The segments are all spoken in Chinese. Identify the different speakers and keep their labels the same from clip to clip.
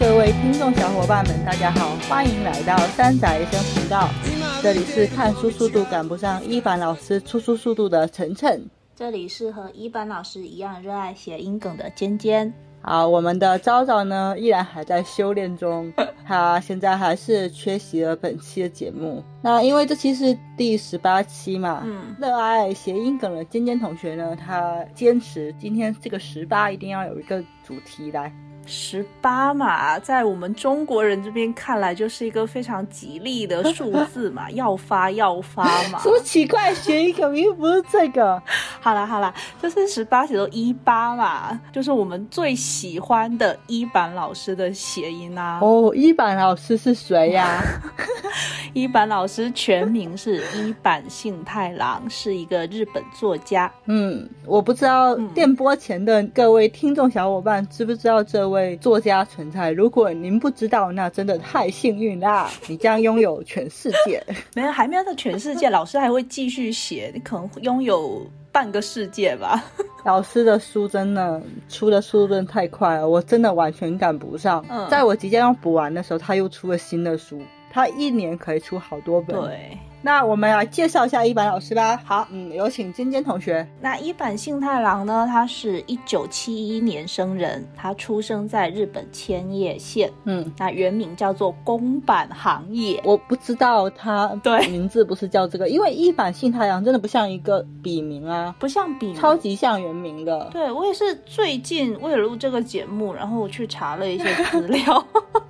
Speaker 1: 众小伙伴们，大家好，欢迎来到三宅生频道。这里是看书速度赶不上一凡老师出书速度的晨晨。
Speaker 2: 这里是和一般老师一样热爱谐音梗的尖尖。
Speaker 1: 好，我们的昭昭呢，依然还在修炼中，他现在还是缺席了本期的节目。那因为这期是第十八期嘛，
Speaker 2: 嗯
Speaker 1: 热爱谐音梗的尖尖同学呢，他坚持今天这个十八一定要有一个主题来。
Speaker 2: 十八嘛，在我们中国人这边看来就是一个非常吉利的数字 嘛，要发要发 嘛
Speaker 1: 什。么奇怪谐音梗？又不是这个。
Speaker 2: 好啦好啦，就是十八写作一八嘛，就是我们最喜欢的一板老师的谐音啊。
Speaker 1: 哦，一板老师是谁呀、
Speaker 2: 一板老师全名是一板幸太郎，是一个日本作家。
Speaker 1: 嗯，我不知道
Speaker 2: 嗯
Speaker 1: 电波前的各位听众小伙伴知不知道这位作家存在？如果您不知道，那真的太幸运 啦！你将拥有全世界。
Speaker 2: 没有，还没有到全世 界，老师还会继续写，你可能拥有半个世界吧。
Speaker 1: 老师的书真的出的速度真的太快了，我真的完全赶不上。
Speaker 2: 嗯
Speaker 1: 在我即将要补完的时候，他又出了新的书，他一年可以出好多本。，
Speaker 2: 对。
Speaker 1: 那我们来介绍一下一板老师吧。好，嗯，有请尖尖同学。
Speaker 2: 那一坂幸太郎呢？他是一九七一年生人，他出生在日本千叶县，
Speaker 1: 嗯，
Speaker 2: 那原名叫做宫坂行野。
Speaker 1: 我不知道他
Speaker 2: 对
Speaker 1: 名字不是叫这个，因为一版信太阳真的不像一个笔名啊，
Speaker 2: 不像笔名
Speaker 1: 超。级像原名的。
Speaker 2: 嗯对我也是最近为了录这个节目，然后我去查了一些资料。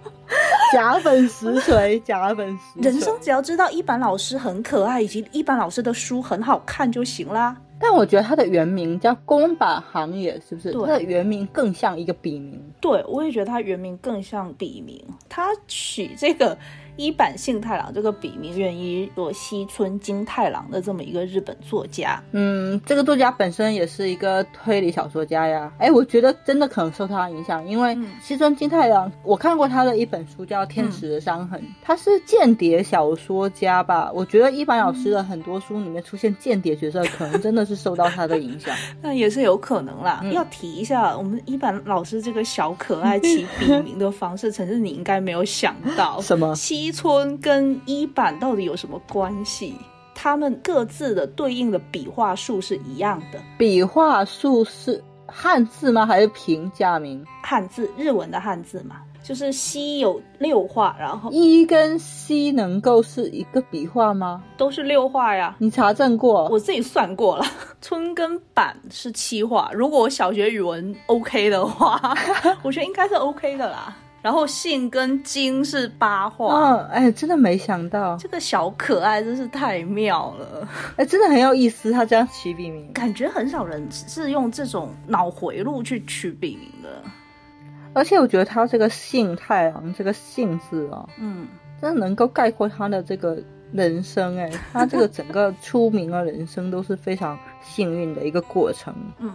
Speaker 1: 假粉实 锤，假粉实锤。
Speaker 2: 人生只要知道一坂老师很可爱，以及一坂老师的书很好看就行啦。
Speaker 1: 但我觉得他的原名叫宫坂行野，是不是？
Speaker 2: 对
Speaker 1: 他的原名更像一个笔名。
Speaker 2: 对，我也觉得他原名更像笔名。他取这个一坂幸太郎这个笔名，源于我西村京太郎的这么一个日本作家。
Speaker 1: 嗯，这个作家本身也是一个推理小说家呀。哎，我觉得真的可能受他的影响，因为
Speaker 2: 嗯
Speaker 1: 西村金太郎，我看过他的一本书叫《天使的伤
Speaker 2: 嗯
Speaker 1: 痕》，他是间谍小说家吧？我觉得一般老师
Speaker 2: 嗯
Speaker 1: 的很多书里面出现间谍角色，可能真的是受到他的影响。
Speaker 2: 那也是有可能啦。
Speaker 1: 嗯
Speaker 2: 要提一下，我们一般老师这个小可爱起笔名的方式， 陈志你应该没有想 到
Speaker 1: 什么
Speaker 2: 西村跟一版到底有什么关系？他们各自的对应的笔画数是一样的，
Speaker 1: 笔画术是汉字吗？还是平假名？
Speaker 2: 汉字日文的汉字嘛，就是西有六画，然后
Speaker 1: 一跟西能够是一个笔画吗？
Speaker 2: 都是六画呀。
Speaker 1: 你查证过？
Speaker 2: 我自啊己算过了，春跟板是七画。如果我小学语文 OK 的话， 我觉得应该是 OK 的啦。然后信跟经是八画，
Speaker 1: 嗯，哎，真的没想到，
Speaker 2: 这个小可爱真是太妙了，
Speaker 1: 哎，真的很有意思，他这样起笔名。
Speaker 2: 感觉很少人是用这种脑回路去取笔名的。
Speaker 1: 而且我觉得他这个“姓太郎”这个“姓”字啊、
Speaker 2: 嗯，
Speaker 1: 真的能够概括他的这个人生哎、他这个整个出名的人生都是非常幸运的一个过程。
Speaker 2: 嗯，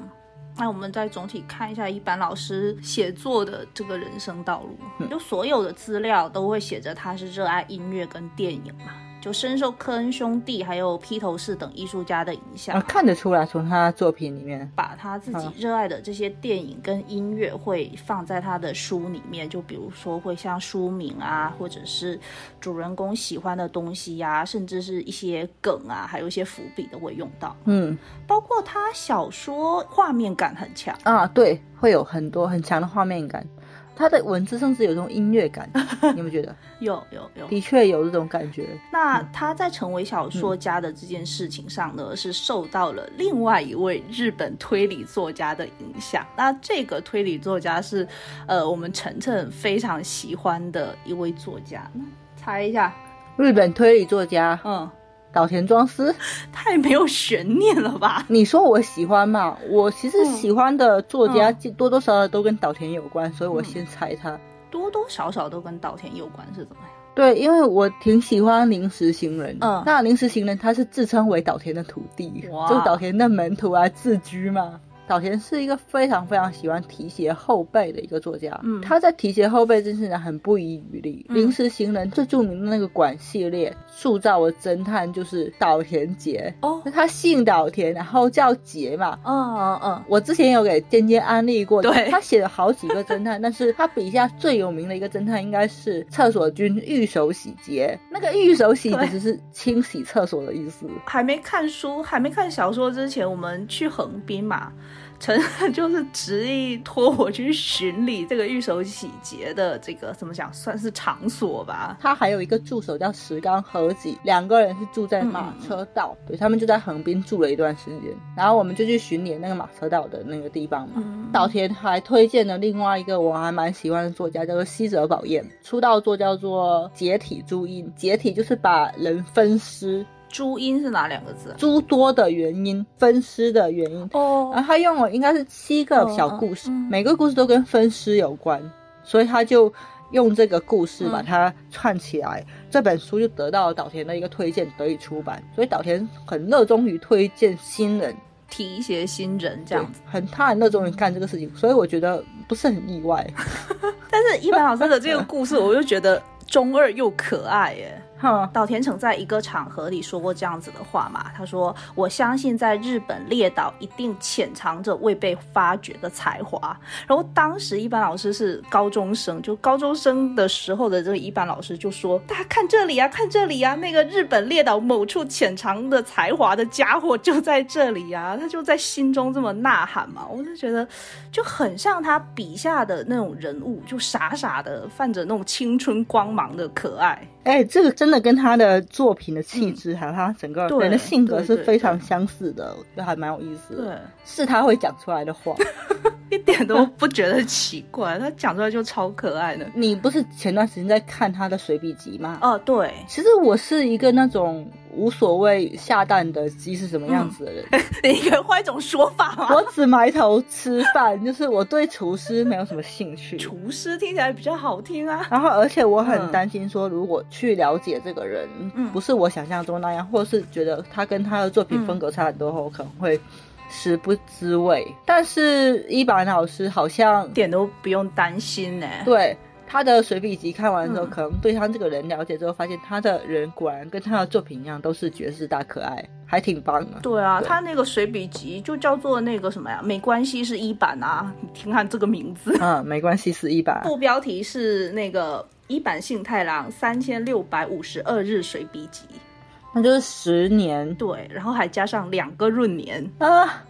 Speaker 2: 那我们再总体看一下一般老师写作的这个人生道路，就所有的资料都会写着他是热爱音乐跟电影嘛，就深受科恩兄弟还有披头士等艺术家的影响
Speaker 1: 啊，，看得出来，从他的作品里面，
Speaker 2: 把他自己热爱的这些电影跟音乐会放在他的书里面，就比如说会像书名啊，或者是主人公喜欢的东西呀、甚至是一些梗啊，还有一些伏笔都会用到，
Speaker 1: 嗯
Speaker 2: 包括他小说画面感很强。
Speaker 1: 啊，对，会有很多很强的画面感。他的文字甚至有种音乐感，你有没有觉得？
Speaker 2: 有有有，
Speaker 1: 的确有这种感觉。
Speaker 2: 那他在成为小说家的这件事情上呢，是受到了另外一位日本推理作家的影响。那这个推理作家是，呃，我们晨晨非常喜欢的一位作家。嗯猜一下，
Speaker 1: 日本推理作家
Speaker 2: 嗯，
Speaker 1: 岛田庄司，
Speaker 2: 太没有悬念了吧？
Speaker 1: 你说我喜欢嘛？我其实
Speaker 2: 嗯
Speaker 1: 喜欢的作家多多少少都跟岛田有关，所以我先猜他。
Speaker 2: 多多少少都跟稻田有关，是怎么样？
Speaker 1: 对，因为我挺喜欢临时行人。
Speaker 2: 嗯
Speaker 1: 那临时行人他是自称为岛田的徒弟，啊
Speaker 2: 哇
Speaker 1: 就是岛田的门徒来自居嘛。早田是一个非常非常喜欢提携后辈的一个作家，
Speaker 2: 嗯
Speaker 1: 他在提携后辈这件事情很不遗余力。
Speaker 2: 嗯
Speaker 1: 临时行人最著名的那个馆系列，塑造的侦探就是岛田杰，
Speaker 2: 哦，
Speaker 1: 他姓岛田，然后叫杰嘛，
Speaker 2: 嗯嗯
Speaker 1: 我之前有给尖尖安利过，
Speaker 2: 对
Speaker 1: 他写了好几个侦探，但是他笔下最有名的一个侦探应该是厕所君玉手洗洁。那个玉手洗
Speaker 2: 对
Speaker 1: 其实是清洗厕所的意思。
Speaker 2: 还没看书，还没看小说之前，我们去横滨嘛，陈 就是执意托我去巡礼这个玉手洗洁的这个怎么讲，算是场所吧。
Speaker 1: 他还有一个助手叫石冈和己，两个人是住在马车
Speaker 2: 嗯
Speaker 1: 道，对他们就在横滨住了一段时间。然后我们就去巡演那个马车道的那个地方嘛。
Speaker 2: 嗯，
Speaker 1: 岛田还推荐了另外一个我还蛮喜欢的作家，叫做西泽保彦，出道作叫做《解体注音》，解体就是把人分尸，
Speaker 2: 朱茵是哪两个字啊？
Speaker 1: 诸多的原因，分尸的原因。然
Speaker 2: 哦，
Speaker 1: 后他用了应该是七个小故事，
Speaker 2: 嗯嗯
Speaker 1: 每个故事都跟分尸有关，所以他就用这个故事
Speaker 2: 嗯
Speaker 1: 把它串起来。这本书就得到了岛田的一个推荐，得以出版。所以岛田很热衷于推荐新人，
Speaker 2: 提一些新人这样子。
Speaker 1: 对很他很热衷于干这个事情，所以我觉得不是很意 外。
Speaker 2: 但是一凡老师的这个故事，我就觉得中二又可爱耶。
Speaker 1: 哈，
Speaker 2: 岛田诚在一个场合里说过这样子的话嘛，他说：“我相信在日本列岛一定潜藏着未被发掘的才华。”然后当时一般老师是高中生，就高中生的时候的这个一般老师就说：“大家看这里啊，看这里啊，那个日本列岛某处潜藏的才华的家伙就在这里啊！”他就在心中这么呐喊嘛，我就觉得就很像他笔下的那种人物，就傻傻的泛着那种青春光芒的可爱。
Speaker 1: 哎、这个真的跟他的作品的气质，还有他整个人的
Speaker 2: 嗯对
Speaker 1: 性格
Speaker 2: 对
Speaker 1: 是
Speaker 2: 对
Speaker 1: 非常
Speaker 2: 对
Speaker 1: 相似的，我觉得还蛮有意思的。
Speaker 2: 对。
Speaker 1: 是他会讲出来的话。
Speaker 2: 一点都不觉得奇怪，他讲出来就超可爱的。
Speaker 1: 你不是前段时间在看他的随笔集吗？
Speaker 2: 哦，对，
Speaker 1: 其实我是一个那种无所谓下蛋的鸡是什么样子的人，
Speaker 2: 你可以换一种说法吗？
Speaker 1: 我只埋头吃饭，就是我对厨师没有什么兴趣。
Speaker 2: 厨师听起来比较好听啊。
Speaker 1: 然后，而且我很
Speaker 2: 嗯
Speaker 1: 担心说，如果去了解这个人，
Speaker 2: 嗯
Speaker 1: 不是我想象中那样，或是觉得他跟他的作品
Speaker 2: 嗯
Speaker 1: 风格差很多后，我可能会食不知味。但是伊坂老师好像
Speaker 2: 一点都不用担心呢、
Speaker 1: 对他的随笔集看完之后，
Speaker 2: 嗯
Speaker 1: 可能对他这个人了解之后，发现他的人果然跟他的作品一样，都是绝世大可爱，还挺棒的。
Speaker 2: 对啊，
Speaker 1: 对
Speaker 2: 他那个随笔集就叫做那个什么呀？没关系，是一版啊。你听看这个名字，
Speaker 1: 嗯，没关系，是一吧？
Speaker 2: 副标题是那个一版幸太郎三千六百五十二日随笔集，
Speaker 1: 那就是十年
Speaker 2: 对，然后还加上两个闰年，
Speaker 1: 啊！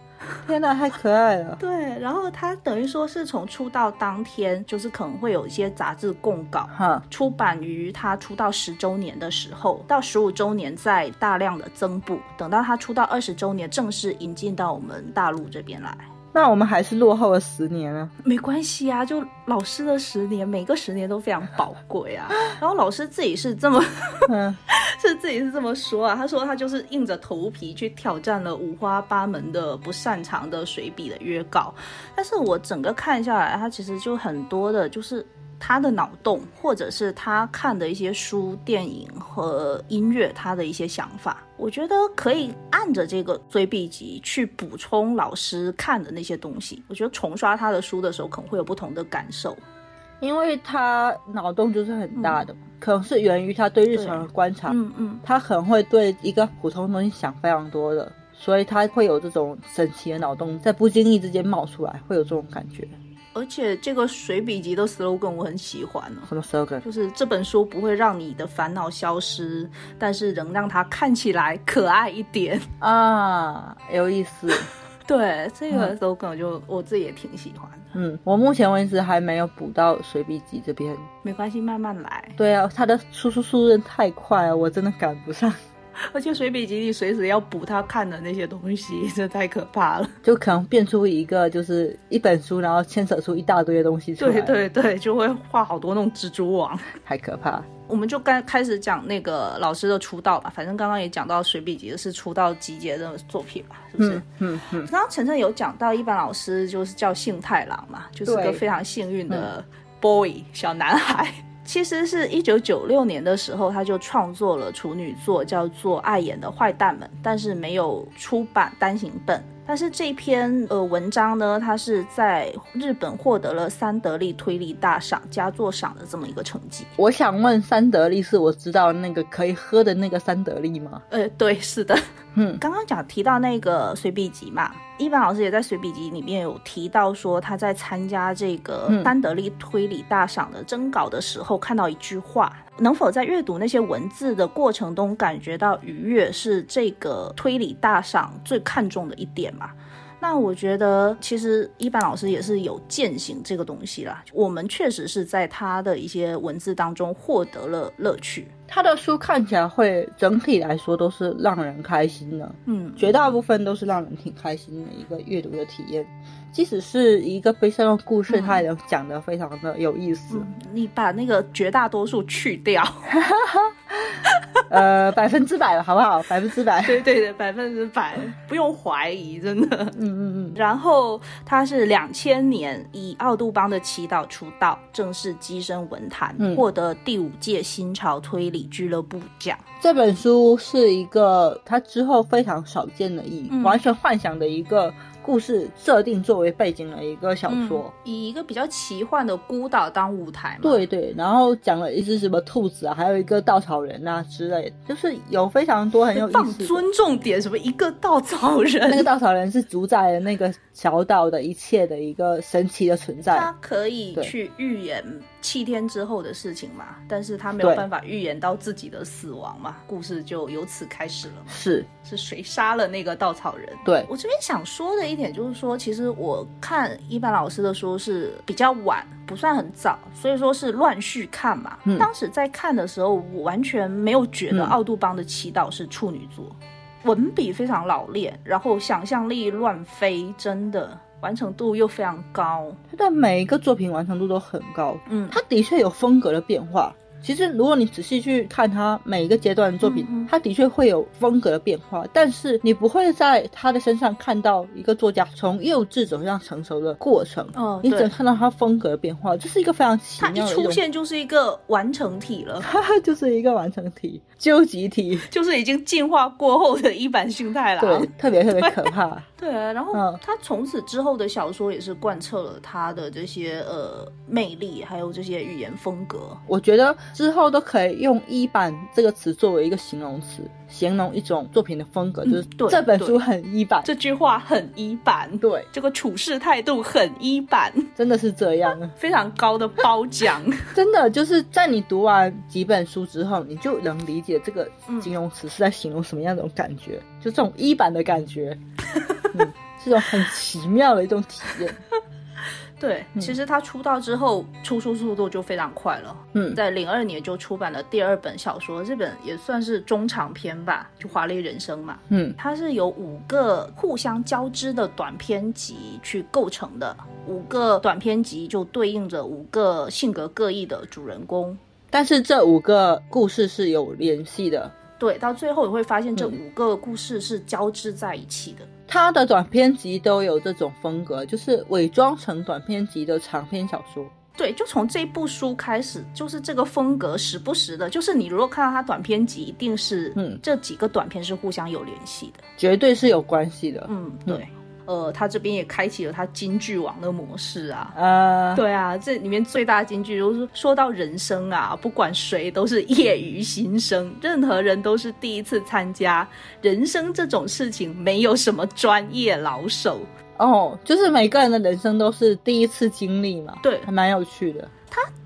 Speaker 1: 天哪，太可爱了！
Speaker 2: 对，然后他等于说是从出道当天，就是可能会有一些杂志供稿，
Speaker 1: 哈，
Speaker 2: 出版于他出道十周年的时候，到十五周年再大量的增补，等到他出道二十周年正式引进到我们大陆这边来。
Speaker 1: 那我们还是落后了十年啊！
Speaker 2: 没关系啊，就老师的十年，每个十年都非常宝贵啊。然 后老师自己是这 么
Speaker 1: 嗯，
Speaker 2: 是自己是这么说啊，他说他就是硬着头皮去挑战了五花八门的不擅长的随笔的约稿，但是我整个看下来，他其实就很多的就是。他的脑洞，或者是他看的一些书、电影和音乐，他的一些想法，我觉得可以按着这个追笔集去补充老师看的那些东西。我觉得重刷他的书的时候，可能会有不同的感受。
Speaker 1: 因为他脑洞就是很大的嘛，可能是源于他嗯对日常的观察，
Speaker 2: 嗯嗯，
Speaker 1: 他可能会对一个普通东西想非常多的，所以他会有这种神奇的脑洞在不经意之间冒出来，会有这种感觉。
Speaker 2: 而且这个随笔集的 slogan 我很喜欢哦。
Speaker 1: 什么 slogan？
Speaker 2: 就是这本书不会让你的烦恼消失，但是仍让它看起来可爱一点。
Speaker 1: 啊，有意思。
Speaker 2: 对，这个 slogan 我就、我自己也挺喜欢的。
Speaker 1: 嗯，我目前为止还没有补到随笔集这边。
Speaker 2: 没关系，慢慢来。
Speaker 1: 对啊，它的输出速度太快了，我真的赶不上，
Speaker 2: 而且随笔集里随时要补他看的那些东西， 这太可怕了。
Speaker 1: 就可能变出一个就是一本书，然后牵扯出一大堆的东西出来，
Speaker 2: 对，对对，就会画好多那种蜘蛛网。
Speaker 1: 太可怕。
Speaker 2: 我们就刚开始讲那个老师的出道吧，反正刚刚也讲到随笔集是出道集结的作品嘛，是不是？
Speaker 1: 嗯嗯嗯，
Speaker 2: 刚刚晨晨有讲到，一般老师就是叫幸太郎嘛，就是
Speaker 1: 对嗯
Speaker 2: 个非常幸运的 boy、小男孩。 其实是一九九六年的时候，他就创作了处女作，叫做《爱演的坏蛋们》，但是没有出版单行本。但是这篇呃文章呢，它是在日本获得了三得利推理大赏佳作赏的这么一个成绩。
Speaker 1: 我想问，三得利是我知道那个可以喝的那个三得利吗？
Speaker 2: 呃，对，是的。
Speaker 1: 嗯，
Speaker 2: 刚刚讲提到那个随笔集嘛，一凡老师也在随笔集里面有提到说，他在参加这个
Speaker 1: 嗯
Speaker 2: 丹德利推理大赏的征稿的时候，看到一句话：能否在阅读那些文字的过程中感觉到愉悦，是这个推理大赏最看重的一点嘛？那我觉得，其实一般老师也是有践行这个东西啦。我们确实是在他的一些文字当中获得了乐趣。
Speaker 1: 他的书看起来会整体来说都是让人开心的，
Speaker 2: 嗯，
Speaker 1: 绝大部分都是让人挺开心的一个阅读的体验。即使是一个悲伤的故事，
Speaker 2: 嗯
Speaker 1: 他也能讲得非常的有意思。
Speaker 2: 嗯你把那个绝大多数去掉。
Speaker 1: 呃，百分之百了，好不好？百分之百。
Speaker 2: 对对对，百分之百，不用怀疑，真的。
Speaker 1: 嗯嗯嗯，
Speaker 2: 然后他是两千年以奥杜邦的祈祷出道，正式跻身文坛，
Speaker 1: 嗯
Speaker 2: 获得第五届新潮推理俱乐部奖。
Speaker 1: 这本书是一个他之后非常少见的以、
Speaker 2: 嗯
Speaker 1: 完全幻想的一个故事设定作为背景的一个小说。
Speaker 2: 嗯以一个比较奇幻的孤岛当舞台嘛。
Speaker 1: 对对，然后讲了一只什么兔子啊，还有一个稻草人啊之类的，就是有非常多很有意
Speaker 2: 放
Speaker 1: 思的。
Speaker 2: 尊重点，什么一个稻
Speaker 1: 那
Speaker 2: 草
Speaker 1: 个
Speaker 2: 人，
Speaker 1: 稻草人是主宰了那个小岛的一切的一个神奇的存在。
Speaker 2: 他可以
Speaker 1: 对
Speaker 2: 去预言七天之后的事情嘛，但是他没有
Speaker 1: 对
Speaker 2: 办法预言到自己的死亡嘛，故事就由此开始了嘛。
Speaker 1: 是
Speaker 2: 是谁杀了那个稻草人？
Speaker 1: 对，
Speaker 2: 我这边想说的一点就是说，其实我看一般老师的书是比较晚，不算很早，所以说是乱序看嘛。
Speaker 1: 嗯
Speaker 2: 当时在看的时候，我完全没有觉
Speaker 1: 嗯
Speaker 2: 得奥杜邦的祈祷是处女座，文笔非常老练，然后想象力乱飞，真的完成度又非常高。
Speaker 1: 他的每一个作品完成度都很高，
Speaker 2: 嗯，
Speaker 1: 他的确有风格的变化。其实，如果你仔细去看他每一个阶段的作品
Speaker 2: 嗯嗯，
Speaker 1: 他的确会有风格的变化，但是你不会在他的身上看到一个作家从幼稚走向成熟的过程。
Speaker 2: 哦，
Speaker 1: 你只能
Speaker 2: 对。
Speaker 1: 看到他风格的变化，这是一个非常奇
Speaker 2: 他一
Speaker 1: 妙的一
Speaker 2: 出
Speaker 1: 种，
Speaker 2: 现就是一个完成体了，
Speaker 1: 它 就是一个完成体、究极体，
Speaker 2: 就是啊已经进化过后的一版性态了。
Speaker 1: 对，特别特别可 怕。
Speaker 2: 对啊，然后
Speaker 1: 嗯
Speaker 2: 他从此之后的小说也是贯彻了他的这些呃魅力，还有这些语言风格。
Speaker 1: 我觉得之后都可以用“一版”这个词作为一个形容词，形容一种作品的风格，
Speaker 2: 嗯
Speaker 1: 就是
Speaker 2: 对
Speaker 1: 这本
Speaker 2: 对
Speaker 1: 书很一版。
Speaker 2: 这句话很一版，
Speaker 1: 对，
Speaker 2: 这个处事态度很一版，
Speaker 1: 真的是这样，
Speaker 2: 非常高的褒奖。
Speaker 1: 真的就是在你读完几本书之后，你就能理解这个形容词是在形容什么样的感觉，
Speaker 2: 嗯
Speaker 1: 就这种一版的感 觉，嗯，是种很奇妙的一种体验。
Speaker 2: 对，
Speaker 1: 嗯
Speaker 2: 其实他出道之后出书速度就非常快了，
Speaker 1: 嗯，
Speaker 2: 在零二年就出版了第二本小说，这本也算是中长篇吧，就《华丽人生》嘛。
Speaker 1: 嗯，
Speaker 2: 它是由五个互相交织的短篇集去构成的，五个短篇集就对应着五个性格各异的主人公。
Speaker 1: 但是这五个故事是有联系的。
Speaker 2: 对，到最后你会发现这
Speaker 1: 嗯
Speaker 2: 五个故事是交织在一起的。
Speaker 1: 他的短篇集都有这种风格，就是伪装成短篇集的长篇小说。
Speaker 2: 对，就从这部书开始，就是这个风格时不时的，就是你如果看到它短篇集，一定是
Speaker 1: 嗯
Speaker 2: 这几个短篇是互相有联系的。
Speaker 1: 绝对是有关系的。
Speaker 2: 嗯，对。呃，他这边也开启了他金句王的模式啊，
Speaker 1: 呃，
Speaker 2: 对啊，这里面最大的金句就是说到人生啊，不管谁都是业余新生，任何人都是第一次参加人生这种事情，没有什么专业老手。
Speaker 1: 哦，就是每个人的人生都是第一次经历嘛，
Speaker 2: 对
Speaker 1: 还蛮有趣的。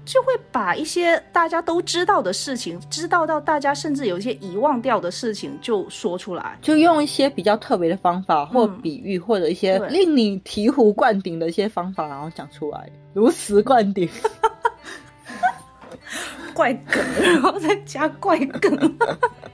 Speaker 2: 就会把一些大家都知道的事情，知道到大家甚至有一些遗忘掉的事情，就说出来。
Speaker 1: 就用一些比较特别的方法或
Speaker 2: 嗯
Speaker 1: 比喻，或者一些
Speaker 2: 对
Speaker 1: 令你醍醐灌顶的一些方法，然后讲出来，如实灌顶。
Speaker 2: 怪梗，然后再加怪 梗。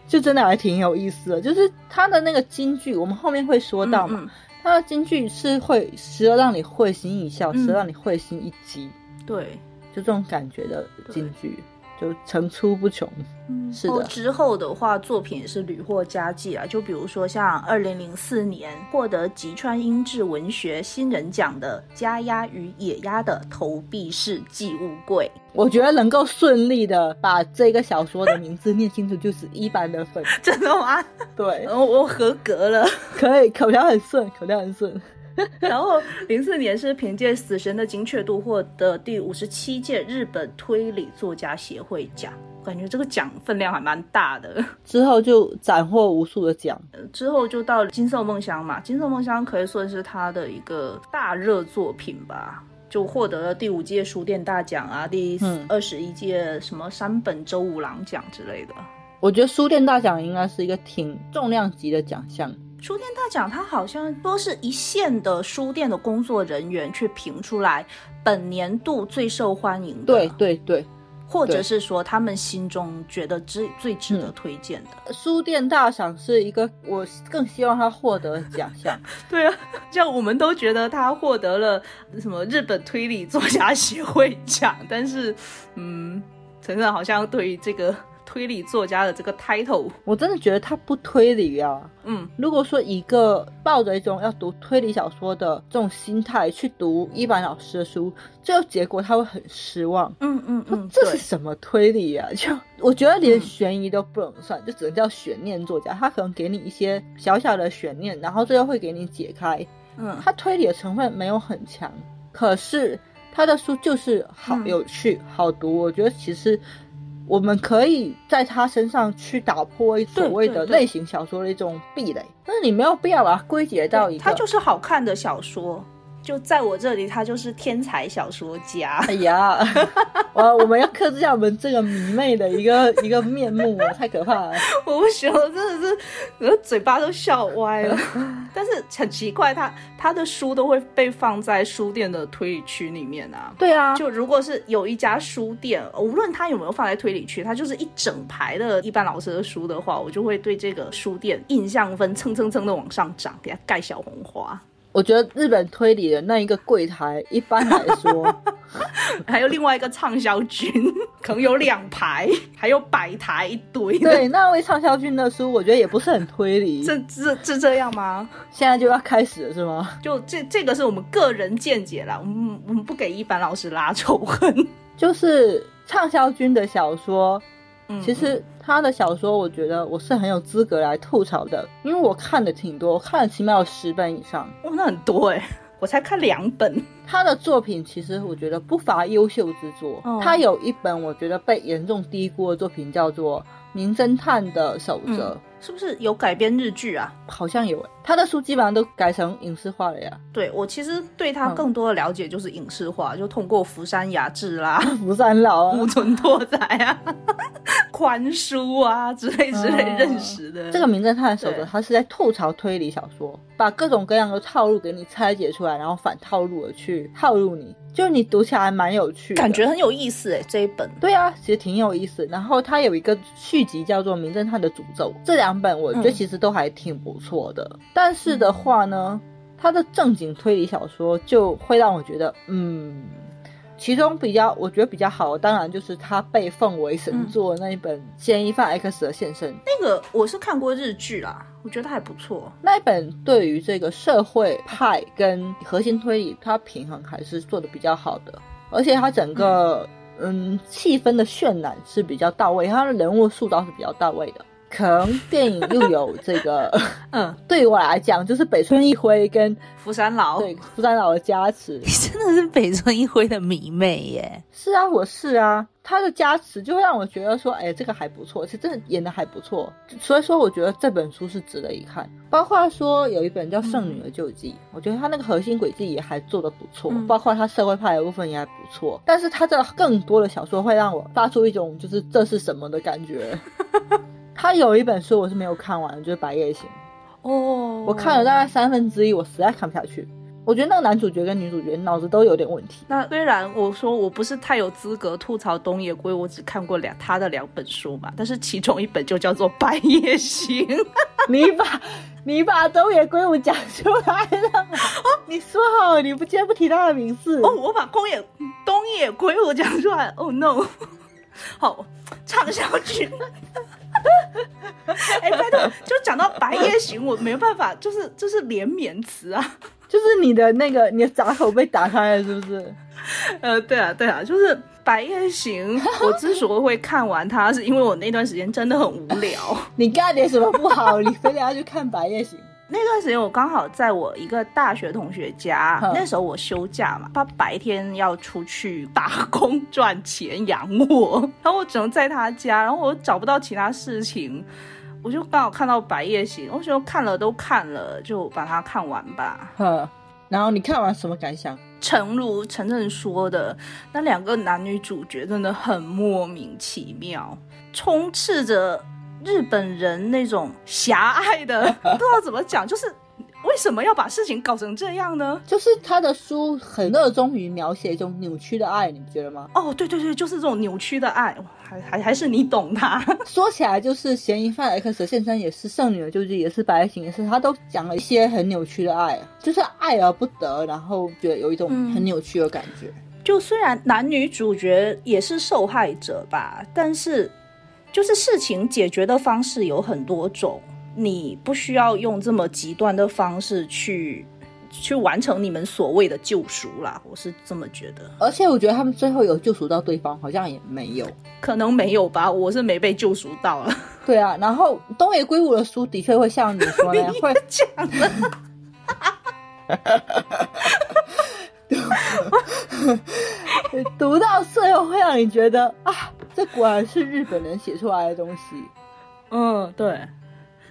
Speaker 1: 就真的还挺有意思的。就是他的那个金句，我们后面会说到嘛，
Speaker 2: 嗯
Speaker 1: 他的金句是会时而让你会心一笑，
Speaker 2: 嗯
Speaker 1: 时而让你会心一击，
Speaker 2: 嗯对，
Speaker 1: 就这种感觉的金句。就层出不穷。
Speaker 2: 嗯
Speaker 1: 是的
Speaker 2: 哦之后的话，作品也是屡获佳绩啊。就比如说像二零零四年获得吉川英治文学新人奖的《家鸭与野鸭的投币式寄物柜
Speaker 1: 我觉得能够顺利的把这个小说的名字念清楚，就是一般的粉。》，
Speaker 2: 真的吗？
Speaker 1: 对，
Speaker 2: 我我合格了。
Speaker 1: 可以，口条很顺，口条很顺。
Speaker 2: 然后零四年是凭借《死神的精确度》获得第五十七届日本推理作家协会奖。感觉这个奖分量还蛮大的，
Speaker 1: 之后就斩获无数的奖，
Speaker 2: 呃之后就到了《金色梦乡》嘛，《金色梦乡》可以算是他的一个大热作品吧，就获得了第五届书店大奖啊，第
Speaker 1: 嗯
Speaker 2: 二十一届什么山本周五郎奖之类的。
Speaker 1: 我觉得书店大奖应该是一个挺重量级的奖项。
Speaker 2: 书店大奖，它好像说是一线的书店的工作人员去评出来本年度最受欢迎的，
Speaker 1: 对啊对对，
Speaker 2: 或者
Speaker 1: 对
Speaker 2: 是说他们心中觉得最最值得推荐的。
Speaker 1: 书店大赏是一个我更希望他获得的奖项。
Speaker 2: 对啊，像我们都觉得他获得了什么日本推理作家协会奖，但是，嗯，陈晨好像对于这个推理作家的这个 title，
Speaker 1: 我真的觉得他不推理啊。
Speaker 2: 嗯，
Speaker 1: 如果说一个抱着一种要读推理小说的这种心态去读一般老师的书，最后结果他会很失望。
Speaker 2: 嗯嗯嗯，
Speaker 1: 这是
Speaker 2: 对，
Speaker 1: 什么推理啊？就我觉得连
Speaker 2: 嗯
Speaker 1: 悬疑都不能算，就只能叫悬念作家。他可能给你一些小小的悬念，然后最后会给你解开。
Speaker 2: 嗯，
Speaker 1: 他推理的成分没有很强，可是他的书就是好
Speaker 2: 嗯
Speaker 1: 有趣、好读。我觉得其实我们可以在他身上去打破所谓
Speaker 2: 对
Speaker 1: 的
Speaker 2: 对
Speaker 1: 类型小说的一种壁垒，但是你没有必要把它归结到一个。
Speaker 2: 他就是好看的小说，就在我这里，他就是天才小说家。
Speaker 1: 哎呀，我我们要克制一下我们这个迷妹的一个一个面目啊，太可怕了。
Speaker 2: 我不行，我真的是我的嘴巴都笑歪了。但是很奇怪，他他的书都会被放在书店的推理区里面啊。
Speaker 1: 对啊，
Speaker 2: 就如果是有一家书店，无论它有没有放在推理区，它就是一整排的一般老师的书的话，我就会对这个书店印象分蹭蹭蹭的往上涨，给它盖小红花。
Speaker 1: 我觉得日本推理的那一个柜台，一般来 说，
Speaker 2: 还有另外一个畅销君，可能有两排，还有百台一堆的。
Speaker 1: 对那位畅销君的书，我觉得也不是很推理。
Speaker 2: 这这这这样吗？
Speaker 1: 现在就要开始了是吗？
Speaker 2: 就这这个是我们个人见解啦，我们我们不给一般老师拉仇恨。
Speaker 1: 就是畅销君的小说，
Speaker 2: 嗯
Speaker 1: 其实他的小说，我觉得我是很有资格来吐槽的，因为我看的挺多，我看了起码有十本以上。
Speaker 2: 哇、那很多哎、我才看两本。
Speaker 1: 他的作品其实我觉得不乏优秀之作。
Speaker 2: 哦
Speaker 1: 他有一本我觉得被严重低估的作品叫做《名侦探的守则》，
Speaker 2: 是不是有改编日剧啊？
Speaker 1: 好像有。他的书基本上都改成影视化了呀，
Speaker 2: 对我其实对他
Speaker 1: 嗯
Speaker 2: 更多的了解就是影视化，就通过福山雅治啦、
Speaker 1: 《釜山佬》啊
Speaker 2: 木村拓哉啊、 宽叔啊之类之类
Speaker 1: 哦
Speaker 2: 认识的。
Speaker 1: 这个名侦探的守则，
Speaker 2: 对
Speaker 1: 他是在吐槽推理小说，把各种各样的套路给你拆解出来，然后反套路的去套路你，就是你读起来蛮有趣的，
Speaker 2: 感觉很有意思哎、这一本。
Speaker 1: 对啊，其实挺有意思。然后它有一个续集叫做《名侦探的诅咒》，这两本我觉得
Speaker 2: 嗯
Speaker 1: 其实都还挺不错的。但是的话呢，它的正经推理小说就会让我觉得，嗯，其中比较我觉得比较好的，当然就是它被奉为
Speaker 2: 嗯
Speaker 1: 神作的那一本《嫌疑犯 X 的现身》。
Speaker 2: 那个我是看过日剧啦，我觉得还不错。
Speaker 1: 那一本对于这个社会派跟核心推理，它平衡还是做的比较好的，而且它整个嗯气氛的渲染是比较到位，它的人物塑造是比较到位的。可能电影又有这个，
Speaker 2: 嗯，
Speaker 1: 对我来讲就是北村一辉跟哦
Speaker 2: 福山老，
Speaker 1: 对福山老的加持。
Speaker 3: 你真的是北村一辉的迷妹耶！
Speaker 1: 是啊，我是啊，他的加持就会让我觉得说，哎，这个还不错，是真的演的还不错，所以说我觉得这本书是值得一看。包括说有一本叫《剩女的救济》，我觉得他那个核心轨迹也还做得不错，
Speaker 2: 嗯
Speaker 1: 包括他社会派的部分也还不错。但是他的更多的小说会让我发出一种就是这是什么的感 觉。他有一本书我是没有看完的，就是《白夜行》，
Speaker 2: 哦，
Speaker 1: 我看了大概三分之一，我实在看不下去。我觉得那个男主角跟女主角脑子都有点问题。
Speaker 2: 那虽然我说我不是太有资格吐槽东野圭，我只看过两他的两本书嘛，但是其中一本就叫做《白夜行》，
Speaker 1: 你把你把东野圭吾讲出来了，你说好你
Speaker 2: 哦嗯
Speaker 1: 不今天不提他的名字
Speaker 2: 哦，我把宫野东野圭吾讲出来，Oh 哦 no！好，唱下去。 哎，拜托，就讲到《白夜行》，我没有办法，就是就是连绵词啊。
Speaker 1: 就是你的那个你的闸口被打开了，是不是？
Speaker 2: 呃，对啊，对啊，就是《白夜行》，我之所以会看完它，是因为我那段时间真的很无聊。
Speaker 1: 你干点什么不好？你非得要去看《白夜行》？
Speaker 2: 那段时间我刚好在我一个大学同学家，
Speaker 1: 嗯
Speaker 2: 那时候我休假嘛，他白天要出去打工 赚钱养我，然后我只能在他家，然后我找不到其他事情，我就刚好看到《白夜行》，我想说看了都看了，就把它看完吧。
Speaker 1: 哼，然后你看完什么感想？
Speaker 2: 诚如晨晨说的，那两个男女主角真的很莫名其妙，充斥着日本人那种狭隘的， 不知道怎么讲，就是为什么要把事情搞成这样呢？
Speaker 1: 就是他的书很热衷于描写一种扭曲的爱，你不觉得吗？
Speaker 2: 哦，对对对，就是这种扭曲的爱，哇还还还是你懂他。
Speaker 1: 说起来，就是嫌疑犯 X 现身也是剩女的救济，也是白夜行，也是他都讲了一些很扭曲的爱，就是爱而不得，然后觉得有一种
Speaker 2: 嗯
Speaker 1: 很扭曲的感觉。
Speaker 2: 就虽然男女主角也是受害者吧，但是就是事情解决的方式有很多种，你不需要用这么极端的方式去去完成你们所谓的救赎啦，我是这么觉得。
Speaker 1: 而且我觉得他们最后有救赎到对方，好像也没有。
Speaker 2: 可能没有吧，我是没被救赎到了。
Speaker 1: 对啊，然后东野圭吾的书的确会像你说那 样，会
Speaker 2: 这样子，
Speaker 1: 读到最后会让你觉得啊，这果然是日本人写出来的东西。
Speaker 2: 嗯，对。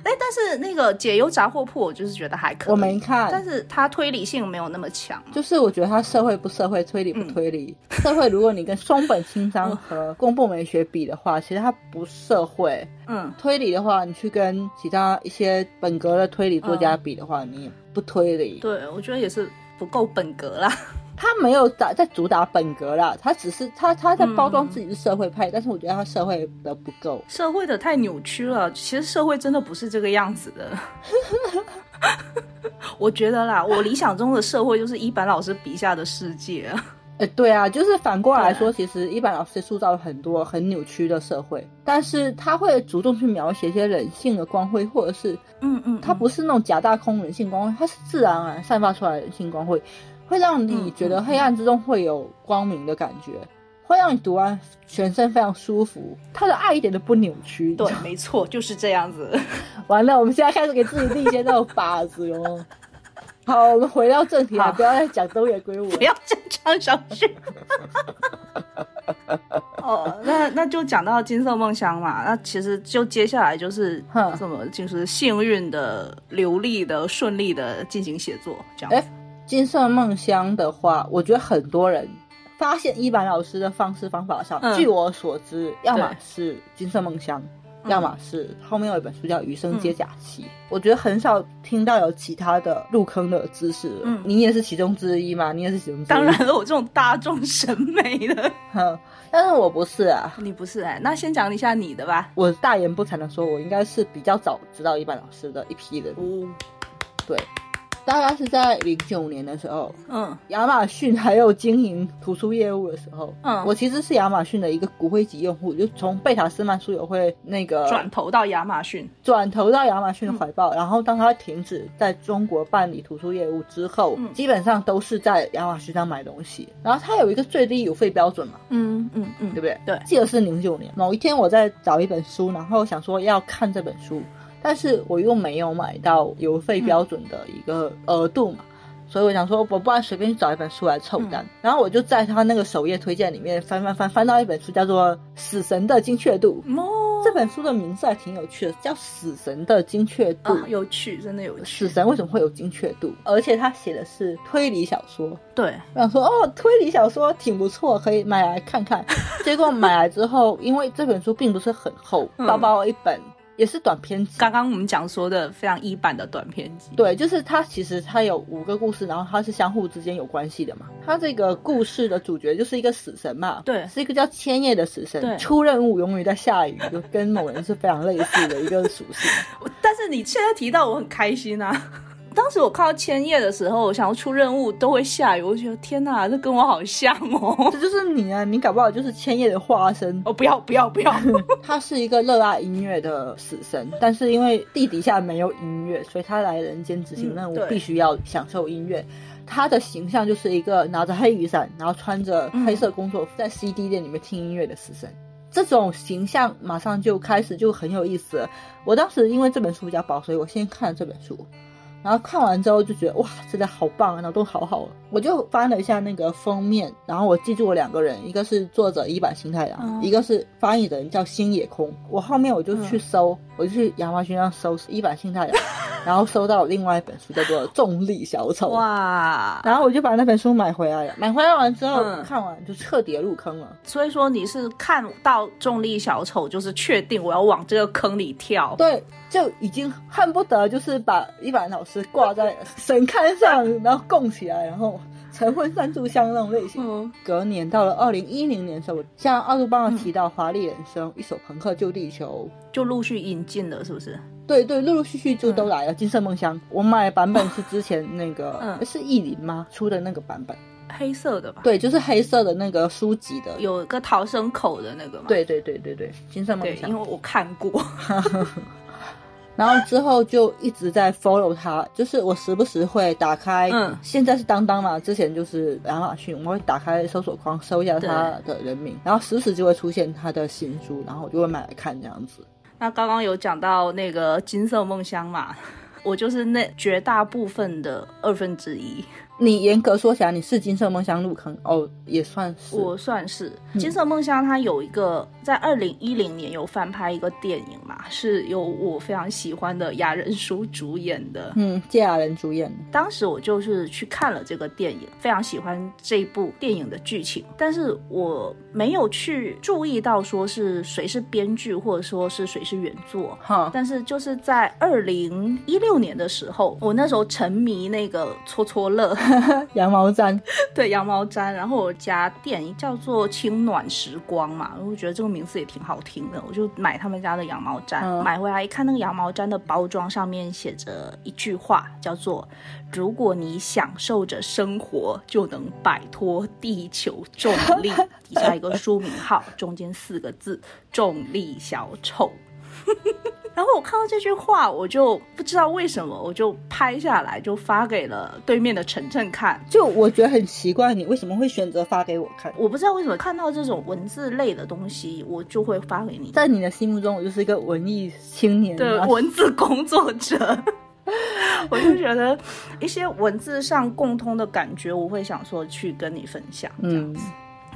Speaker 2: 哎，但是那个解忧杂货铺，我就是觉得还可以，
Speaker 1: 我没看，
Speaker 2: 但是它推理性没有那么强。
Speaker 1: 就是我觉得他社会不社会，推理不推理。
Speaker 2: 嗯
Speaker 1: 社会如果你跟松本清张和宫部美雪比的话，其实他不社会。
Speaker 2: 嗯，
Speaker 1: 推理的话，你去跟其他一些本格的推理作家
Speaker 2: 嗯
Speaker 1: 比的话，你也不推理。
Speaker 2: 对，我觉得也是不够本格啦。
Speaker 1: 他没有打在主打本格啦，他只是他他在包装
Speaker 2: 嗯
Speaker 1: 自己是社会派，但是我觉得他社会的不够。
Speaker 2: 社会的太扭曲了，其实社会真的不是这个样子的。 我觉得啦，我理想中的社会就是一凡老师笔下的世界啊。
Speaker 1: 呃，对啊，就是反过来
Speaker 2: 对
Speaker 1: 说，其实一般老师塑造了很多很扭曲的社会，但是他会主动去描写一些人性的光辉，或者是
Speaker 2: 嗯嗯，
Speaker 1: 它不是那种假大空人性光辉，它是自然而然散发出来的人性光辉，会让你觉得黑暗之中会有光明的感觉，会让你读完全身非常舒服。他的爱一点都不扭曲。
Speaker 2: 对，没错，就是这样子。
Speaker 1: 完了，我们现在开始给自己立一些那种靶子哟。好，我们回到正题啊，
Speaker 2: 好
Speaker 1: 不要再讲东野圭吾了
Speaker 2: 不。要再唱上去。 哦，那那就讲到金色梦乡嘛，那其实就接下来就是
Speaker 1: 哼
Speaker 2: 什么，就是幸运的、流利的、顺利的进行写作，这样子。
Speaker 1: 哎金色梦乡的话，我觉得很多人发现一板老师的方式方法上，
Speaker 2: 嗯
Speaker 1: 据我所知，要么
Speaker 2: 对
Speaker 1: 是金色梦乡，
Speaker 2: 嗯
Speaker 1: 要么是后面有一本书叫《余生皆假期》，我觉得很少听到有其他的入坑的知识了。
Speaker 2: 嗯
Speaker 1: 你也是其中之一嘛？你也是其中之一。
Speaker 2: 当然了，我这种大众审美的，
Speaker 1: 哼，但是我不是啊。
Speaker 2: 你不是哎、那先讲一下你的吧。
Speaker 1: 我大言不惭的说，我应该是比较早知道一板老师的一批人，
Speaker 2: 哦，
Speaker 1: 对，大概是在零九年的时候，
Speaker 2: 嗯
Speaker 1: 亚马逊还有经营图书业务的时候，
Speaker 2: 嗯，
Speaker 1: 我其实是亚马逊的一个骨灰级用户，就从贝塔斯曼书友会那个
Speaker 2: 转嗯头到亚马逊，
Speaker 1: 转投到亚马逊的怀抱，然后当它停止在中国办理图书业务之后，
Speaker 2: 嗯
Speaker 1: 基本上都是在亚马逊上买东西。然后它有一个最低邮费标准嘛，
Speaker 2: 嗯嗯嗯
Speaker 1: 对不对？
Speaker 2: 对
Speaker 1: 记得是零九年某一天我在找一本书，然后想说要看这本书，但是我又没有买到邮费标准的一个额度嘛。所以我想说，我不然随便去找一本书来凑单，然后我就在他那个首页推荐里面翻翻翻翻到一本书，叫做《死神的精确度》。
Speaker 2: 哦，
Speaker 1: 这本书的名字还挺有趣的，叫《死神的精确度》。
Speaker 2: 啊有趣，真的有
Speaker 1: 死
Speaker 2: 趣，
Speaker 1: 神为什么会有精确度？而且他写的是推理小说，
Speaker 2: 对，
Speaker 1: 我想说哦，推理小说挺不错，可以买来看 看。结果买来之后，因为这本书并不是很厚，
Speaker 2: 嗯
Speaker 1: 薄薄一本，也是短篇集。
Speaker 2: 刚刚我们讲说的非常一版的短篇集，
Speaker 1: 对，就是它其实它有五个故事，然后它是相互之间有关系的嘛。它这个故事的主角就是一个死神嘛，
Speaker 2: 对
Speaker 1: 是一个叫千叶的死
Speaker 2: 对
Speaker 1: 神，出任务永远在下雨，就 跟某人是非常类似的一个属性。
Speaker 2: 我但是你现在提到我很开心啊， 当时我看到千叶的时候，我想要出任务都会下雨，我就觉得天哪，这跟我好像哦。
Speaker 1: 这就是你啊，你搞不好就是千叶的化身。
Speaker 2: 哦，不要不要不要！
Speaker 1: 他是一个热爱音乐的死神，但是因为地底下没有音乐，所以他来人间执行任务
Speaker 2: 嗯对
Speaker 1: 必须要享受音乐。他的形象就是一个拿着黑雨伞，然后穿着黑色工
Speaker 2: 嗯
Speaker 1: 作服，在 CD 店里面听音乐的死神。这种形象马上就开始就很有意思了。我当时因为这本书比较薄，所以我先看了这本书，然后看完之后就觉得哇，真的好棒，啊，脑洞好好啊。我就翻了一下那个封面，然后我记住了两个人，一个是作者伊坂幸太郎，
Speaker 2: 哦
Speaker 1: 一个是翻译人叫星野空。我后面我就
Speaker 2: 嗯
Speaker 1: 去搜，我就去亚马逊上搜伊坂幸太 郎，然后搜到另外一本书叫做《重力小丑》。
Speaker 2: 哇，
Speaker 1: 然后我就把那本书买回来了，买回来完之后、
Speaker 2: 嗯
Speaker 1: 看完就彻底地入坑了。
Speaker 2: 所以说你是看到重力小丑，就是确定我要往这个坑里跳。
Speaker 1: 对，就已经恨不得就是把一板老师挂在神龛上，
Speaker 2: 嗯
Speaker 1: 然后供起来，然后晨昏三炷香那种类型。
Speaker 2: 嗯，
Speaker 1: 隔年到了二零一零年的时候，像奥杜邦的提到《华丽人生》一首朋克救地球。
Speaker 2: 就陆续引进了，是不是？
Speaker 1: 对对，陆陆续续
Speaker 2: 嗯
Speaker 1: 就都来了。金色梦乡，我买的版本是之前那个、呃
Speaker 2: 嗯
Speaker 1: 是意林吗出的那个版本？
Speaker 2: 黑色的吧？，
Speaker 1: 对，就是黑色的那个书籍的。
Speaker 2: 有一个逃生口的那个嘛。
Speaker 1: 对对对对对，金色梦
Speaker 2: 对，
Speaker 1: 乡
Speaker 2: 因。为我看过。
Speaker 1: 然后之后就一直在 follow 他，就是我时不时会打开，
Speaker 2: 嗯
Speaker 1: 现在是当当嘛，之前就是亚马逊，我会打开搜索框搜一下他的人名，然后时不时就会出现他的新书，然后我就会买来看这样子。
Speaker 2: 那刚刚有讲到那个金色梦乡嘛， 我就是那绝大部分的二分之一，
Speaker 1: 你严格说起来，你是金色梦乡入坑哦，也算是。
Speaker 2: 我算是
Speaker 1: 嗯
Speaker 2: 金色梦乡。它有一个在二零一零年有翻拍一个电影嘛，是由我非常喜欢的雅人叔主演的。
Speaker 1: 嗯，芥雅人主演的，
Speaker 2: 当时我就是去看了这个电影，非常喜欢这部电影的剧情，但是我没有去注意到说是谁是编剧，或者说是谁是原作。
Speaker 1: 哈，
Speaker 2: 但是就是在二零一六年的时候，我那时候沉迷那个搓搓乐，
Speaker 1: 羊毛毡，
Speaker 2: 对羊毛毡，然后我家店叫做清暖时光嘛，我觉得这个名字也挺好听的，我就买他们家的羊毛毡，
Speaker 1: 嗯
Speaker 2: 买回来一看那个羊毛毡的包装上面写着一句话，叫做“如果你享受着生活，就能摆脱地球重力” 。底下一个书名号，中间四个字“重力小丑”。 然后我看到这句话，我就不知道为什么，我就拍下来，就发给了对面的晨晨看。
Speaker 1: 就我觉得很奇怪，你为什么会选择发给我看？
Speaker 2: 我不知道为什么看到这种文字类的东西，我就会发给你。
Speaker 1: 在你的心目中，我就是一个文艺青年，啊
Speaker 2: 对
Speaker 1: 然后
Speaker 2: 文字工作者，我就觉得一些文字上共通的感觉，我会想说去跟你分享。
Speaker 1: 嗯，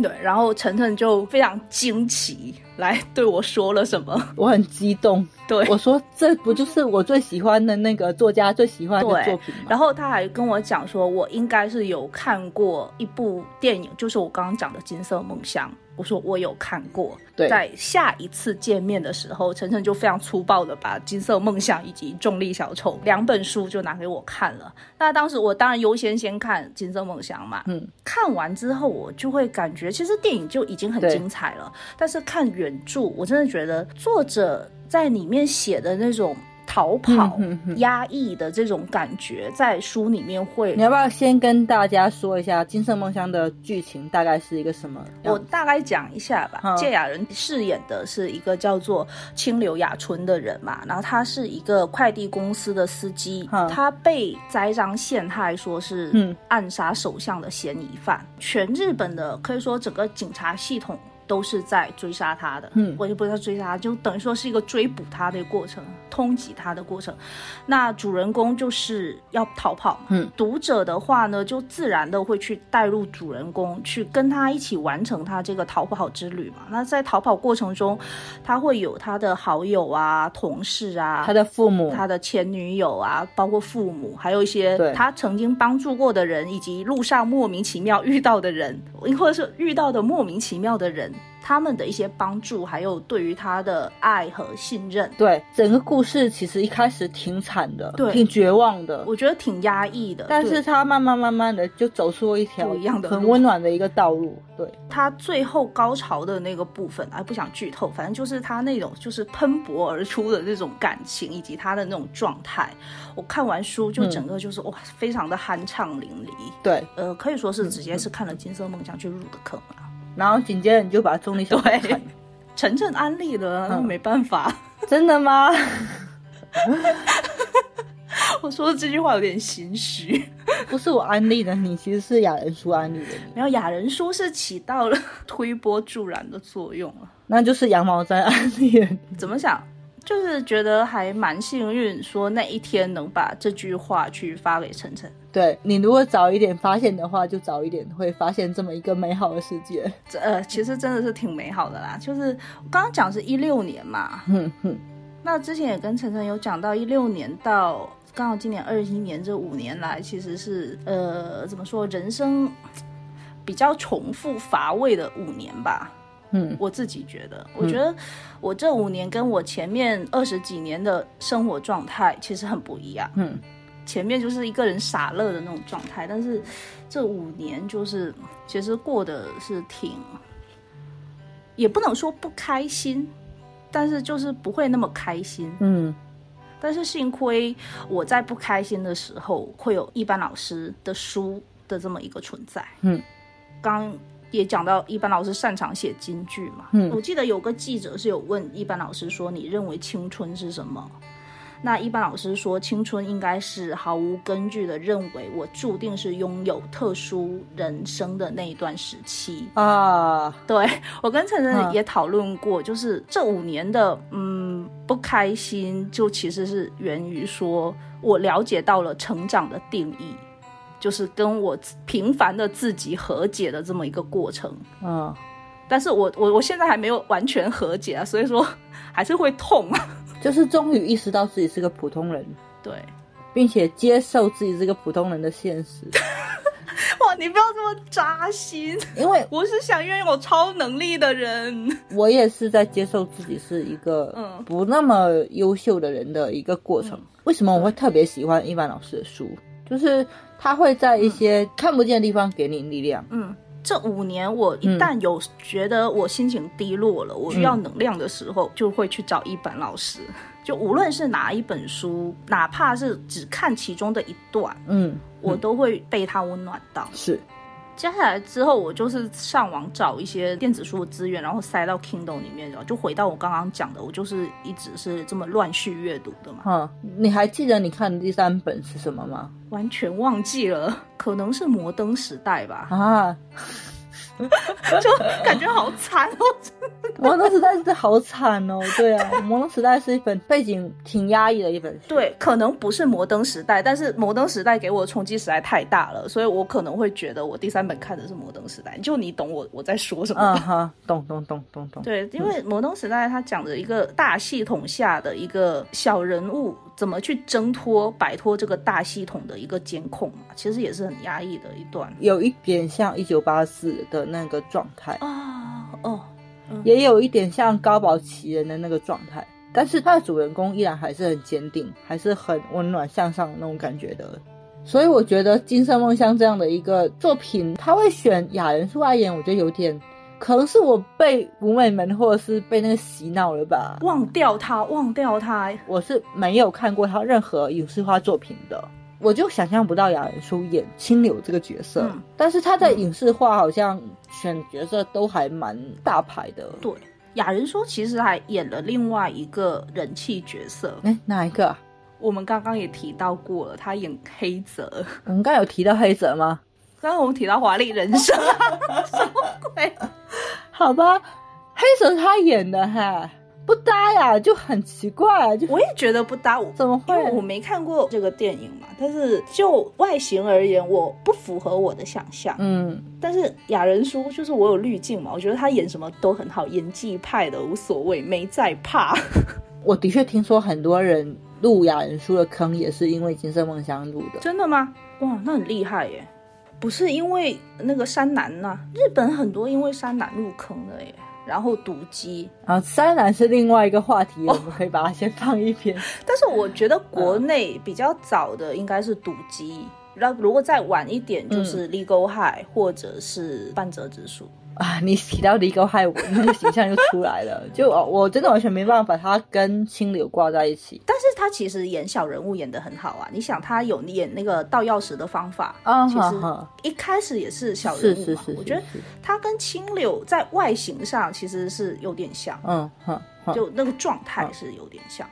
Speaker 2: 对，然后晨晨就非常惊奇，来对我说了什么。
Speaker 1: 我很激动，
Speaker 2: 对，
Speaker 1: 我说这不就是我最喜欢的那个作家最喜欢的
Speaker 2: 对
Speaker 1: 作品吗？
Speaker 2: 然后他还跟我讲说，我应该是有看过一部电影，就是我刚刚讲的《金色梦乡》。我说我有看过，
Speaker 1: 对
Speaker 2: 在下一次见面的时候，晨晨就非常粗暴的把《金色梦想》以及《重力小丑》两本书就拿给我看了。那当时我当然优先先看《金色梦想》嘛，
Speaker 1: 嗯，
Speaker 2: 看完之后我就会感觉，其实电影就已经很
Speaker 1: 对
Speaker 2: 精彩了，但是看原著，我真的觉得作者在里面写的那种逃跑、
Speaker 1: 嗯哼哼
Speaker 2: 压抑的这种感觉，在书里面会
Speaker 1: 你。要不要先跟大家说一下《金色梦乡》的剧情大概是一个什么样嗯
Speaker 2: 我
Speaker 1: 子？
Speaker 2: 大概讲一下吧。
Speaker 1: 好
Speaker 2: 芥雅人饰演的是一个叫做清流雅春的人嘛，然后他是一个快递公司的司机
Speaker 1: 好，
Speaker 2: 他被栽赃陷害，说是
Speaker 1: 嗯
Speaker 2: 暗杀首相的嫌疑犯。全日本的可以说整个警察系统都是在追杀他的，
Speaker 1: 嗯
Speaker 2: 我也不知道追杀，就等于说是一个追捕他的过程，通缉他的过程。那主人公就是要逃跑嘛，
Speaker 1: 嗯，
Speaker 2: 读者的话呢，就自然的会去带入主人公，去跟他一起完成他这个逃跑之旅嘛。那在逃跑过程中，他会有他的好友啊、同事啊，
Speaker 1: 他的父母，
Speaker 2: 他的前女友啊，包括父母，还有一些
Speaker 1: 嗯对
Speaker 2: 他曾经帮助过的人，以及路上莫名其妙遇到的人，或者是遇到的莫名其妙的人，他们的一些帮助，还有对于他的爱和信任。
Speaker 1: 对，整个故事其实一开始挺惨的，
Speaker 2: 对
Speaker 1: 挺绝望的。
Speaker 2: 我觉得挺压抑的，
Speaker 1: 但
Speaker 2: 对
Speaker 1: 是他慢慢慢慢的就走出了一条
Speaker 2: 不一样的
Speaker 1: 很
Speaker 2: 路
Speaker 1: 温暖的一个道路。对，
Speaker 2: 他最后高潮的那个部分，哎，不想剧透，反正就是他那种就是喷薄而出的那种感情，以及他的那种状态。我看完书就
Speaker 1: 嗯
Speaker 2: 整个就是、哇，非常的酣畅淋漓，
Speaker 1: 对，
Speaker 2: 呃，可以说是直接是看了《金色梦想》就入的坑了。
Speaker 1: 然后紧接着你就把重力小
Speaker 2: 对
Speaker 1: 船砍了，
Speaker 2: 晨晨安利了，那
Speaker 1: 嗯
Speaker 2: 没办法。
Speaker 1: 真的吗？
Speaker 2: 我说这句话有点心虚。
Speaker 1: 不是我安利的，你其实是雅人叔安利的你，
Speaker 2: 然后雅人说是起到了推波助澜的作用啊。
Speaker 1: 那就是羊毛毡安利的你。
Speaker 2: 怎么想？就是觉得还蛮幸运，说那一天能把这句话去发给晨晨。
Speaker 1: 对你如果早一点发现的话，就早一点会发现这么一个美好的世界。
Speaker 2: 这呃，其实真的是挺美好的啦。就是我刚刚讲是一六年嘛，
Speaker 1: 哼哼，
Speaker 2: 那之前也跟晨晨有讲到，一六年到刚好今年二一年这五年来，其实是呃怎么说，人生比较重复乏味的五年吧。
Speaker 1: 嗯，
Speaker 2: 我自己觉得，我觉得我这五年跟我前面二十几年的生活状态其实很不一样。
Speaker 1: 嗯，
Speaker 2: 前面就是一个人傻乐的那种状态，但是这五年就是其实过得是挺，也不能说不开心，但是就是不会那么开心。
Speaker 1: 嗯
Speaker 2: 但是幸亏我在不开心的时候，会有一班老师的书的这么一个存在。
Speaker 1: 嗯，
Speaker 2: 刚也讲到一班老师擅长写金句嘛。
Speaker 1: 嗯
Speaker 2: 我记得有个记者是有问一班老师说：“你认为青春是什么？”那一班老师说，青春应该是毫无根据的认为我注定是拥有特殊人生的那一段时期。
Speaker 1: 啊，
Speaker 2: 对我跟晨晨
Speaker 1: 嗯
Speaker 2: 也讨论过，就是这五年的嗯不开心，就其实是源于说我了解到了成长的定义，就是跟我自平凡的自己和解的这么一个过程。
Speaker 1: 嗯，
Speaker 2: 但是我我我现在还没有完全和解啊，所以说还是会痛啊。
Speaker 1: 就是终于意识到自己是个普通人，
Speaker 2: 对，
Speaker 1: 并且接受自己是个普通人的现实。
Speaker 2: 哇，你不要这么扎心，
Speaker 1: 因为
Speaker 2: 我是想拥有超能力的人。
Speaker 1: 我也是在接受自己是一个
Speaker 2: 嗯
Speaker 1: 不那么优秀的人的一个过程。为什么我会特别喜欢一凡老师的书？就是他会在一些看不见的地方给你力量。
Speaker 2: 嗯，这五年我一旦有觉得我心情低落了，我需要能量的时候，就会去找一本老师。 就无论是哪一本书，哪怕是只看其中的一段，
Speaker 1: 嗯，
Speaker 2: 我都会被它温暖到。
Speaker 1: 是，
Speaker 2: 接下来之后，我就是上网找一些电子书的资源，然后塞到 Kindle 里面，然后就回到我刚刚讲的，我就是一直是这么乱序阅读的嘛。
Speaker 1: 哈、你还记得你看的第三本是什么吗？
Speaker 2: 完全忘记了，可能是摩登时代吧，
Speaker 1: 啊，
Speaker 2: 就感觉好惨哦。
Speaker 1: 摩登时代是好惨 哦，对啊，摩登时代是一本背景挺压抑的一本书。，
Speaker 2: 对，可能不是摩登时代，但是摩登时代给我的冲击实在太大了，所以我可能会觉得我第三本看的是摩登时代，就你懂我我在说什么
Speaker 1: 嗯
Speaker 2: 吧。
Speaker 1: 哈，懂懂懂懂懂。
Speaker 2: 对，因为摩登时代它讲的一个大系统下的一个小人物怎么去挣脱、摆脱这个大系统的一个监控嘛，其实也是很压抑的一段
Speaker 1: 有一点像一九八四的那个状态，
Speaker 2: 啊哦，
Speaker 1: 也有一点像高堡奇人的那个状态，但是他的主人公依然还是很坚定，还是很温暖向上的那种感觉的。所以我觉得《金色梦乡》这样的一个作品，他会选雅人出来演，我觉得有点，可能是我被舞美们或者是被那个洗脑了吧。
Speaker 2: 忘掉它，忘掉它，
Speaker 1: 我是没有看过他任何影视化作品的，我就想象不到雅人叔演青柳这个角色。
Speaker 2: 嗯
Speaker 1: 但是他在影视化好像选角色都还蛮大牌的。
Speaker 2: 对。雅人说，其实还演了另外一个人气角色，
Speaker 1: 哎，哪一个、啊？
Speaker 2: 我们刚刚也提到过了，他演黑泽。
Speaker 1: 我们刚才有提到黑泽吗？
Speaker 2: 刚刚我们提到华丽人生，什么鬼？
Speaker 1: 好吧，黑泽他演的哈不搭呀，就很奇怪，啊就
Speaker 2: 我也觉得不搭，我
Speaker 1: 怎么
Speaker 2: 因
Speaker 1: 会？
Speaker 2: 为我没看过这个电影嘛。但是就外形而言，我不符合我的想象。
Speaker 1: 嗯，
Speaker 2: 但是雅人叔就是我有滤镜嘛，我觉得他演什么都很好，演技派的无所谓，没在怕。
Speaker 1: 我的确听说很多人入雅人叔的坑也是因为《金色梦乡》入的。
Speaker 2: 真的吗？哇，那很厉害耶！不是因为那个山南呐、日本很多因为山南入坑的耶，然后毒鸡，
Speaker 1: 啊，山南是另外一个话题，我们可以把它先放一 边。
Speaker 2: 但是我觉得国
Speaker 1: 嗯
Speaker 2: 内比较早的应该是赌鸡，然后如果再晚一点
Speaker 1: 嗯
Speaker 2: 就是立沟海或者是半泽直树。
Speaker 1: 啊，你提到 Legal High，我那个形象就出来了。 就我我真的完全没办法把它跟清流挂在一起。
Speaker 2: 但是他其实演小人物演得很好啊，你想他有演那个盗钥匙的方法，
Speaker 1: 啊
Speaker 2: 其
Speaker 1: 哈
Speaker 2: 实
Speaker 1: 哈，
Speaker 2: 一开始也是小人
Speaker 1: 是
Speaker 2: 物嘛。
Speaker 1: 是是，
Speaker 2: 我觉得
Speaker 1: 是是
Speaker 2: 他跟清柳在外形上其实是有点像，
Speaker 1: 嗯哼哼。
Speaker 2: 就那个状态是有点像。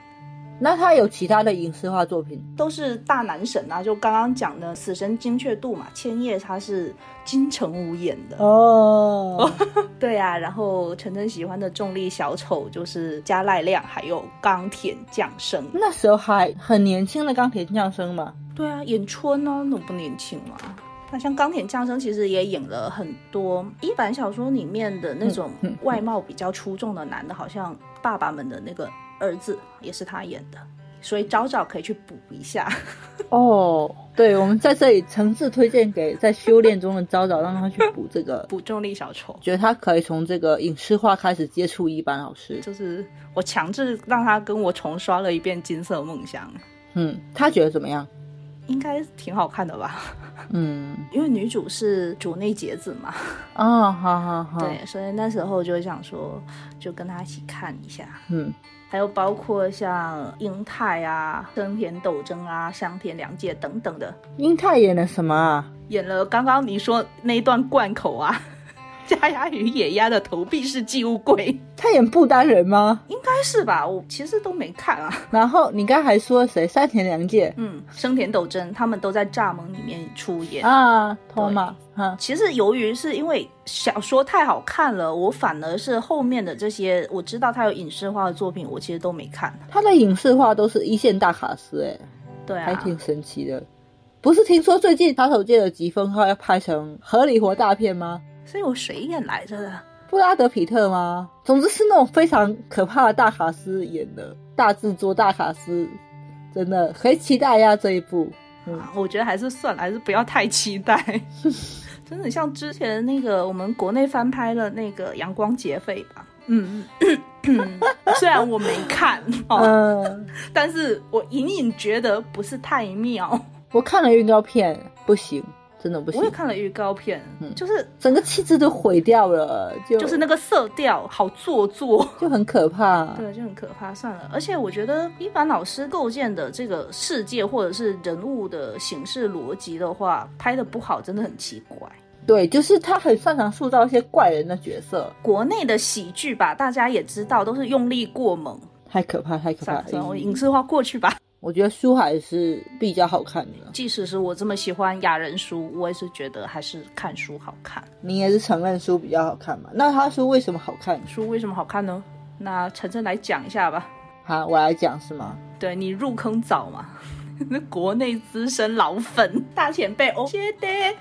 Speaker 1: 那他有其他的影视化作品？
Speaker 2: 都是大男神啊，就刚刚讲的《死神精确度》嘛，千叶他是金城武演的，
Speaker 1: 哦，
Speaker 2: 对啊，然后晨晨喜欢的重力小丑就是加濑亮，还有钢铁降生，
Speaker 1: 那时候还很年轻的钢铁降生嘛。
Speaker 2: 对啊，演春哦，那不年轻嘛。那像钢铁降生其实也演了很多一版小说里面的那 种
Speaker 1: 嗯嗯嗯
Speaker 2: 外貌比较出众的男的，好像爸爸们的那个儿子也是他演的，所以找找可以去补一下。
Speaker 1: 哦，对，我们在这里诚挚推荐给在修炼中的昭昭，让他去补这个。
Speaker 2: 补重力小丑，
Speaker 1: 觉得他可以从这个影视化开始接触一班老师。
Speaker 2: 就是我强制让他跟我重刷了一遍《金色梦乡
Speaker 1: 嗯，他觉得怎么样？》，
Speaker 2: 应该挺好看的吧？
Speaker 1: 嗯，
Speaker 2: 因为女主是竹内结子嘛，
Speaker 1: 啊，好好好，，
Speaker 2: 对，所以那时候就想说，就跟他一起看一下。
Speaker 1: 嗯，
Speaker 2: 还有包括像英泰啊、生田斗真啊、香田凉介等等的，
Speaker 1: 英泰演的什么啊？
Speaker 2: 演了刚刚你说那一段贯口啊， 家鸭与野鸭的投币式寄物柜，应
Speaker 1: 他演不丹人吗？
Speaker 2: 该是吧？我其实都没看啊。
Speaker 1: 然后你刚才还说谁？山田凉介
Speaker 2: 嗯，生田斗真他们都在《蚱蜢》里面出演。
Speaker 1: 啊，托马哈，
Speaker 2: 其实由于是因为小说太好看了，我反而是后面的这些我知道他有影视化的作品，我其实都没看。
Speaker 1: 他的影视化都是一线大卡司、欸，
Speaker 2: 对
Speaker 1: 还
Speaker 2: 啊，
Speaker 1: 挺神奇的。不是听说最近杀手界的疾风号要拍成合理活大片吗？
Speaker 2: 所以我谁演来着的？
Speaker 1: 布拉德皮特吗？总之是那种非常可怕的大卡司演的，大制作大卡司，真的可以期待一下这一部。
Speaker 2: 啊我觉得还是算了，还是不要太期待。 真的像之前那个我们国内翻拍的那个《阳光劫匪》吧，嗯，嗯虽然我没看 哦，
Speaker 1: 嗯、
Speaker 2: 但是我隐隐觉得不是太妙。
Speaker 1: 我看了预告片，不行，真的不行
Speaker 2: 我也，看了预告片，
Speaker 1: 嗯
Speaker 2: 就是
Speaker 1: 整个气质都毁掉了，就
Speaker 2: 就是那个色调好做作。
Speaker 1: 就很可怕。
Speaker 2: 对，就很可怕。算了，而且我觉得一凡老师构建的这个世界或者是人物的形式逻辑的话，拍的不好真的很奇怪。
Speaker 1: 对，就是他很擅长塑造一些怪人的角色，
Speaker 2: 国内的喜剧吧，大家也知道都是用力过猛，
Speaker 1: 太可怕，太可
Speaker 2: 算
Speaker 1: 怕
Speaker 2: 了算了，我
Speaker 1: 了。
Speaker 2: 影视化过去吧。
Speaker 1: 我觉得书还是比较好看的，
Speaker 2: 即使是我这么喜欢雅人书，我也是觉得还是看书好看。
Speaker 1: 你也是承认书比较好看嘛？那他书为什么好看？
Speaker 2: 书为什么好看呢？那晨晨来讲一下吧。
Speaker 1: 好，我来讲是吗？
Speaker 2: 对你入坑早嘛， 国内资深老粉大前辈哦，谢谢。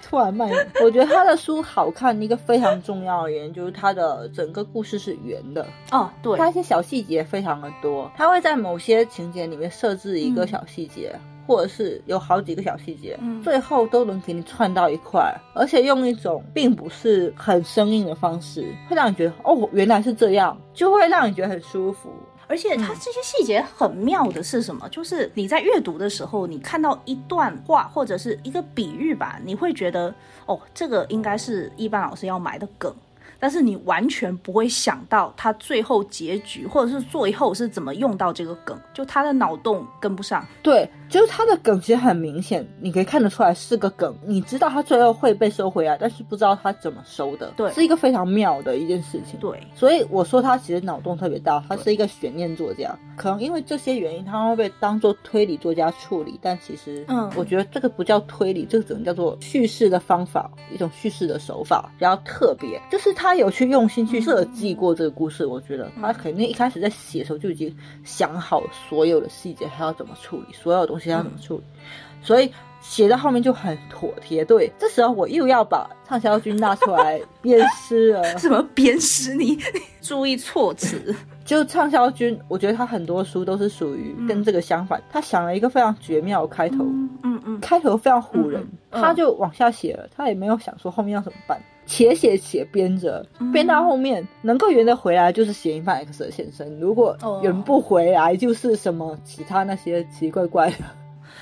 Speaker 1: 突然慢，我觉得他的书好看，一个非常重要的原因就是他的整个故事是圆的，
Speaker 2: 哦，对，
Speaker 1: 它一些小细节非常的多，它会在某些情节里面设置一个
Speaker 2: 嗯
Speaker 1: 小细节，或者是有好几个小细节，
Speaker 2: 嗯
Speaker 1: 最后都能给你串到一块，而且用一种并不是很生硬的方式，会让你觉得哦，原来是这样，就会让你觉得很舒服。
Speaker 2: 而且它这些细节很妙的是什么？就是你在阅读的时候，你看到一段话或者是一个比喻吧，你会觉得哦，这个应该是一般老师要埋的梗，但是你完全不会想到他最后结局或者是最后是怎么用到这个梗，就他的脑洞跟不上。
Speaker 1: 对，就是它的梗其实很明显，你可以看得出来是个梗，你知道它最后会被收回来，但是不知道它怎么收的，
Speaker 2: 对
Speaker 1: 是一个非常妙的一件事情。
Speaker 2: 对，
Speaker 1: 所以我说他其实脑洞特别大，他是一个悬念作家。可能因为这些原因，他会被当做推理作家处理，但其实，
Speaker 2: 嗯
Speaker 1: 我觉得这个不叫推理，这个只能叫做叙事的方法，一种叙事的手法比较特别，就是他有去用心去设计过这个故事。我觉得他肯定一开始在写的时候就已经想好所有的细节，他要怎么处理，所有东西他要怎么处理，所以。写到后面就很妥帖，对，这时候我又要把畅销君拿出来鞭尸了，
Speaker 2: 怎么鞭尸你？注意措辞，
Speaker 1: 就畅销君，我觉得他很多书都是属于跟这个相反。他想了一个非常绝妙的开头，
Speaker 2: 嗯嗯嗯，
Speaker 1: 开头非常唬人，
Speaker 2: 嗯嗯
Speaker 1: 他就往下写了，他也没有想说后面要怎么办，且写且编着，
Speaker 2: 嗯
Speaker 1: 编到后面能够圆得回来就是嫌疑犯 X 的现身，如果
Speaker 2: 哦
Speaker 1: 圆不回来就是什么其他那些奇奇怪怪
Speaker 2: 哦
Speaker 1: 的，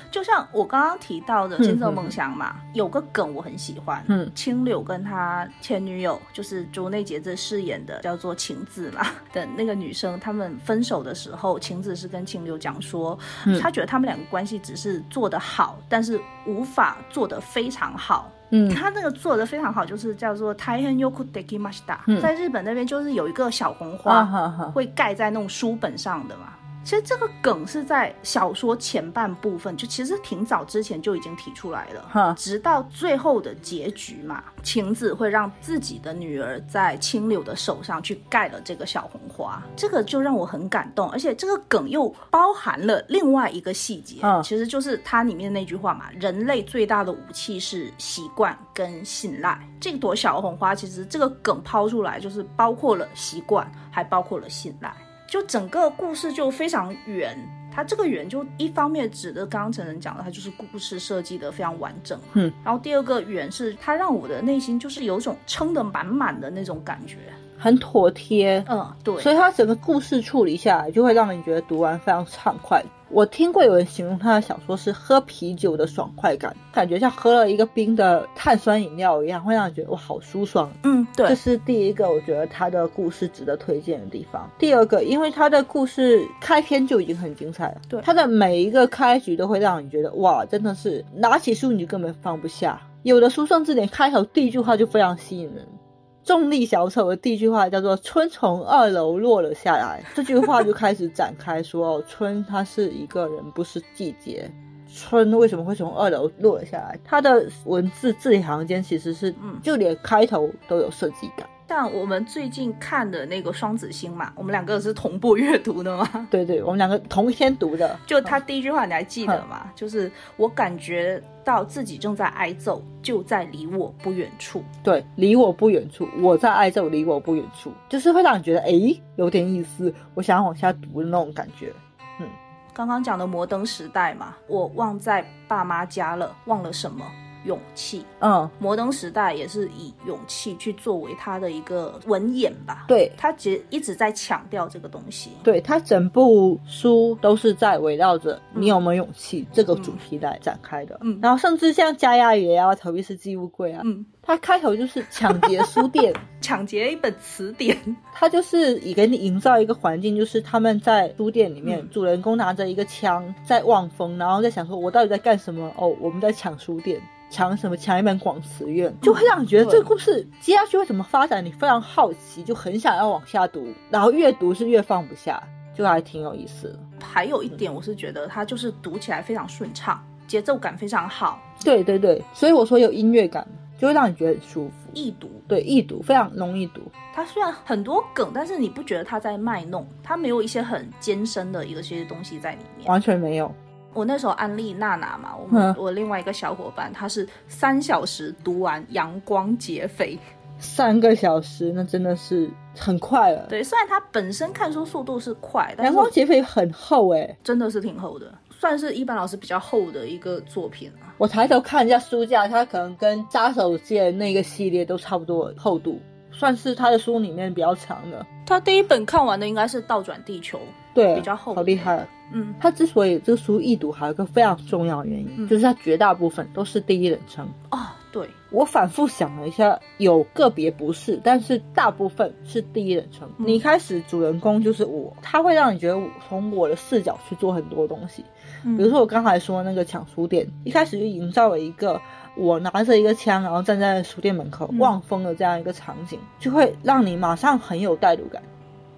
Speaker 2: 就像我刚刚提到的《金色梦乡》嘛，有个梗我很喜欢，
Speaker 1: 嗯
Speaker 2: 青柳跟他前女友就是竹内结子饰演的叫做晴子嘛的那个女生，他们分手的时候，晴子是跟青柳讲说，
Speaker 1: 嗯
Speaker 2: 她觉得他们两个关系只是做得好，但是无法做得非常好。
Speaker 1: 嗯
Speaker 2: 他那个做的非常好，就是叫做 t a i h e n yoku deki m a s h i
Speaker 1: 嗯
Speaker 2: a 在日本那边就是有一个小红花，
Speaker 1: 啊哈哈，
Speaker 2: 会盖在那种书本上的嘛。其实这个梗是在小说前半部分，就其实挺早之前就已经提出来了
Speaker 1: 哈，
Speaker 2: 直到最后的结局嘛，晴子会让自己的女儿在青柳的手上去盖了这个小红花，这个就让我很感动，而且这个梗又包含了另外一个细节，
Speaker 1: 嗯
Speaker 2: 其实就是它里面的那句话嘛，人类最大的武器是习惯跟信赖。这朵小红花其实这个梗抛出来，就是包括了习惯，还包括了信赖。就整个故事就非常圆。它这个圆就一方面指的刚刚陈晨讲的，它就是故事设计的非常完整。
Speaker 1: 嗯，
Speaker 2: 然后第二个圆是它让我的内心就是有种撑得满满的那种感觉。
Speaker 1: 很妥帖，
Speaker 2: 嗯，对，
Speaker 1: 所以它整个故事处理下来，就会让你觉得读完非常畅快。我听过有人形容他的小说是喝啤酒的爽快感，感觉像喝了一个冰的碳酸饮料一样，会让你觉得哇好舒爽。
Speaker 2: 嗯，
Speaker 1: 这
Speaker 2: 对，
Speaker 1: 是第一个，我觉得他的故事值得推荐的地方。第二个，因为他的故事开篇就已经很精彩了，
Speaker 2: 对
Speaker 1: 他的每一个开局都会让你觉得哇，真的是拿起书你就根本放不下。有的书甚至连开头第一句话就非常吸引人。重力小丑的第一句话叫做“春从二楼落了下来”，这句话就开始展开说，哦春它是一个人，不是季节。春为什么会从二楼落了下来？它的文字字里行间其实是
Speaker 2: 嗯，
Speaker 1: 就连开头都有设计感。
Speaker 2: 但我们最近看的那个《双子星》嘛，我们两个是同步阅读的嘛。
Speaker 1: 对对，我们两个同一天读的，
Speaker 2: 就他第一句话你还记
Speaker 1: 嗯
Speaker 2: 得吗？就是我感觉到自己正在挨揍，就在离我不远处。
Speaker 1: 对，离我不远处，我在爱咒，离我不远处，就是会让你觉得诶，有点意思，我想要往下读的那种感觉。
Speaker 2: 刚刚讲的摩登时代嘛，我忘在爸妈家了，忘了什么勇气。
Speaker 1: 嗯，
Speaker 2: 摩登时代也是以勇气去作为他的一个文眼吧，
Speaker 1: 对
Speaker 2: 他其实一直在强调这个东西。
Speaker 1: 对，它整部书都是在围绕着
Speaker 2: 嗯
Speaker 1: 你有没有勇气这个主题来展开的。
Speaker 2: 嗯
Speaker 1: 然后甚至像加亚也啊，逃避式寄物柜啊，
Speaker 2: 嗯，
Speaker 1: 它开头就是抢劫书店。
Speaker 2: 抢劫一本词典，
Speaker 1: 他就是以给你营造一个环境，就是他们在书店里面，
Speaker 2: 嗯
Speaker 1: 主人公拿着一个枪在望风，然后在想说，我到底在干什么？哦，我们在抢书店，抢什么？抢一本广辞苑，就会让你觉得
Speaker 2: 嗯对
Speaker 1: 这个故事接下去会怎么发展，你非常好奇，就很想要往下读，然后越读是越放不下，就还挺有意思的。
Speaker 2: 还有一点我是觉得他就是读起来非常顺畅，节奏感非常好，
Speaker 1: 对对对，所以我说有音乐感，就会让你觉得很舒服。
Speaker 2: 易读。
Speaker 1: 对，易读非常容易读。
Speaker 2: 他虽然很多梗，但是你不觉得他在卖弄，他没有一些很艰深的一个些东西在里面。
Speaker 1: 完全没有，
Speaker 2: 我那时候安利娜娜嘛，我们、
Speaker 1: 嗯
Speaker 2: 我另外一个小伙伴，他是三小时读完《阳光劫匪》。
Speaker 1: 三个小时那真的是很快了。
Speaker 2: 对，虽然他本身看书速度是快，但
Speaker 1: 阳
Speaker 2: 是
Speaker 1: 光劫匪很厚哎、
Speaker 2: 真的是挺厚的，算是一般老师比较厚的一个作品啊。
Speaker 1: 我抬头看一下书架，它可能跟杀手锏那个系列都差不多厚度，算是它的书里面比较长的。
Speaker 2: 他第一本看完的应该是《倒转地球》，
Speaker 1: 对，
Speaker 2: 比较厚
Speaker 1: 好厉害。
Speaker 2: 嗯，
Speaker 1: 它之所以这个书易读，还有一个非常重要的原因，
Speaker 2: 嗯
Speaker 1: 就是它绝大部分都是第一人称。
Speaker 2: 哦，对，
Speaker 1: 我反复想了一下，有个别不是，但是大部分是第一人称。
Speaker 2: 嗯
Speaker 1: 你一开始主人公就是我，他会让你觉得我从我的视角去做很多东西。
Speaker 2: 嗯
Speaker 1: 比如说我刚才说那个抢书店，一开始就营造了一个我拿着一个枪，然后站在书店门口
Speaker 2: 嗯
Speaker 1: 望风的这样一个场景，就会让你马上很有代入感。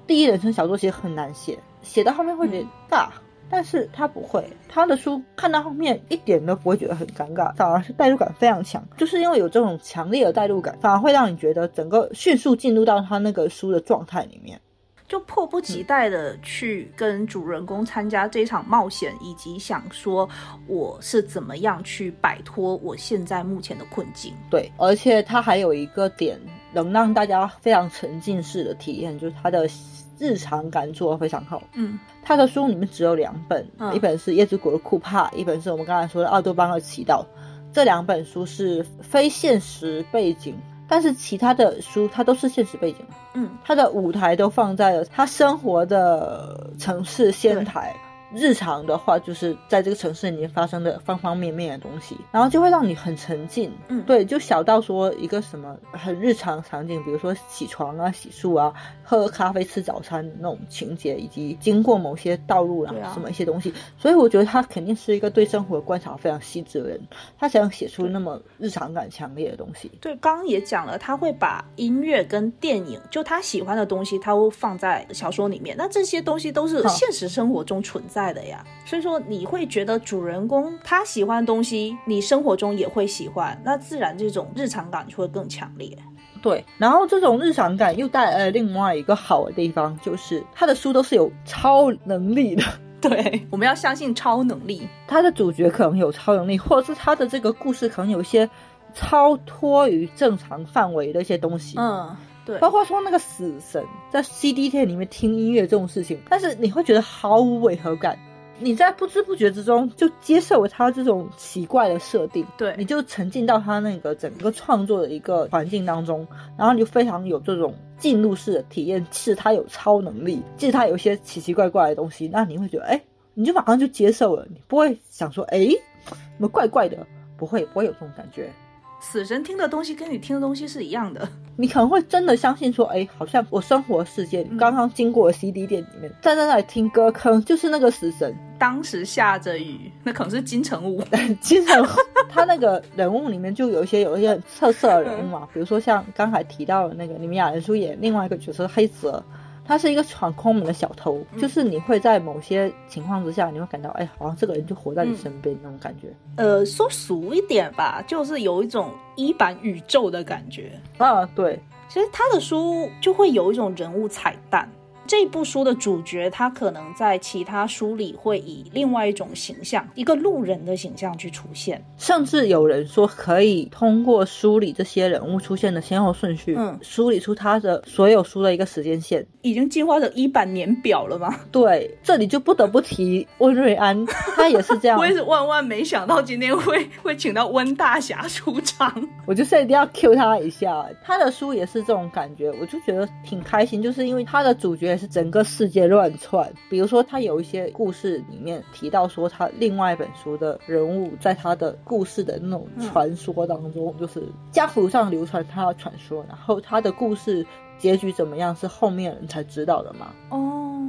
Speaker 1: 第一人称小说其实很难写，写到后面会觉得
Speaker 2: 嗯
Speaker 1: 尬，但是他不会，他的书看到后面一点都不会觉得很尴尬，反而是代入感非常强。就是因为有这种强烈的代入感，反而会让你觉得整个迅速进入到他那个书的状态里面。
Speaker 2: 就迫不及待的去跟主人公参加这场冒险，以及想说我是怎么样去摆脱我现在目前的困境。
Speaker 1: 对，而且它还有一个点能让大家非常沉浸式的体验，就是它的日常感做得非常好。
Speaker 2: 嗯
Speaker 1: 他的书里面只有两本，
Speaker 2: 嗯
Speaker 1: 一本是《叶之国的库帕》，一本是我们刚才说的《奥多邦的祈祷》。这两本书是非现实背景，但是其他的书它都是现实背景。
Speaker 2: 嗯
Speaker 1: 他的舞台都放在了他生活的城市仙台。日常的话，就是在这个城市里面发生的方方面面的东西，然后就会让你很沉浸。
Speaker 2: 嗯
Speaker 1: 对，就小到说一个什么很日常场景，比如说起床啊、洗漱啊、喝咖啡、吃早餐那种情节，以及经过某些道路啦、
Speaker 2: 对啊
Speaker 1: 什么一些东西。所以我觉得他肯定是一个对生活观察非常细致的人，他才能写出那么日常感强烈的东西。
Speaker 2: 对，刚刚也讲了，他会把音乐跟电影，就他喜欢的东西，他会放在小说里面。那这些东西都是
Speaker 1: 好
Speaker 2: 现实生活中存在的呀，所以说你会觉得主人公他喜欢的东西，你生活中也会喜欢，那自然这种日常感就会更强烈。
Speaker 1: 对，然后这种日常感又带来了另外一个好的地方，就是他的书都是有超能力的。
Speaker 2: 对， 我们要相信超能力。
Speaker 1: 他的主角可能有超能力，或者是他的这个故事可能有一些超脱于正常范围的一些东西，，
Speaker 2: 嗯，对，
Speaker 1: 包括说那个死神在 CD 店里面听音乐这种事情，但是你会觉得毫无违和感，你在不知不觉之中就接受了他这种奇怪的设定，
Speaker 2: 对
Speaker 1: 你就沉浸到他那个整个创作的一个环境当中，然后你就非常有这种进入式的体验，即使他有超能力，即使他有一些奇奇怪怪的东西，那你会觉得哎，你就马上就接受了，你不会想说哎，怎么怪怪的，不会不会有这种感觉。
Speaker 2: 死神听的东西跟你听的东西是一样的。
Speaker 1: 你可能会真的相信说，哎，好像我生活世界
Speaker 2: 嗯
Speaker 1: 刚刚经过的 CD 店里面，站在那里听歌，可能就是那个死神。
Speaker 2: 当时下着雨，那可能是金城武。
Speaker 1: 其实 他那个人物里面就有一些有一些很特色的人物
Speaker 2: 嗯
Speaker 1: 嘛，比如说像刚才提到的那个你们雅人书演另外一个角色黑泽。他是一个闯空门的小偷，
Speaker 2: 嗯
Speaker 1: 就是你会在某些情况之下，你会感到，哎，好像这个人就活在你身边那种感觉。
Speaker 2: 呃，说俗一点吧，就是有一种一版宇宙的感觉。
Speaker 1: 啊，对，
Speaker 2: 其实他的书就会有一种人物彩蛋。这部书的主角，他可能在其他书里会以另外一种形象，一个路人的形象去出现。
Speaker 1: 甚至有人说，可以通过梳理这些人物出现的先后顺序，
Speaker 2: 嗯
Speaker 1: 梳理出他的所有书的一个时间线。
Speaker 2: 已经进化成一版年表了吗？
Speaker 1: 对，这里就不得不提温瑞安，他也是这 样
Speaker 2: 我。也是万万没想到今天会会请到温大侠出场。
Speaker 1: 我就是一定要 Q 他一下，他的书也是这种感觉，我就觉得挺开心，就是因为他的主角是整个世界乱窜。比如说，他有一些故事里面提到说，他另外一本书的人物在他的故事的那种传说当中，就是江湖上流传他的传说，然后他的故事结局怎么样是后面人才知道的嘛。
Speaker 2: 哦，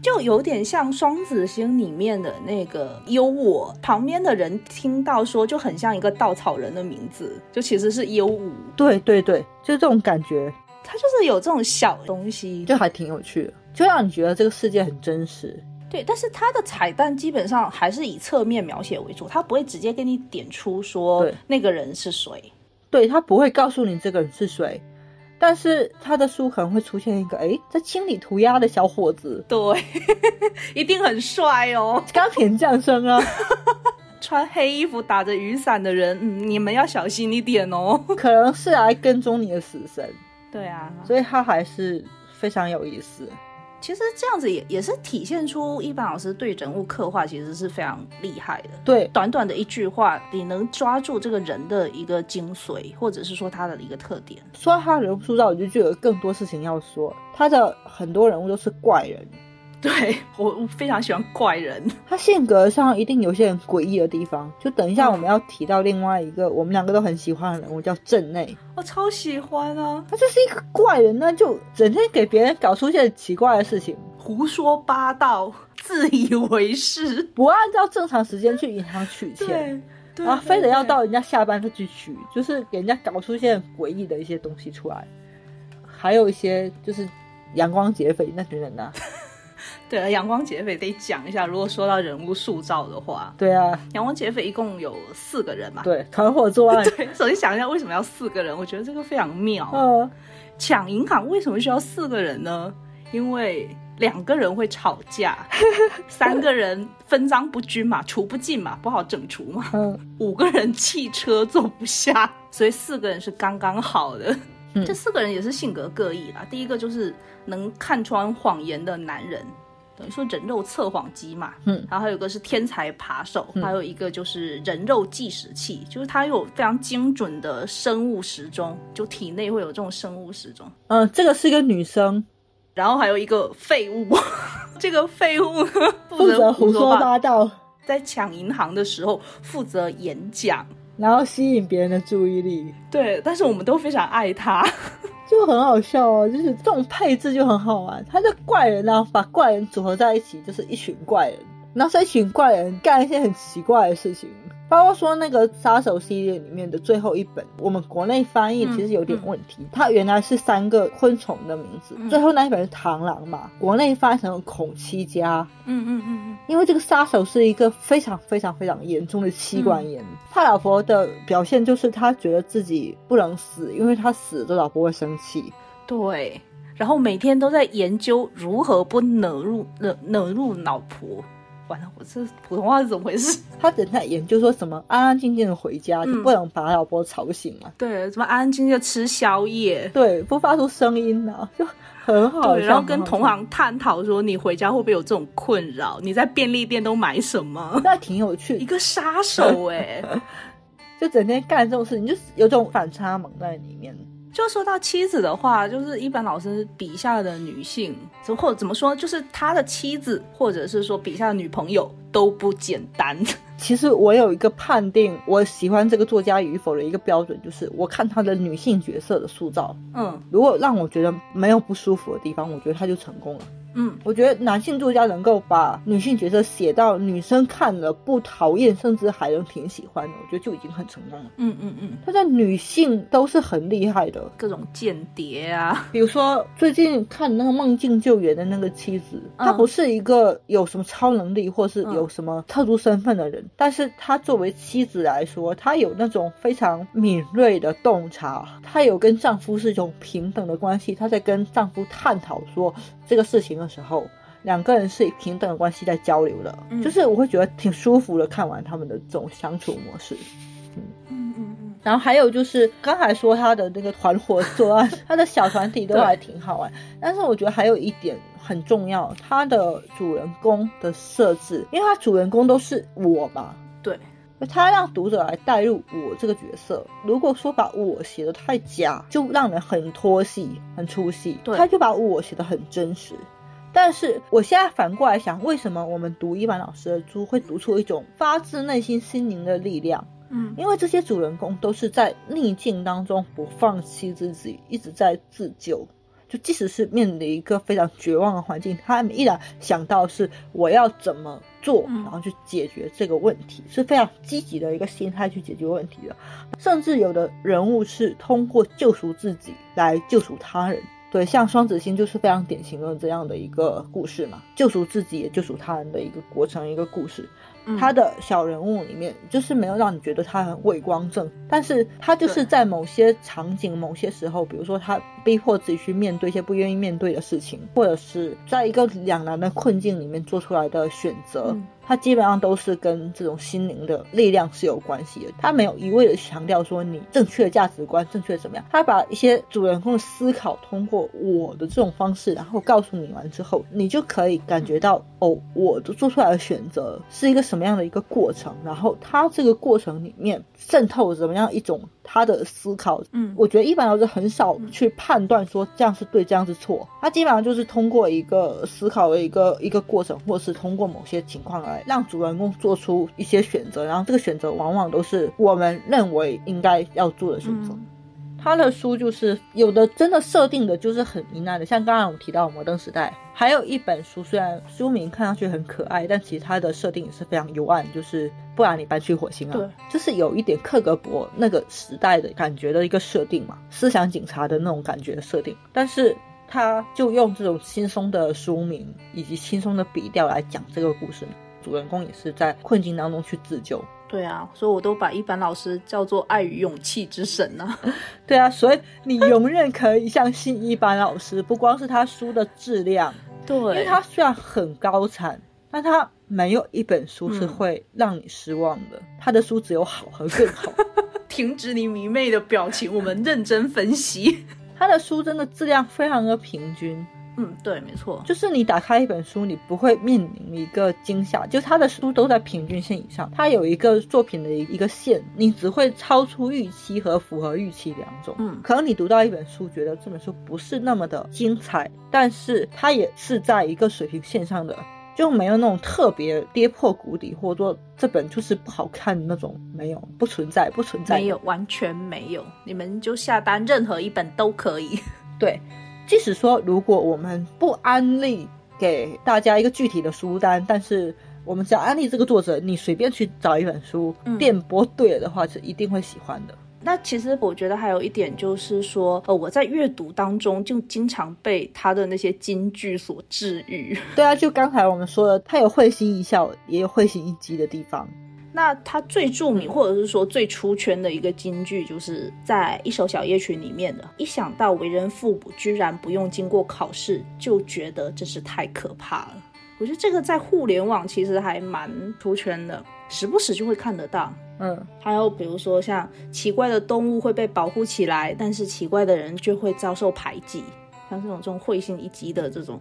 Speaker 2: 就有点像《双子星》里面的那个优我，旁边的人听到说就很像一个稻草人的名字，就其实是优吾，
Speaker 1: 对对对，就这种感觉，
Speaker 2: 他就是有这种小东西。
Speaker 1: 就还挺有趣的，就让你觉得这个世界很真实。
Speaker 2: 对，但是他的彩蛋基本上还是以侧面描写为主，他不会直接给你点出说
Speaker 1: 对
Speaker 2: 那个人是谁。
Speaker 1: 对他不会告诉你这个人是谁，但是他的书可能会出现一个诶，在清理涂鸦的小伙子，
Speaker 2: 对， 一定很帅哦，
Speaker 1: 钢铁降生啊，
Speaker 2: 穿黑衣服打着雨伞的人，嗯，你们要小心一点哦。
Speaker 1: 可能是来跟踪你的死神，
Speaker 2: 对啊，
Speaker 1: 所以他还是非常有意思。
Speaker 2: 其实这样子也也是体现出一般老师对人物刻画其实是非常厉害的。
Speaker 1: 对
Speaker 2: 短短的一句话，你能抓住这个人的一个精髓，或者是说他的一个特点。
Speaker 1: 说到他人物塑造，我就觉得有更多事情要说。他的很多人物都是怪人，
Speaker 2: 对我我非常喜欢怪 人，
Speaker 1: 他性格上一定有些很诡异的地方。就等一下
Speaker 2: 嗯
Speaker 1: 我们要提到另外一个我们两个都很喜欢的人物叫镇内，
Speaker 2: 我哦超喜欢啊，
Speaker 1: 他就是一个怪人呢，就整天给别人搞出一些很奇怪的事情。
Speaker 2: 胡说八道，自以为是，
Speaker 1: 不按照正常时间去银行取钱，
Speaker 2: 对，对
Speaker 1: 然后非得要到
Speaker 2: 对
Speaker 1: 人家下班再去取，就是给人家搞出一些很诡异的一些东西出来。还有一些就是阳光劫匪那群人啊呐、
Speaker 2: 对阳光劫匪得讲一下。如果说到人物塑造的话，
Speaker 1: 对啊，
Speaker 2: 阳光劫匪一共有四个人嘛。
Speaker 1: 对，团伙作 案，
Speaker 2: 对，首先想一下为什么要四个人，我觉得这个非常妙。啊
Speaker 1: 嗯，
Speaker 2: 抢银行为什么需要四个人呢？因为两个人会吵架， 三个人分赃不均嘛，除不尽嘛，不好整除嘛。
Speaker 1: 嗯，
Speaker 2: 五个人汽车坐不下，所以四个人是刚刚好的。
Speaker 1: 嗯
Speaker 2: 这四个人也是性格各异啦。第一个就是能看穿谎言的男人，等于说人肉测谎机嘛。
Speaker 1: 嗯，
Speaker 2: 然后还有一个是天才扒手，
Speaker 1: 嗯
Speaker 2: 还有一个就是人肉计时器，就是它有非常精准的生物时钟，就体内会有这种生物时钟。
Speaker 1: 嗯，这个是一个女生，
Speaker 2: 然后还有一个废物， 这个废物
Speaker 1: 负
Speaker 2: 负
Speaker 1: 责
Speaker 2: 责
Speaker 1: 胡说
Speaker 2: 说
Speaker 1: 八道，
Speaker 2: 在抢银行的时候负责演讲。
Speaker 1: 然后吸引别人的注意力，
Speaker 2: 对，但是我们都非常爱他。
Speaker 1: 就很好笑哦。就是这种配置就很好玩，他的怪人呢、把怪人组合在一起，就是一群怪人，然后这一群怪人干一些很奇怪的事情。包括说那个杀手系列里面的最后一本，我们国内翻译
Speaker 2: 嗯
Speaker 1: 其实有点问题。它原来是三个昆虫的名字，
Speaker 2: 嗯
Speaker 1: 最后那一本是螳螂嘛，国内翻成孔七家。
Speaker 2: 嗯嗯嗯
Speaker 1: 因为这个杀手是一个非常非常非常严重的妻管严。他老婆的表现就是他觉得自己不能死，因为他死了老婆会生气。
Speaker 2: 嗯，对。然后每天都在研究如何不惹入惹惹入老婆。完了，我这普通话是怎么回事？
Speaker 1: 他等他研究说什么安安静静的回家，
Speaker 2: 嗯
Speaker 1: 就不能把他老婆吵醒嘛。
Speaker 2: 对，怎么安安静静地吃宵夜？
Speaker 1: 对，不发出声音呢、 就很好
Speaker 2: 对，
Speaker 1: 笑。
Speaker 2: 然后跟
Speaker 1: 很好笑
Speaker 2: 同。行探讨说你回家会不会有这种困扰？你在便利店都买什么？
Speaker 1: 那挺有趣
Speaker 2: 一，个杀手哎、
Speaker 1: 就整天干这种事情，就是有种反差萌在里面。
Speaker 2: 就说到妻子的话，就是一般老师笔下的女性，怎或者怎么说，就是他的妻子，或者是说笔下的女朋友都不简单。
Speaker 1: 其实我有一个判定，我喜欢这个作家与否的一个标准，就是我看他的女性角色的塑造。
Speaker 2: 嗯
Speaker 1: 如果让我觉得没有不舒服的地方，我觉得他就成功了。
Speaker 2: 嗯，
Speaker 1: 我觉得男性作家能够把女性角色写到女生看了不讨厌，甚至还能挺喜欢的，我觉得就已经很成功了。
Speaker 2: 嗯嗯嗯，
Speaker 1: 他的女性都是很厉害的，
Speaker 2: 各种间谍啊，
Speaker 1: 比如说最近看那个《梦境救援》的那个妻子，
Speaker 2: 嗯
Speaker 1: 她不是一个有什么超能力或是
Speaker 2: 嗯
Speaker 1: 有什么特殊身份的人，但是她作为妻子来说，她有那种非常敏锐的洞察，她有跟丈夫是一种平等的关系，她在跟丈夫探讨说这个事情的时候。两个人是以平等的关系在交流的，
Speaker 2: 嗯
Speaker 1: 就是我会觉得挺舒服的。看完他们的这种相处模式，
Speaker 2: 嗯嗯嗯，
Speaker 1: 然后还有就是刚才说他的那个团伙作案，他的小团体都还挺好玩。但是我觉得还有一点很重要，他的主人公的设置，因为他主人公都是我嘛，
Speaker 2: 对，
Speaker 1: 他让读者来带入我这个角色。如果说把我写的太假，就让人很脱戏、很出戏。
Speaker 2: 对
Speaker 1: 他就把我写的很真实。但是我现在反过来想，为什么我们读一般老师的书会读出一种发自内心心灵的力量？
Speaker 2: 嗯
Speaker 1: 因为这些主人公都是在逆境当中不放弃自己，一直在自救。就即使是面临一个非常绝望的环境，他们依然想到是我要怎么做，
Speaker 2: 嗯
Speaker 1: 然后去解决这个问题，是非常积极的一个心态去解决问题的。甚至有的人物是通过救赎自己来救赎他人。对，像双子星就是非常典型的这样的一个故事嘛，救赎自己也救赎他人的一个过程，一个故事。
Speaker 2: 嗯
Speaker 1: 他的小人物里面，就是没有让你觉得他很伟光正，但是他就是
Speaker 2: 对
Speaker 1: 在某些场景、某些时候，比如说他逼迫自己去面对一些不愿意面对的事情，或者是在一个两难的困境里面做出来的选择
Speaker 2: 嗯，
Speaker 1: 他基本上都是跟这种心灵的力量是有关系的。他没有一味的强调说你正确的价值观、正确怎么样，他把一些主人公的思考通过我的这种方式，然后告诉你完之后，你就可以感觉到哦，我做出来的选择是一个什么样的一个过程，然后他这个过程里面渗透怎么样一种他的思考，
Speaker 2: 嗯
Speaker 1: 我觉得一般老师很少去判断说这样是对，这样是错。他基本上就是通过一个思考的一个一个过程，或是通过某些情况来让主人公做出一些选择，然后这个选择往往都是我们认为应该要做的选择。
Speaker 2: 嗯
Speaker 1: 他的书就是有的真的设定的就是很阴暗的，像刚才我们提到《摩登时代》，还有一本书，虽然书名看上去很可爱，但其实它的设定也是非常幽暗，就是不然你搬去火星啊
Speaker 2: 对，
Speaker 1: 就是有一点克格勃那个时代的感觉的一个设定嘛，思想警察的那种感觉的设定，但是。他就用这种轻松的书名以及轻松的笔调来讲这个故事，主人公也是在困境当中去自救，
Speaker 2: 对啊，所以我都把一般老师叫做爱与勇气之神呐、啊。
Speaker 1: 对啊，所以你永远可以相信一般老师，不光是他书的质量，
Speaker 2: 对，因
Speaker 1: 因为他虽然很高产，但他没有一本书是会让你失望的。他的书只有好和更好。
Speaker 2: 停止你迷妹的表情，我们认真分析。
Speaker 1: 他的书真的质量非常的平均，
Speaker 2: 嗯，对，没错，
Speaker 1: 就是你打开一本书，你不会面临一个惊吓，就他的书都在平均线以上，他有一个作品的一个线，你只会超出预期和符合预期两种。
Speaker 2: 嗯
Speaker 1: 可能你读到一本书，觉得这本书不是那么的精彩，但是它也是在一个水平线上的，就没有那种特别跌破谷底，或者说这本就是不好看的那种，没有，不存在，不存在，
Speaker 2: 没有，完全没有，你们就下单任何一本都可 以。
Speaker 1: 对，即使说如果我们不安利给大家一个具体的书单，但是我们只要安利这个作者，你随便去找一本书
Speaker 2: 嗯，
Speaker 1: 电波对了的话是一定会喜欢的。
Speaker 2: 那其实我觉得还有一点就是说，呃，我在阅读当中就经常被他的那些金句所治愈。
Speaker 1: 对啊，就刚才我们说的，它有会心一笑，也有会心一击的地方。
Speaker 2: 那他最著名或者是说最出圈的一个金句，就是在一首小夜曲里面的。一想到为人父母居然不用经过考试，就觉得真是太可怕了。我觉得这个在互联网其实还蛮出圈的，时不时就会看得到。
Speaker 1: 嗯，
Speaker 2: 还有比如说像奇怪的动物会被保护起来，但是奇怪的人却会遭受排挤，像这种这种会心一击的这种，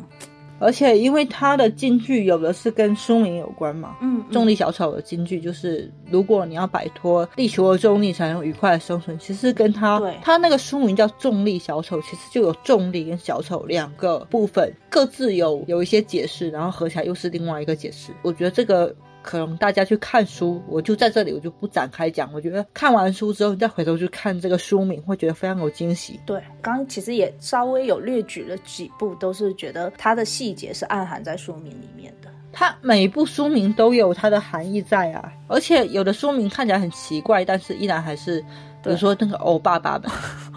Speaker 1: 而且因为它的金句有的是跟书名有关嘛，
Speaker 2: 嗯
Speaker 1: 《重力小丑》的金句就是：如果你要摆脱地球的重力，才能愉快的生存。其实跟他
Speaker 2: 对
Speaker 1: 他那个书名叫《重力小丑》，其实就有重力跟小丑两个部分，各自有有一些解释，然后合起来又是另外一个解释。我觉得这个。可能大家去看书，我就在这里，我就不展开讲。我觉得看完书之后，你再回头去看这个书名，会觉得非常有惊喜。
Speaker 2: 对，刚刚其实也稍微有略举了几部，都是觉得它的细节是暗含在书名里面的。
Speaker 1: 它每一部书名都有它的含义在啊，而且有的书名看起来很奇怪，但是依然还是，比
Speaker 2: 对
Speaker 1: 如说那个欧爸爸们，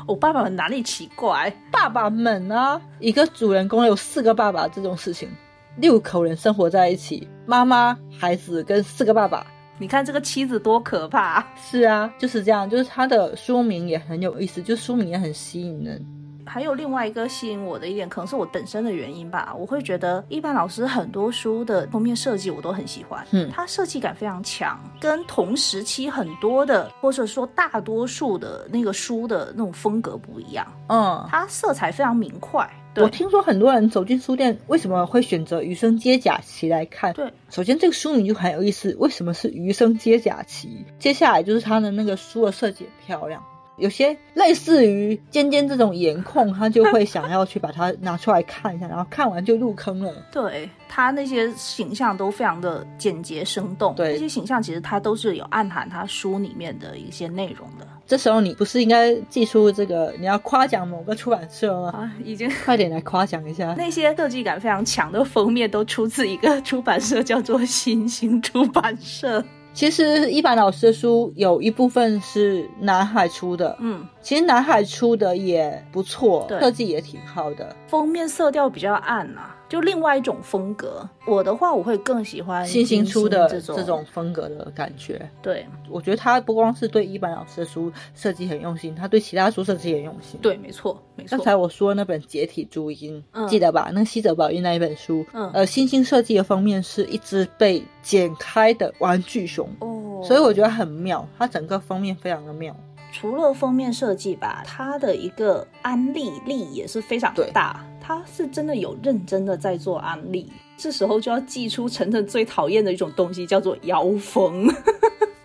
Speaker 2: 我、爸爸们哪里奇怪？
Speaker 1: 爸爸们啊，一个主人公有四个爸爸这种事情，六口人生活在一起，妈妈、孩子跟四个爸爸，
Speaker 2: 你看这个妻子多可怕！
Speaker 1: 是啊，就是这样，就是它的书名也很有意思，就书名也很吸引人。
Speaker 2: 还有另外一个吸引我的一点，可能是我本身的原因吧。我会觉得一般老师很多书的封面设计我都很喜欢，
Speaker 1: 嗯
Speaker 2: 它设计感非常强，跟同时期很多的或者说大多数的那个书的那种风格不一样，
Speaker 1: 嗯，
Speaker 2: 它色彩非常明快。对
Speaker 1: 我听说很多人走进书店，为什么会选择《余生皆假期》来看？
Speaker 2: 对，
Speaker 1: 首先这个书名就很有意思，为什么是《余生皆假期》？接下来就是它的那个书的设计很漂亮，有些类似于尖尖这种颜控，他就会想要去把它拿出来看一下，然后看完就入坑了。
Speaker 2: 对他那些形象都非常的简洁生动，
Speaker 1: 对
Speaker 2: 这些形象其实它都是有暗含他书里面的一些内容的
Speaker 1: 这时候你不是应该寄出这个你要夸奖某个出版社吗？
Speaker 2: 啊，已经。
Speaker 1: 快点来夸奖一下
Speaker 2: 那些设计感非常强的封面都出自一个 出版社，叫做新兴出版社。
Speaker 1: 其实一凡老师的书有一部分是南海出的，
Speaker 2: 嗯，
Speaker 1: 其实南海出的也不错，
Speaker 2: 对
Speaker 1: 设计也挺好的。
Speaker 2: 封面色调比较暗啊，就另外一种风格。我的话，我会更喜欢
Speaker 1: 新兴出的
Speaker 2: 呃这
Speaker 1: 这种风格的感觉，
Speaker 2: 对
Speaker 1: 我觉得他不光是对一般老师的书设计很用心，他对其他书设计也很用心。，
Speaker 2: 对，没错没错
Speaker 1: 刚。才我说的那本《解体朱茵》，
Speaker 2: 嗯
Speaker 1: 记得吧？那西泽保一那一本书，
Speaker 2: 嗯
Speaker 1: 呃，新兴设计的封面是一只被剪开的玩具熊，
Speaker 2: 哦，
Speaker 1: 所以我觉得很妙，它整个封面非常的妙。
Speaker 2: 除了封面设计吧，它的一个安利力也是非常
Speaker 1: 对
Speaker 2: 大，它是真的有认真的在做安利。这时候就要祭出晨晨最讨厌的一种东西，叫做妖风。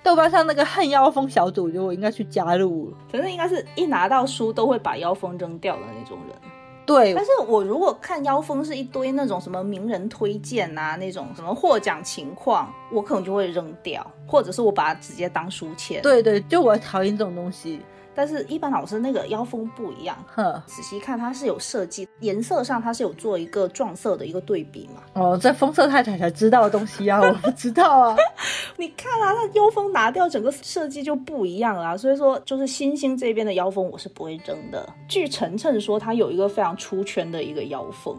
Speaker 1: 豆瓣上那个恨妖风小组，我觉得我应该去加入。
Speaker 2: 晨晨应该是一拿到书都会把妖风扔掉的那种人。
Speaker 1: 对
Speaker 2: 但，是我如果看妖风是一堆那种什么名人推荐啊，那种什么获奖情况，我可能就会扔掉，或者是我把它直接当书签。，
Speaker 1: 对对，就我讨厌这种东西。
Speaker 2: 但是一般老师那个妖风不一样，
Speaker 1: 哼，
Speaker 2: 仔细看，它是有设计，颜色上它是有做一个撞色的一个对比嘛。
Speaker 1: 哦，这风色太太才知道的东西啊，我不知道 啊。
Speaker 2: 你看啊，它妖风拿掉，整个设计就不一样啦、所以说，就是星星这边的妖风我是不会扔的。据晨晨说，他有一个非常出圈的一个妖风，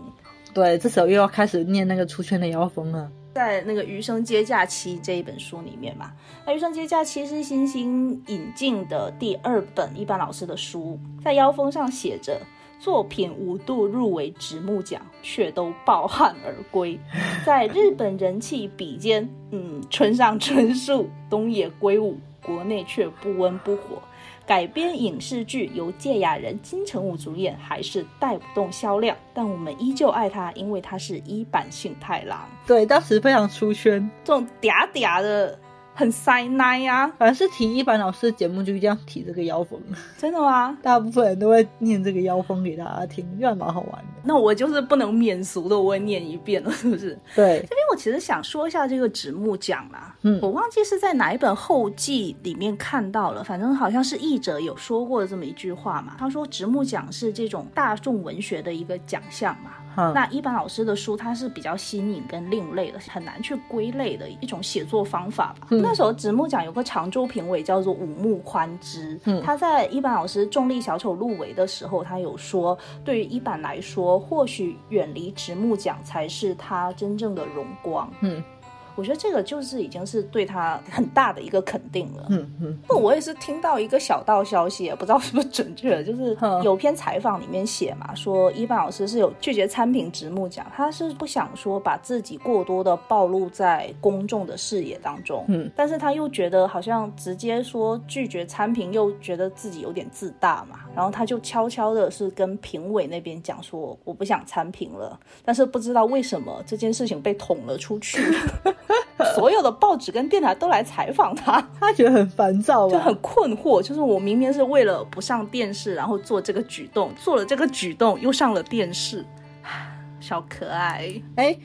Speaker 1: 对，这时候又要开始念那个出圈的妖风了。
Speaker 2: 在那个《余生皆假期》这一本书里面嘛，那《余生皆假期》是星星引进的第二本一般老师的书，在腰封上写着作品五度入围直木奖，却都抱憾而归，在日本人气比肩，嗯，村上春树、东野圭吾、国内却不温不火。改编影视剧由芥雅人金城武主演，还是带不动销量，但我们依旧爱他，因为他是一版幸太郎，
Speaker 1: 对，当时非常出圈，
Speaker 2: 这种嗲嗲的很塞奶啊呀、
Speaker 1: 反正是提一般老师的节目就这样提这个妖风，
Speaker 2: 真的吗？
Speaker 1: 大部分人都会念这个妖风给大家听，这还蛮好玩的。
Speaker 2: 那我就是不能免俗的，我也念一遍了，是不是？
Speaker 1: 对，
Speaker 2: 这边我其实想说一下这个直木奖啦，
Speaker 1: 嗯
Speaker 2: 我忘记是在哪一本后记里面看到了，反正好像是译者有说过这么一句话嘛，他说直木奖是这种大众文学的一个奖项嘛。
Speaker 1: 哈、
Speaker 2: 那一般老师的书，它是比较新颖跟另类的，很难去归类的一种写作方法吧。
Speaker 1: 嗯
Speaker 2: 那时候直木奖有个常驻评委叫做五木宽之，
Speaker 1: 嗯
Speaker 2: 他在一般老师重力小丑入围的时候，他有说，对于一版来说，或许远离直木奖才是他真正的荣光。
Speaker 1: 嗯
Speaker 2: 我觉得这个就是已经是对他很大的一个肯定了。
Speaker 1: 嗯嗯，
Speaker 2: 不，我也是听到一个小道消息，也不知道是不是准确的，就是
Speaker 1: 嗯
Speaker 2: 有篇采访里面写嘛，说伊凡老师是有拒绝参评直木奖，他是不想说把自己过多的暴露在公众的视野当中，
Speaker 1: 嗯，
Speaker 2: 但是他又觉得好像直接说拒绝参评，又觉得自己有点自大嘛，然后他就悄悄的是跟评委那边讲说我不想参评了，但是不知道为什么这件事情被捅了出 去，所有的报纸跟电台都来采访他。
Speaker 1: 他觉得很烦躁啊吧？
Speaker 2: 就很困惑，就是我明明是为了不上电视，然后做这个举动，做了这个举动又上了电视，小可爱。
Speaker 1: 哎。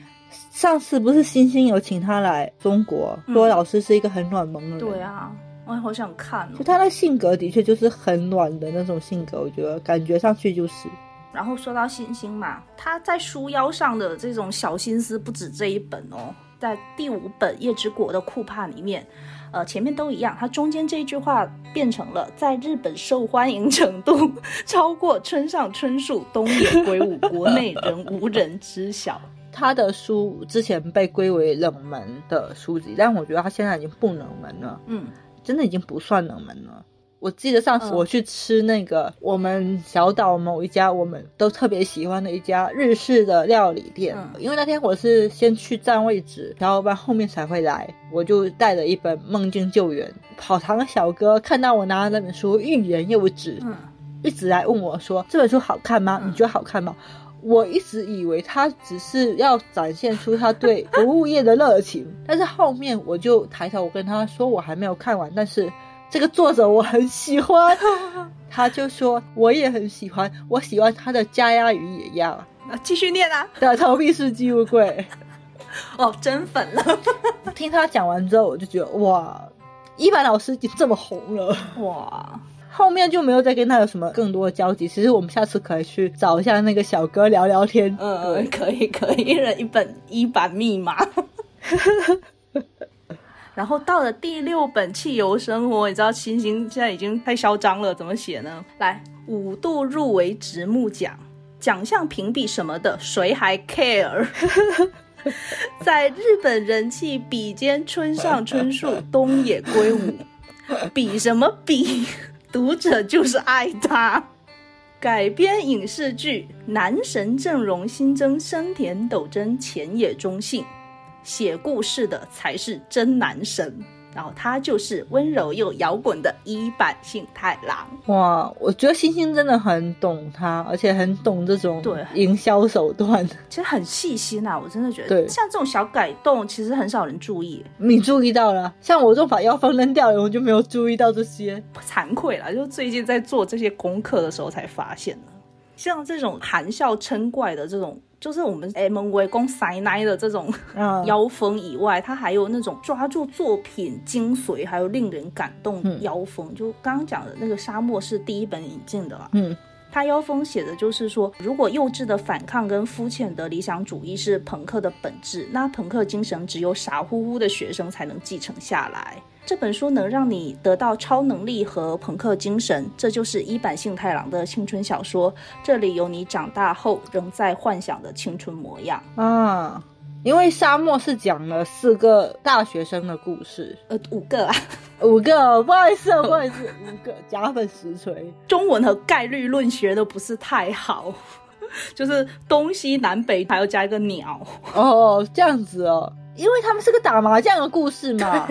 Speaker 1: 上次不是星星有请他来中国，
Speaker 2: 嗯
Speaker 1: 说老师是一个很暖萌的人。
Speaker 2: 对啊，我也好想看、
Speaker 1: 嗯就
Speaker 2: 哦。
Speaker 1: 他的性格的确就是很暖的那种性格，我觉得感觉上去就是，
Speaker 2: 然后说到星星嘛，他在书腰上的这种小心思不止这一本哦，在第五本《夜之国》的酷帕里面，呃，前面都一样，它中间这一句话变成了在日本受欢迎程度 超过村上春树、东野圭吾， 国内人无人知晓。
Speaker 1: 他的书之前被归为冷门的书籍，但我觉得他现在已经不冷门了，
Speaker 2: 嗯。
Speaker 1: 真的已经不算冷门了。我记得上次
Speaker 2: 嗯
Speaker 1: 我去吃那个我们小岛某一家我们都特别喜欢的一家日式的料理店，
Speaker 2: 嗯
Speaker 1: 因为那天我是先去占位置，小伙伴后面才会来，我就带了一本《梦境救援》，跑堂的小哥看到我拿的那本书，欲言又止，
Speaker 2: 嗯
Speaker 1: 一直来问我说这本书好看吗？
Speaker 2: 嗯
Speaker 1: 你觉得好看吗？我一直以为他只是要展现出他对 服务业的热情，但是后面我就抬头我跟他说我还没有看完，但是这个作者我很喜欢，他就说我也很喜欢，我喜欢他的家鸭与野鸭
Speaker 2: 啊，继续念啊！
Speaker 1: 的投币式寄物柜。
Speaker 2: 哦，真粉了
Speaker 1: 听他讲完之后，我就觉得哇，一凡老师已经这么红了。
Speaker 2: 哇！
Speaker 1: 后面就没有再跟他有什么更多的交集。其实我们下次可以去找一下那个小哥聊聊天。
Speaker 2: 呃，可以可以，一人一本一版密码。然后到了第六本《汽油生活》，你知道星星现在已经太嚣张了，怎么写呢？来，五度入围直木奖，奖项评比什么的，谁还 care？在日本人气比肩村上春树、东野圭吾，比什么比？ 读者就是爱他。改编影视剧，男神阵容新增生田斗真、前野忠信，写故事的才是真男神，然后他就是温柔又摇滚的一版幸太郎。
Speaker 1: 哇，我觉得星星真的很懂他，而且很懂这种
Speaker 2: 对
Speaker 1: 营销手段。
Speaker 2: 其实很细心啊，我真的觉得
Speaker 1: 对
Speaker 2: 像这种小改动，其实很少人注意，
Speaker 1: 你注意到了？像我这种把腰封扔掉的人，我就没有注意到这些。
Speaker 2: 惭愧了，就是最近在做这些功课的时候才发现的。像这种含笑嗔怪的这种，就是我们 M V 公塞奶的这种
Speaker 1: 啊，
Speaker 2: 妖风以外，它还有那种抓住作品精髓，还有令人感动
Speaker 1: 嗯
Speaker 2: 妖风。就刚刚讲的那个沙漠是第一本引进的嘛，
Speaker 1: 嗯
Speaker 2: 他妖风写的就是说，如果幼稚的反抗跟肤浅的理想主义是朋克的本质，那朋克精神只有傻乎乎的学生才能继承下来。这本书能让你得到超能力和朋克精神，这就是一坂幸太郎的青春小说。这里有你长大后仍在幻想的青春模样。
Speaker 1: 啊，因为沙漠是讲了四个大学生的故事，
Speaker 2: 呃，五个啊，
Speaker 1: 五个，不好意思，不好意思，五个假粉实锤。
Speaker 2: 中文和概率论学的不是太好， 就是东西南北还要加一个鸟。
Speaker 1: 哦，这样子哦，因为他们是个打麻将的故事嘛。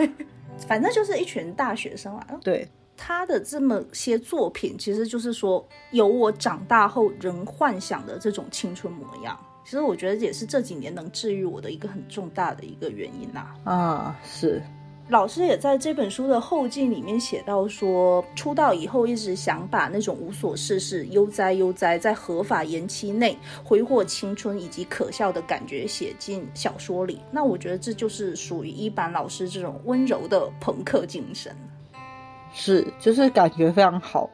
Speaker 2: 反正就是一群大学生啊。
Speaker 1: 对，
Speaker 2: 他的这么些作品，其实就是说有我长大后仍幻想的这种青春模样。其实我觉得也是这几年能治愈我的一个很重大的一个原因啦、
Speaker 1: 啊，是，
Speaker 2: 老师也在这本书的后记里面写到说，出道以后一直想把那种无所事事、悠哉悠哉，在合法延期内挥霍青春以及可笑的感觉写进小说里。那我觉得这就是属于一板老师这种温柔的朋克精神。
Speaker 1: 是，就是感觉非常好。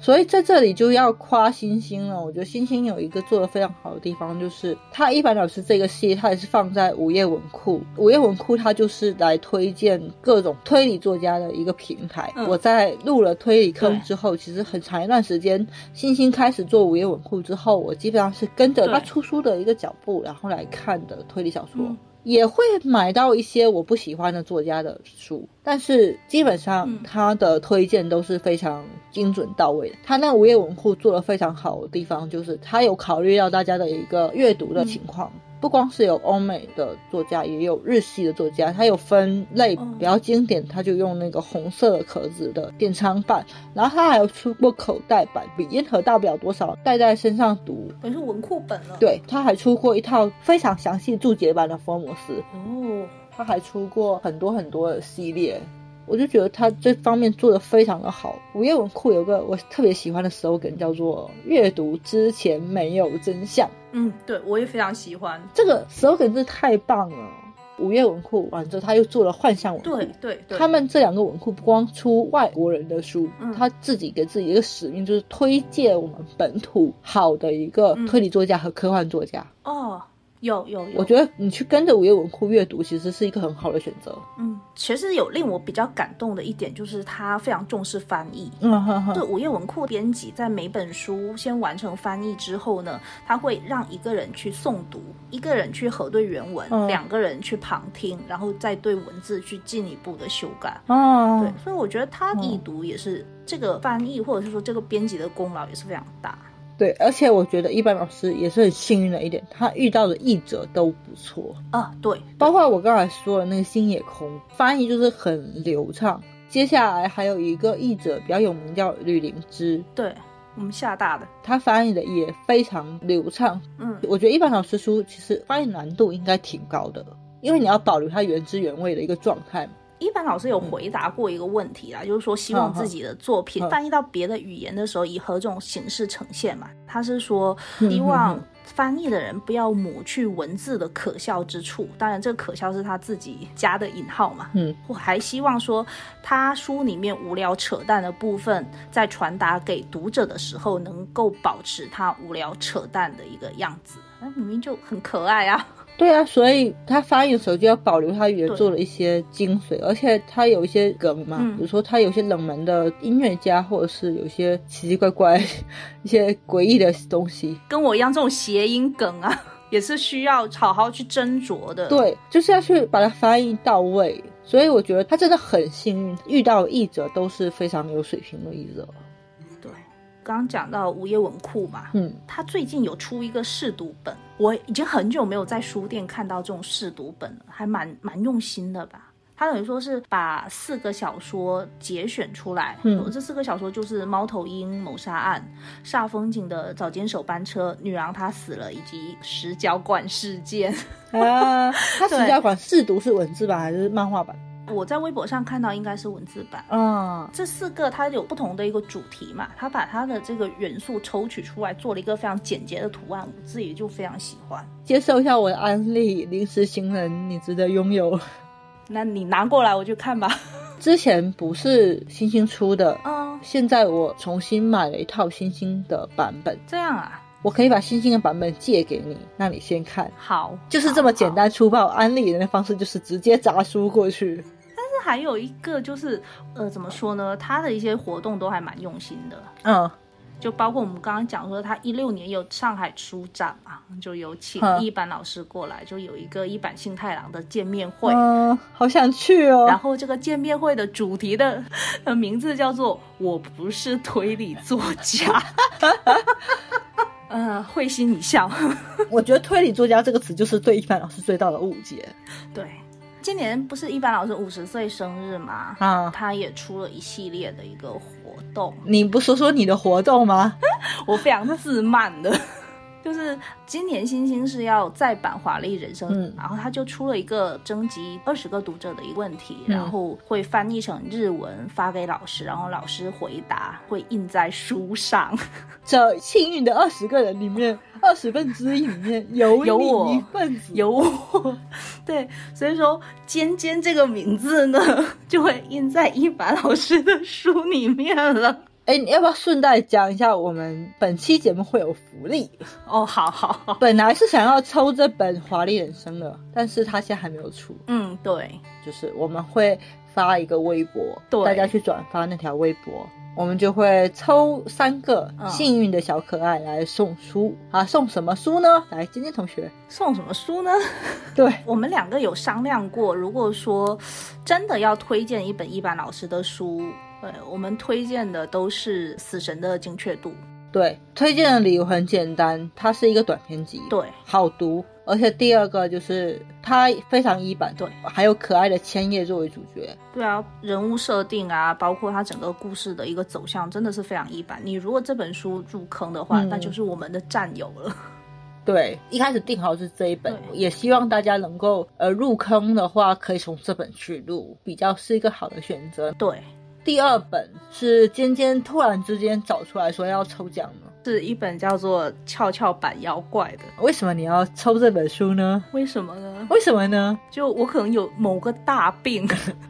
Speaker 1: 所以在这里就要夸星星了。我觉得星星有一个做的非常好的地方，就是他一般老师这个系，他也是放在午夜文库。午夜文库它就是来推荐各种推理作家的一个平台。
Speaker 2: 嗯
Speaker 1: 我在入了推理坑
Speaker 2: 对
Speaker 1: 之后，其实很长一段时间，星星开始做午夜文库之后，我基本上是跟着
Speaker 2: 对
Speaker 1: 他出书的一个脚步，然后来看的推理小说。
Speaker 2: 嗯
Speaker 1: 也会买到一些我不喜欢的作家的书，但是基本上
Speaker 2: 嗯
Speaker 1: 他的推荐都是非常精准到位的。他那个午夜文库做的非常好的地方，就是他有考虑到大家的一个阅读的情况。不光是有欧美的作家，也有日系的作家，他有分类
Speaker 2: 嗯
Speaker 1: 比较经典，他就用那个红色的壳子的典藏版，然后他还有出过口袋版，比烟盒大不了多少，带在身上读。
Speaker 2: 本是文库本了。，
Speaker 1: 对，他还出过一套非常详细注解版的福尔摩斯，
Speaker 2: 哦，
Speaker 1: 他还出过很多很多的系列，我就觉得他这方面做的非常的好。午夜文库有个我特别喜欢的 slogan 叫做“阅读之前没有真相
Speaker 2: 嗯，对我也非常喜欢。”，
Speaker 1: 这个 slogan 真的太棒了。午夜文库完之后，他又做了幻象文库。
Speaker 2: 对对对，
Speaker 1: 他们这两个文库不光出外国人的书，
Speaker 2: 嗯
Speaker 1: 他自己给自己一个使命，就是推介我们本土好的一个
Speaker 2: 嗯
Speaker 1: 推理作家和科幻作家。
Speaker 2: 哦，有有有，
Speaker 1: 我觉得你去跟着午夜文库阅读，其实是一个很好的选择。
Speaker 2: 嗯，其实有令我比较感动的一点就是他非常重视翻译。
Speaker 1: 嗯哼哼
Speaker 2: 对，午夜文库编辑在每本书先完成翻译之后呢，他会让一个人去诵读，一个人去核对原文，
Speaker 1: 嗯
Speaker 2: 两个人去旁听，然后再对文字去进一步的修改。
Speaker 1: 哦，
Speaker 2: 对，所以我觉得他
Speaker 1: 嗯
Speaker 2: 译读也是、这个翻译或者是说这个编辑的功劳也是非常大。
Speaker 1: 对，而且我觉得一般老师也是很幸运的一点，他遇到的译者都不错，
Speaker 2: 啊，对，
Speaker 1: 包括我刚才说的那个星野空，翻译就是很流畅。接下来还有一个译者比较有名，叫吕灵芝，
Speaker 2: 对我们厦大的，
Speaker 1: 他翻译的也非常流畅。
Speaker 2: 嗯，
Speaker 1: 我觉得一般老师书其实翻译难度应该挺高的，因为你要保留它原汁原味的一个状态嘛。
Speaker 2: 一般老师有回答过一个问题啦，就是说希望自己的作品
Speaker 1: 嗯嗯嗯
Speaker 2: 翻译到别的语言的时候，以何种形式呈现嘛？他是说
Speaker 1: 嗯
Speaker 2: 希望翻译的人不要抹去文字的可笑之处，当然这个可笑是他自己加的引号嘛。
Speaker 1: 嗯，
Speaker 2: 我还希望说他书里面无聊扯淡的部分，在传达给读者的时候，能够保持他无聊扯淡的一个样子。那明明就很可爱啊！
Speaker 1: 对啊，所
Speaker 2: 嗯
Speaker 1: 以他翻译的时候就要保留他原作的一些精髓，而且他有一些梗嘛，
Speaker 2: 嗯
Speaker 1: 比如说他有一些冷门的音乐家，或者是有一些奇奇怪怪、 一些诡异的东西。
Speaker 2: 跟我一样，这种谐音梗啊， 也是需要好好去斟酌的。，
Speaker 1: 对，就是要去把它翻译到位。所以我觉得他真的很幸运，遇到的译者都是非常有水平的译者。
Speaker 2: 对，刚刚讲到午夜文库嘛，
Speaker 1: 嗯，
Speaker 2: 他最近有出一个试读本，我已经很久没有在书店看到这种试读本了，还蛮蛮用心的吧。他等于说是把四个小说节选出来，哦
Speaker 1: 嗯
Speaker 2: 这四个小说就是《猫头鹰谋杀案》、《煞风景的早间手班车》、《女郎她死了》以及《石角馆事件》。
Speaker 1: 啊，他
Speaker 2: 对
Speaker 1: 实际馆试读是文字版还是漫画版？
Speaker 2: 我在微博上看到应该是文字版，
Speaker 1: 啊，
Speaker 2: 这四个它有不同的一个主题嘛，它把它的这个元素抽取出来，做了一个非常简洁的图案，我自己就非常喜欢。
Speaker 1: 接受一下我的安利，临时行人，你值得拥有。
Speaker 2: 那你拿过来我就看吧。
Speaker 1: 之前不是星星出的，
Speaker 2: 嗯，
Speaker 1: 现在我重新买了一套星星的版本，
Speaker 2: 这样啊，
Speaker 1: 我可以把星星的版本借给你，让你先看，
Speaker 2: 好，
Speaker 1: 就是这么简
Speaker 2: 好。好
Speaker 1: 单粗暴。安利人的方式就是直接砸书过去。
Speaker 2: 但是还有一个就是，呃，怎么说呢？它的一些活动都还蛮用心的，
Speaker 1: 嗯，
Speaker 2: 就包括我们刚刚讲说，它一六年有上海书展嘛，就有请
Speaker 1: 嗯
Speaker 2: 一板老师过来，就有一个一板幸太郎的见面会。
Speaker 1: 嗯，好想去
Speaker 2: 然
Speaker 1: 哦。
Speaker 2: 后这个见面会的主题的 的名字叫做“我不是推理作家”， 呃，会心一笑。
Speaker 1: 我觉得推理作家这个词就是对一般老师最大的误解。
Speaker 2: 对，今年不是一般老师五十岁生日吗？
Speaker 1: 啊，
Speaker 2: 他也出了一系列的一个活动，
Speaker 1: 你不说说你的活动吗？
Speaker 2: 我非常自慢的， 就是今年星星是要再版《华丽人生》
Speaker 1: 嗯
Speaker 2: 然后他就出了一个征集二十个读者的一个问题，
Speaker 1: 嗯
Speaker 2: 然后会翻译成日文发给老师，然后老师回答会印在书上。
Speaker 1: 这幸运的二十个人里面，二十分之一里面有
Speaker 2: 有
Speaker 1: 你
Speaker 2: 我
Speaker 1: 一份子，
Speaker 2: 有我， 对，所以说“尖尖”这个名字呢，就会印在一凡老师的书里面了。
Speaker 1: 哎，你要不要顺带讲一下，我们本期节目会有福利？
Speaker 2: 哦，好好好，
Speaker 1: 本来是想要抽这本《华丽人生》的，但是它现在还没有出，
Speaker 2: 嗯，对，
Speaker 1: 就是我们会发一个微博，
Speaker 2: 对
Speaker 1: 大家去转发那条微博。我们就会抽三个
Speaker 2: 嗯
Speaker 1: 幸运的小可爱来送书、啊！送什么书呢？来，尖尖同学，
Speaker 2: 送什么书呢？
Speaker 1: 对，
Speaker 2: 我们两个有商量过，如果说真的要推荐一本一凡老师的书，呃，我们推荐的都是《死神的精确度》。
Speaker 1: 对，推荐的理由很简单，它是一个短篇集，，
Speaker 2: 对，
Speaker 1: 好读。而且第二个就是它非常一版，
Speaker 2: 对，
Speaker 1: 还有可爱的千叶作为主角，
Speaker 2: 对啊，人物设定啊，包括它整个故事的一个走向，真的是非常一般。你如果这本书入坑的话，
Speaker 1: 嗯
Speaker 2: 那就是我们的战友了。
Speaker 1: 对，一开始定好是这一本，
Speaker 2: 对
Speaker 1: 也希望大家能够呃入坑的话，可以从这本去入，比较是一个好的选择。
Speaker 2: 对，
Speaker 1: 第二本是尖尖突然之间找出来说要抽奖了，
Speaker 2: 是一本叫做《跷跷板妖怪》的。
Speaker 1: 为什么你要抽这本书呢？
Speaker 2: 为什么呢？
Speaker 1: 为什么呢？
Speaker 2: 就我可能有某个大 病，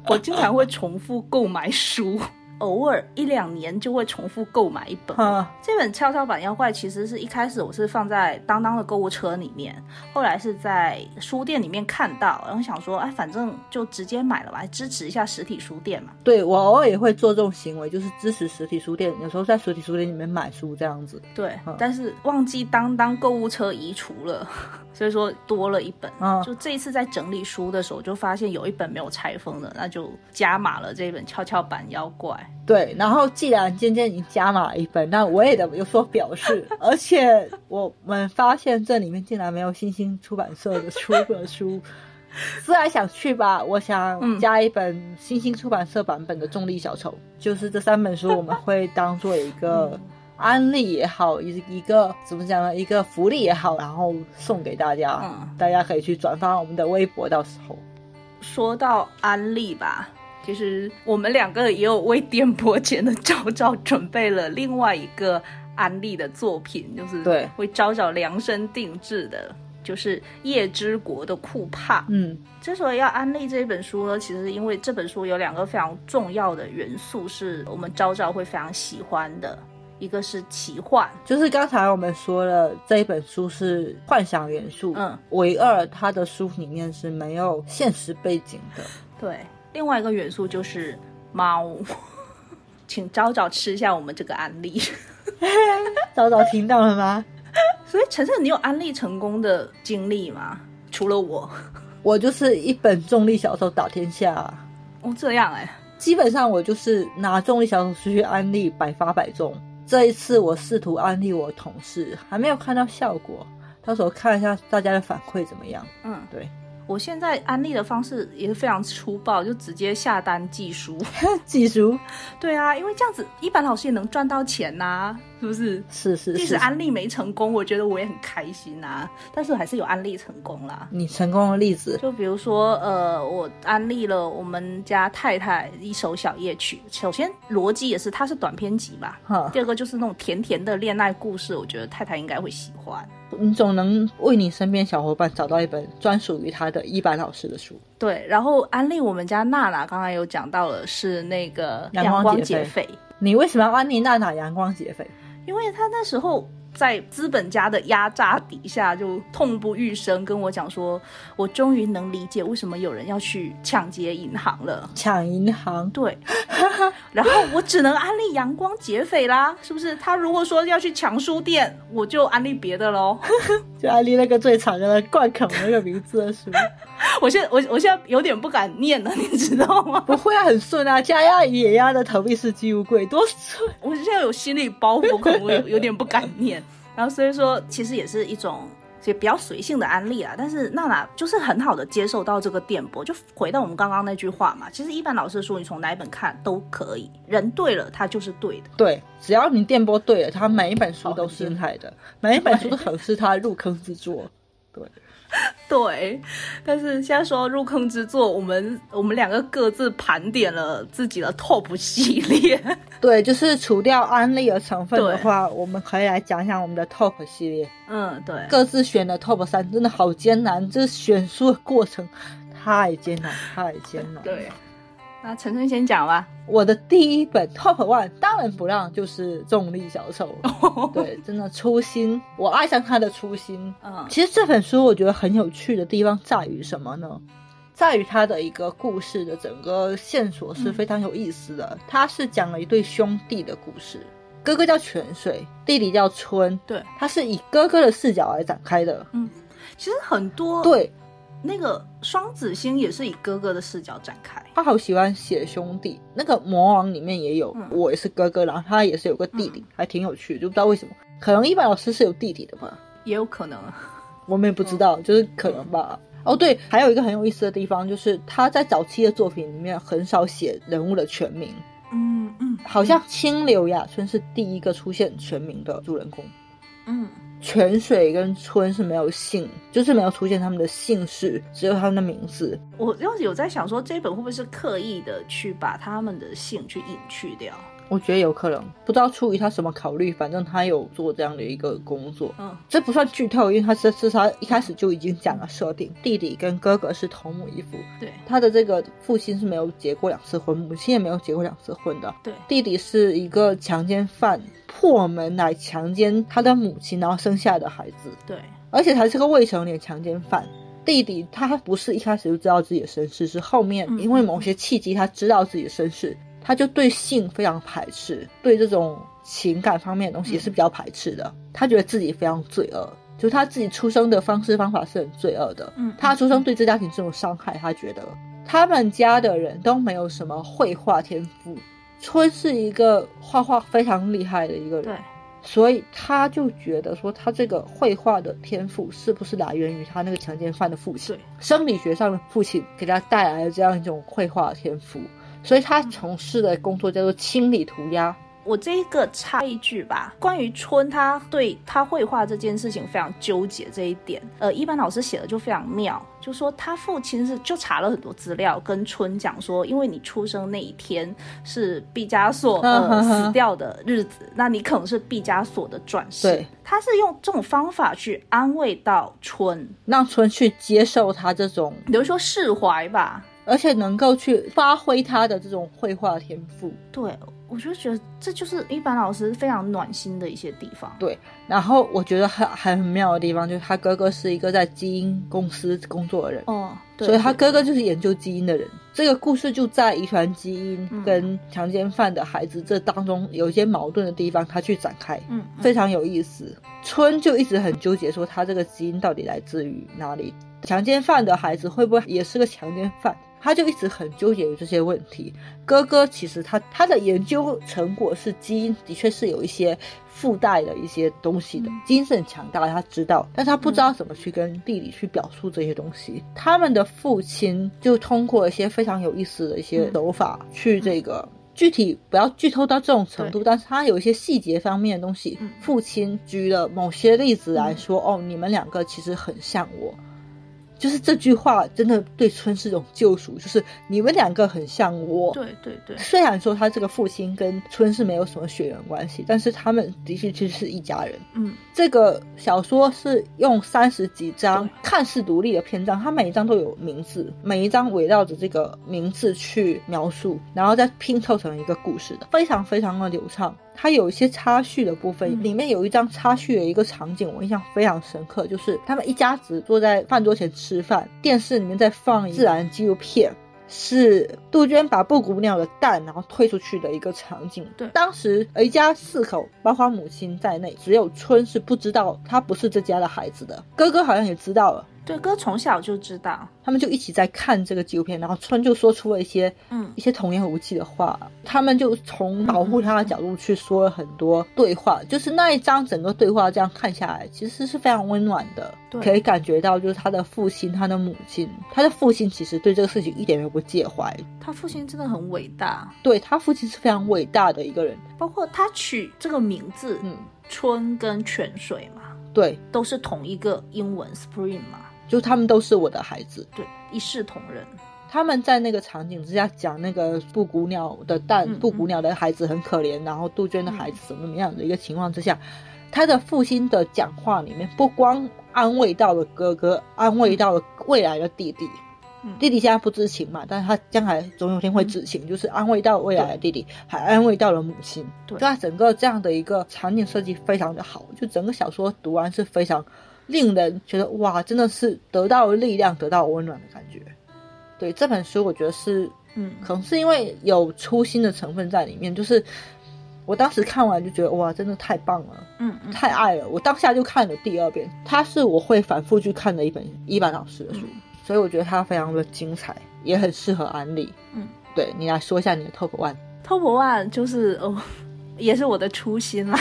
Speaker 2: 我经常会重复购买书，偶尔一两年就会重复购买一本。
Speaker 1: 哈，
Speaker 2: 这本《跷跷板妖怪》其实是一开始我是放在当当的购物车里面，后来是在书店里面看到，然后想说，哎，反正就直接买了吧，支持一下实体书店嘛。
Speaker 1: 对我偶尔也会做这种行为，就是支持实体书店，有时候在实体书店里面买书这样子。
Speaker 2: 对
Speaker 1: 嗯，
Speaker 2: 但是忘记当当购物车移除了， 所以说多了一本。
Speaker 1: 嗯
Speaker 2: 就这一次在整理书的时候，就发现有一本没有拆封的，那就加码了这一本《跷跷板妖怪》。
Speaker 1: 对，然后既然尖尖已经加码一本，那我也得有所表示。而且我们发现这里面竟然没有新星出版社的出的书，思来想去吧，我想
Speaker 2: 嗯
Speaker 1: 加一本新星出版社版本的《重力小丑》，就是这三本书我们会当做一个安利也好，一一个怎么讲呢，一个福利也好，然后送给大家，
Speaker 2: 嗯
Speaker 1: 大家可以去转发我们的微博，到时候。
Speaker 2: 说到安利吧，其实我们两个也有为电波前的昭昭准备了另外一个安利的作品， 就是
Speaker 1: 对
Speaker 2: 为昭昭量身定制的，就是《夜之国》的酷帕。
Speaker 1: 嗯，
Speaker 2: 之所以要安利这本书呢，其实是因为这本书有两个非常重要的元素是我们昭昭会非常喜欢的，一个是奇幻，
Speaker 1: 就是刚才我们说了，这一本书是幻想元素，
Speaker 2: 嗯，
Speaker 1: 唯二它的书里面是没有现实背景的。
Speaker 2: 对，另外一个元素就是猫。 请昭昭吃一下我们这个安利。
Speaker 1: 早早听到了吗？
Speaker 2: 所以晨晨，你有安利成功的经历吗？除 了我，
Speaker 1: 我就是一本重力小丑打天下啊、
Speaker 2: 哦这样哎、
Speaker 1: 基本上我就是拿重力小手去安利，百发百中。这一次我试图安利我同事，还没有看到效果，到时候看一下大家的反馈怎么样。
Speaker 2: 嗯，
Speaker 1: 对。
Speaker 2: 我现在安利的方式也是非常粗暴，就直接下单寄书。
Speaker 1: 技术
Speaker 2: 对啊，因为这样子一般老师也能赚到钱呐、是不是？
Speaker 1: 是是
Speaker 2: 即
Speaker 1: 是
Speaker 2: 使
Speaker 1: 是，
Speaker 2: 安利没成功，我觉得我也很开心啊。但是还是有安利成功啦。
Speaker 1: 你成功的例子，
Speaker 2: 就比如说，呃，我安利了我们家太太一首小夜曲。首先逻辑也是，它是短篇集吧。
Speaker 1: 哈，
Speaker 2: 第二个就是那种甜甜的恋爱故事，我觉得太太应该会喜欢。
Speaker 1: 你总能为你身边小伙伴找到一本专属于他的一般老师的书。
Speaker 2: 对，然后安利我们家娜娜，刚刚有讲到了是那个
Speaker 1: 阳光
Speaker 2: 劫
Speaker 1: 劫你为什么要安利娜娜阳光劫匪？
Speaker 2: 因为他那时候在资本家的压榨底下，就痛不欲生，跟我讲说，我终于能理解为什么有人要去抢劫银行了。
Speaker 1: 抢银行？
Speaker 2: 对，然后我只能安利阳光劫匪啦，是不是？他如果说要去抢书店，我就安利别的喽。
Speaker 1: 就安利那个最长的贯口那个名字的书？
Speaker 2: 我现我我现在有点不敢念了，你知道吗？
Speaker 1: 不会啊，很顺啊，加压与野鸭的投币式寄物柜多顺。
Speaker 2: 我现在有心理包袱，可能我有有点不敢念。然后所以说，其实也是一种所以比较随性的安利啊。但是娜娜就是很好的接受到这个电波，就回到我们刚刚那句话嘛，其实一般老师的书你从哪一本看都可以，人对了他就是对的。
Speaker 1: 对，只要你电波对了，他每一本书
Speaker 2: 好
Speaker 1: 都
Speaker 2: 很
Speaker 1: 是
Speaker 2: 精
Speaker 1: 精 彩的，每一本书都可能是他入坑之作。对，
Speaker 2: 对，但是现在说到入坑之作，我们我们两个各自盘点了自己的 top 系列。
Speaker 1: 对，就是除掉安利的成分的
Speaker 2: 对
Speaker 1: 话，我们可以来讲讲我们的 TOP 系列，
Speaker 2: 嗯，对，
Speaker 1: 各自选的 TOP 三，真的好艰难，这选书的过程太艰难，太艰难。
Speaker 2: 对。那晨晨先讲吧。，
Speaker 1: 我的第一本 Top One 当仁不让就是《重力小丑》对，真的初心，我爱上他的初心。
Speaker 2: 嗯
Speaker 1: 其实这本书我觉得很有趣的地方在于什么呢？在于它的一个故事的整个线索是非常有意思的，它是讲了一对兄弟的故事，哥哥叫泉水，弟弟叫春，
Speaker 2: 对，
Speaker 1: 它是以哥哥的视角来展开的。
Speaker 2: 其实很多
Speaker 1: 对
Speaker 2: 那个双子星也是以哥哥的视角展开。
Speaker 1: 他好喜欢写兄弟，那个魔王里面也有，
Speaker 2: 嗯
Speaker 1: 我也是哥哥，然后他也是有个弟弟，还挺有趣，就不知道为什么，可能一般老师是有弟弟的吧，
Speaker 2: 也有可能啊。
Speaker 1: 我们也不知道，就是可能吧。
Speaker 2: 嗯
Speaker 1: 哦，对，还有一个很有意思的地方就是他在早期的作品里面很少写人物的全名，
Speaker 2: 嗯嗯
Speaker 1: 好像清流雅春是第一个出现全名的主人公，
Speaker 2: 嗯
Speaker 1: 泉水跟春是没有姓，就是没有出现他们的姓氏，只有他们的名字。
Speaker 2: 我要是有在想说，这本会不会是刻意的去把他们的性去隐去掉？
Speaker 1: 我觉得有可能，不知道出于他什么考虑，反正他有做这样的一个工作，
Speaker 2: 嗯
Speaker 1: 这不算剧透，因为他是是他一开始就已经讲了设定，弟弟跟哥哥是同母异父，
Speaker 2: 对
Speaker 1: 他的这个父亲是没有结过两次婚，母亲也没有结过两次婚的，
Speaker 2: 对，
Speaker 1: 弟弟是一个强奸犯，破门来强奸他的母亲，然后生下的孩子，
Speaker 2: 对，
Speaker 1: 而且还是个未成年强奸犯。弟弟他不是一开始就知道自己的身世，是后面
Speaker 2: 嗯
Speaker 1: 因为某些契机他知道自己的身世，他就对性非常排斥，对这种情感方面的东西也是比较排斥的。他觉得自己非常罪恶，就是他自己出生的方式方法是很罪恶的。
Speaker 2: 嗯
Speaker 1: 他出生对这家庭这种伤害，他觉得他们家的人都没有什么绘画天赋。春是一个画画非常厉害的一个人，
Speaker 2: 对
Speaker 1: 所以他就觉得说，他这个绘画的天赋是不是来源于他那个强奸犯的父亲
Speaker 2: 对？
Speaker 1: 生理学上的父亲给他带来了这样一种绘画的天赋，所以他从事的工作叫做清理涂鸦。
Speaker 2: 我这一个插一句吧，关于春他对他绘画这件事情非常纠结这一点，呃，一般老师写的就非常妙，就说他父亲是就查了很多资料，跟春讲说，因为你出生那一天是毕加索
Speaker 1: 嗯
Speaker 2: 呃
Speaker 1: 哼哼
Speaker 2: 死掉的日子，那你可能是毕加索的转世
Speaker 1: 对。
Speaker 2: 他是用这种方法去安慰到春，
Speaker 1: 让春去接受他这种，
Speaker 2: 比如说释怀吧。
Speaker 1: 而且能够去发挥他的这种绘画天赋。
Speaker 2: 对，我就觉得这就是一般老师非常暖心的一些地方。
Speaker 1: 然后我觉得很很妙的地方就是，他哥哥是一个在基因公司工作的人，
Speaker 2: 哦，对
Speaker 1: 所以他
Speaker 2: 对
Speaker 1: 哥哥就是研究基因的人。这个故事就在遗传基因
Speaker 2: 嗯
Speaker 1: 跟强奸犯的孩子这当中有一些矛盾的地方，他去展开，
Speaker 2: 嗯嗯
Speaker 1: 非常有意思。春就一直很纠结，说他这个基因到底来自于哪里？强奸犯的孩子会不会也是个强奸犯？他就一直很纠结于这些问题。哥哥其实他他的研究成果是基因的确是有一些附带的一些东西的
Speaker 2: 嗯，
Speaker 1: 基因是很强大的，他知道，但是他不知道怎么去跟弟弟去表述这些东西。他们的父亲就通过一些非常有意思的一些
Speaker 2: 嗯
Speaker 1: 手法去这个。具体不要剧透到这种程度，但是他有一些细节方面的东西
Speaker 2: 嗯。
Speaker 1: 父亲举了某些例子来说，哦，你们两个其实很像我，就是这句话真的对春是一种救赎，就是你们两个很像我。
Speaker 2: 对对对，
Speaker 1: 虽然说他这个父亲跟春是没有什么血缘关系，但是他们的确就是一家人。
Speaker 2: 嗯，
Speaker 1: 这个小说是用三十几章
Speaker 2: 对
Speaker 1: 看似独立的篇章，它每一章都有名字，每一章围绕着这个名字去描述，然后再拼凑成一个故事的，非常非常的流畅。它有一些插叙的部分，
Speaker 2: 嗯
Speaker 1: 里面有一张插叙的一个场景，我印象非常深刻，就是他们一家子坐在饭桌前吃饭，电视里面在放自然纪录片，是杜鹃把布谷鸟的蛋然后推出去的一个场景。
Speaker 2: 对
Speaker 1: 当时一家四口，包括母亲在内，只有春是不知道他不是这家的孩子的。哥哥好像也知道了，
Speaker 2: 对哥从小就知道，
Speaker 1: 他们就一起在看这个纪录片，然后突然就说出了一些
Speaker 2: 嗯
Speaker 1: 一些童言无忌的话，他们就从保护他的角度去说了很多对话，就是那一章整个对话这样看下来，其实是非常温暖的
Speaker 2: 对，
Speaker 1: 可以感觉到就是他的父亲、他的母亲，他的父亲其实对这个事情一点都不介怀，
Speaker 2: 他父亲真的很伟大，
Speaker 1: 对他父亲是非常伟大的一个人，
Speaker 2: 包括他取这个名字、
Speaker 1: 嗯，
Speaker 2: 春跟泉水嘛，
Speaker 1: 对，
Speaker 2: 都是同一个英文 spring 嘛，
Speaker 1: 就他们都是我的孩子。
Speaker 2: 对，一视同仁。
Speaker 1: 他们在那个场景之下讲那个布谷鸟的蛋
Speaker 2: 嗯，
Speaker 1: 布谷鸟的孩子很可怜，然后杜鹃的孩子怎么怎么样的一个情况之下，他的父亲的讲话里面不光安慰到了哥哥，安慰到了未来的弟弟。
Speaker 2: 嗯
Speaker 1: 弟弟现在不知情嘛，但是他将来总有一天会知情，就是安慰到未来的弟弟，还安慰到了母亲。
Speaker 2: 对
Speaker 1: 所以他整个这样的一个场景设计非常的好，就整个小说读完是非常令人觉得哇，真的是得到了力量，得到了温暖的感觉。对这本书，我觉得是
Speaker 2: 嗯，
Speaker 1: 可能是因为有初心的成分在里面，就是我当时看完就觉得哇，真的太棒了，
Speaker 2: 嗯嗯，
Speaker 1: 太爱了，我当下就看了第二遍。它是我会反复去看的一本伊坂老师的书，
Speaker 2: 嗯
Speaker 1: 所以我觉得它非常的精彩，也很适合安利。
Speaker 2: 嗯，
Speaker 1: 对你来说一下你的 top one，
Speaker 2: Top One 就是哦， 也是我的初心啦，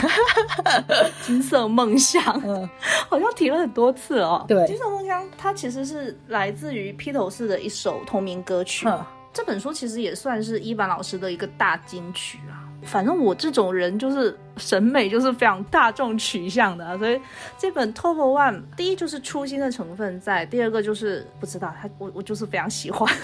Speaker 2: 金色梦想，
Speaker 1: 嗯，
Speaker 2: 好像提了很多次哦。
Speaker 1: 对
Speaker 2: 金色梦想它其实是来自于披头士的一首同名歌曲。
Speaker 1: 哼
Speaker 2: 这本书其实也算是伊坂老师的一个大金曲啊。反正我这种人就是审美就是非常大众取向的、啊，所以这本 Top One 第一就是初心的成分在，第二个就是不知道他我我就是非常喜欢。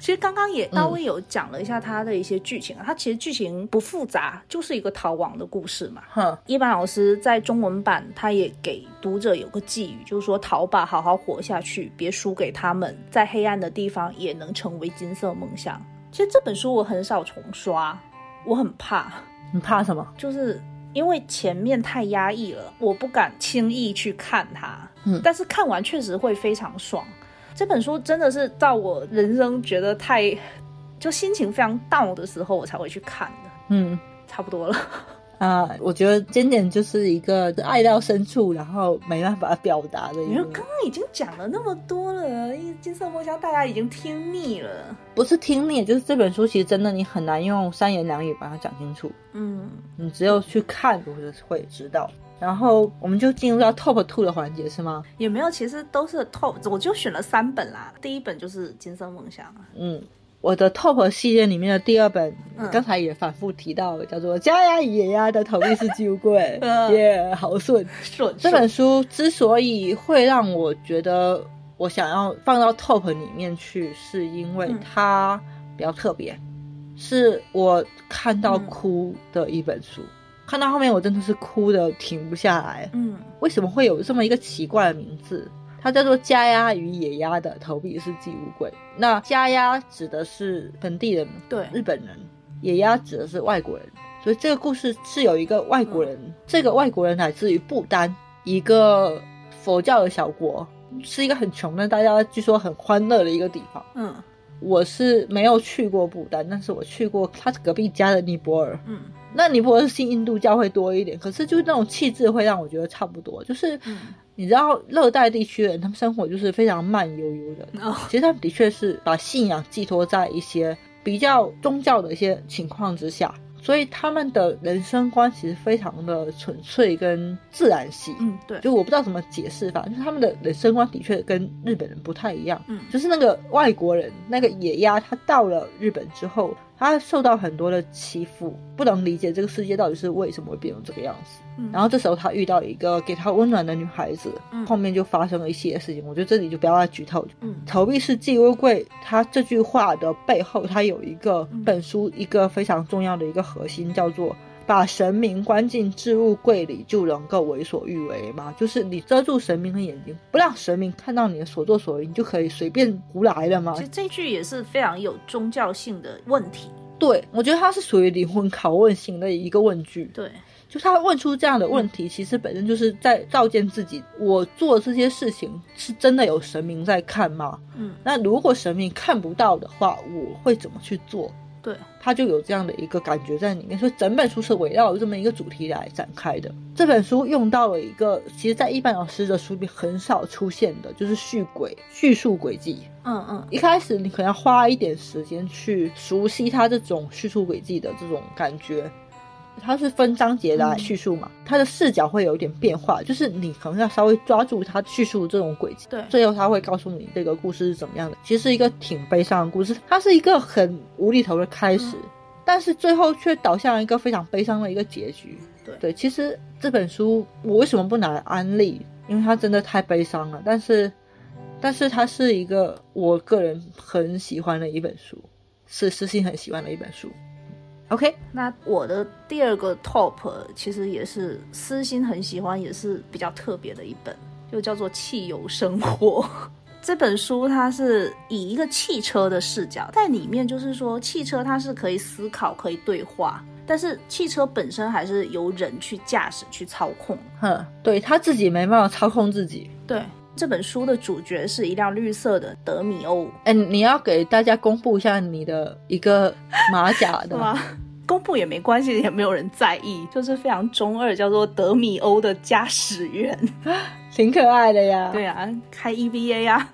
Speaker 2: 其实刚刚也大卫有讲了一下他的一些剧情啊，他其实剧情不复杂，就是一个逃亡的故事嘛。
Speaker 1: 哼，
Speaker 2: 一般老师在中文版，他也给读者有个寄语，就是说逃吧，好好活下去，别输给他们，在黑暗的地方也能成为金色梦想。其实这本书我很少重刷，我很怕，
Speaker 1: 你怕什么？
Speaker 2: 就是因为前面太压抑了，我不敢轻易去看它。
Speaker 1: 嗯
Speaker 2: 但是看完确实会非常爽。这本书真的是到我人生觉得太就心情非常 down 的时候，我才会去看的。
Speaker 1: 嗯。
Speaker 2: 差不多了，
Speaker 1: 啊、我觉得尖点就是一个爱到深处，然后没办法表达的一
Speaker 2: 你说
Speaker 1: 个
Speaker 2: 刚，刚已经讲了那么多了，一金色梦想大家已经听腻了。
Speaker 1: 不是听力，就是这本书其实真的你很难用三言两语把它讲清楚，
Speaker 2: 嗯，
Speaker 1: 你只有去看，或者是会知道。然后我们就进入到 top two 的环节是吗？
Speaker 2: 也没有，其实都是 top，我就选了三本啦。第一本就是《金色梦想》啊，
Speaker 1: 嗯，我的 top 系列里面的第二本，
Speaker 2: 嗯
Speaker 1: 刚才也反复提到了，叫做《家呀野呀的投币式寄物柜》
Speaker 2: 嗯，
Speaker 1: 耶、好顺。
Speaker 2: 顺
Speaker 1: 这本书之所以会让我觉得我想要放到 top 里面去，是因为
Speaker 2: 嗯
Speaker 1: 它比较特别，是我看到
Speaker 2: 嗯
Speaker 1: 哭的一本书。看到后面我真的是哭的停不下来。
Speaker 2: 嗯
Speaker 1: 为什么会有这么一个奇怪的名字？它叫做家鸭与野鸭的投币式寄物柜。那家鸭指的是本地人，
Speaker 2: 对
Speaker 1: 日本人；野鸭指的是外国人。所以这个故事是有一个外国人，这个外国人来自于不丹，一个佛教的小国，是一个很穷的，大家据说很欢乐的一个地方。
Speaker 2: 嗯
Speaker 1: 我是没有去过不丹，但是我去过他隔壁家的尼泊尔。
Speaker 2: 嗯
Speaker 1: 那尼泊尔是信印度教会多一点，可是就是那种气质会让我觉得差不多。就是
Speaker 2: 嗯，
Speaker 1: 你知道，热带地区的人他们生活就是非常慢悠悠的，
Speaker 2: 哦，
Speaker 1: 其实他们的确是把信仰寄托在一些比较宗教的一些情况之下，所以他们的人生观其实非常的纯粹跟自然系。
Speaker 2: 嗯对，
Speaker 1: 就我不知道怎么解释吧，就是他们的人生观的确跟日本人不太一样。
Speaker 2: 嗯
Speaker 1: 就是那个外国人，那个野鸭，他到了日本之后，他受到很多的欺负，不能理解这个世界到底是为什么会变成这个样子。
Speaker 2: 嗯
Speaker 1: 然后这时候他遇到一个给他温暖的女孩子
Speaker 2: 嗯，
Speaker 1: 后面就发生了一些事情。我觉得这里就不要再剧透。
Speaker 2: 嗯
Speaker 1: 投币式寄物柜，它这句话的背后，它有一个
Speaker 2: 嗯
Speaker 1: 本书一个非常重要的一个核心，叫做把神明关进置物柜里就能够为所欲为吗？就是你遮住神明的眼睛，不让神明看到你的所作所为，你就可以随便胡来了吗
Speaker 2: 其？实这句也是非常有宗教性的问题，
Speaker 1: 对，我觉得它是属于灵魂拷问型的一个问句。
Speaker 2: 对，
Speaker 1: 就他问出这样的问题，其实本身就是在照见自己：我做这些事情是真的有神明在看吗？
Speaker 2: 嗯
Speaker 1: 那如果神明看不到的话，我会怎么去做？
Speaker 2: 对，
Speaker 1: 它就有这样的一个感觉在里面，所以整本书是围绕这么一个主题来展开的。这本书用到了一个，其实在一般老师的书里很少出现的，就是叙轨、叙述轨迹。
Speaker 2: 嗯嗯，
Speaker 1: 一开始你可能要花一点时间去熟悉它这种叙述轨迹的这种感觉。它是分章节来叙述嘛，它的视角会有一点变化，就是你可能要稍微抓住它叙述这种轨迹。
Speaker 2: 对
Speaker 1: 最后他会告诉你这个故事是怎么样的。其实是一个挺悲伤的故事，它是一个很无厘头的开始，
Speaker 2: 嗯
Speaker 1: 但是最后却导向一个非常悲伤的一个结局。
Speaker 2: 对
Speaker 1: 其实这本书我为什么不拿来安利？因为它真的太悲伤了，但是，但是它是一个我个人很喜欢的一本书，是私信很喜欢的一本书。OK，
Speaker 2: 那我的第二个 top 其实也是私心很喜欢，也是比较特别的一本，就叫做《汽油生活》。 这本书它是以一个汽车的视角，在里面就是说，汽车它是可以思考、可以对话，但是汽车本身还是由人去驾驶、去操控。
Speaker 1: 哼，对他自己没办法操控自己。
Speaker 2: 对，这本书的主角是一辆绿色的德米欧，
Speaker 1: 哎，你要给大家公布一下你的一个马甲
Speaker 2: 是
Speaker 1: 的
Speaker 2: 吗？ 公布也没关系，也没有人在意，就是非常中二，叫做德米欧的驾驶员。
Speaker 1: 挺可爱的呀。
Speaker 2: 对啊，开 EVA 呀、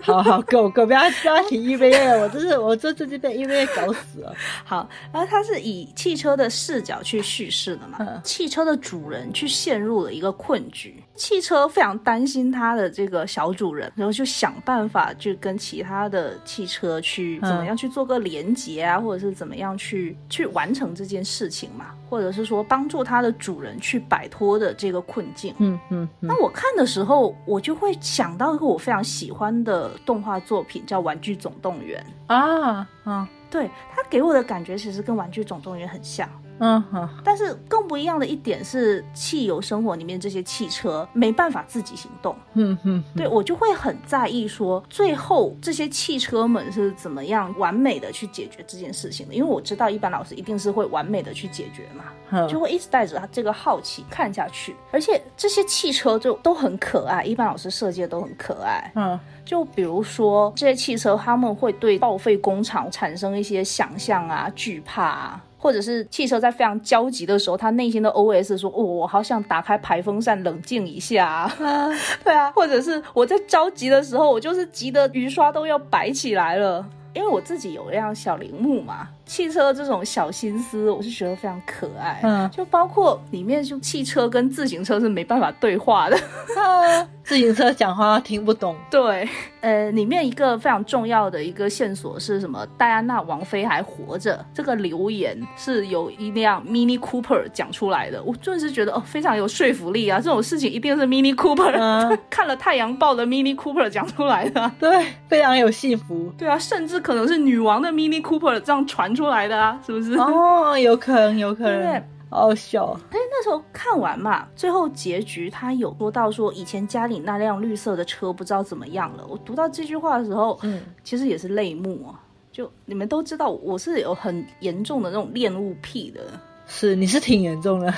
Speaker 1: 好好，够够，不要不要提 EVA，了我真是我这最近被 EVA 搞死了。
Speaker 2: 好，然后它是以汽车的视角去叙事的嘛，
Speaker 1: 嗯
Speaker 2: 汽车的主人去陷入了一个困局，汽车非常担心它的这个小主人，然后就想办法去跟其他的汽车去
Speaker 1: 嗯
Speaker 2: 怎么样去做个连接啊，或者是怎么样去去完成这件事情嘛，或者是说帮助它的主人去摆脱的这个困境。
Speaker 1: 嗯嗯嗯，
Speaker 2: 那我看的时候，我就会想到一个我非常喜欢的动画作品，叫《玩具总动员》。
Speaker 1: 啊啊
Speaker 2: 对它给我的感觉，其实跟《玩具总动员》很像，
Speaker 1: 嗯好，
Speaker 2: 但是更不一样的一点是，汽油生活里面这些汽车没办法自己行动，
Speaker 1: 嗯嗯，
Speaker 2: 对我就会很在意说，最后这些汽车们是怎么样完美的去解决这件事情的，因为我知道一般老师一定是会完美的去解决嘛，
Speaker 1: 嗯
Speaker 2: 就会一直带着这个好奇看下去，而且这些汽车就都很可爱，一般老师设计的都很可爱，
Speaker 1: 嗯
Speaker 2: 就比如说这些汽车，他们会对报废工厂产生一些想象啊、惧怕啊，或者是汽车在非常焦急的时候，他内心的 OS 说：“哦，我好想打开排风扇冷静一下、啊。
Speaker 1: 啊，”
Speaker 2: 对啊，或者是我在着急的时候，我就是急得雨刷都要摆起来了。因为我自己有一辆小铃木嘛，汽车这种小心思，我是觉得非常可爱。
Speaker 1: 嗯
Speaker 2: 就包括里面就汽车跟自行车是没办法对话的，
Speaker 1: 啊自行车讲话听不懂。
Speaker 2: 对， 呃，里面一个非常重要的一个线索是什么？戴安娜王妃还活着，这个留言是由一辆 Mini Cooper 讲出来的。我顿时觉得哦，非常有说服力啊！这种事情一定是 Mini Cooper、
Speaker 1: 嗯
Speaker 2: 看了《太阳报》的 Mini Cooper 讲出来的啊、
Speaker 1: 对，非常有幸福。
Speaker 2: 对啊，甚至可能是女王的 Mini Cooper 这样传出来的啊，是不是？
Speaker 1: 哦，有可能，有可
Speaker 2: 对不对
Speaker 1: 能，好好笑。
Speaker 2: 哎，那时候看完嘛，最后结局他有说到说，以前家里那辆绿色的车不知道怎么样了。我读到这句话的时候，
Speaker 1: 嗯，
Speaker 2: 其实也是泪目啊。就你们都知道，我是有很严重的那种恋物癖的。
Speaker 1: 是，你是挺严重的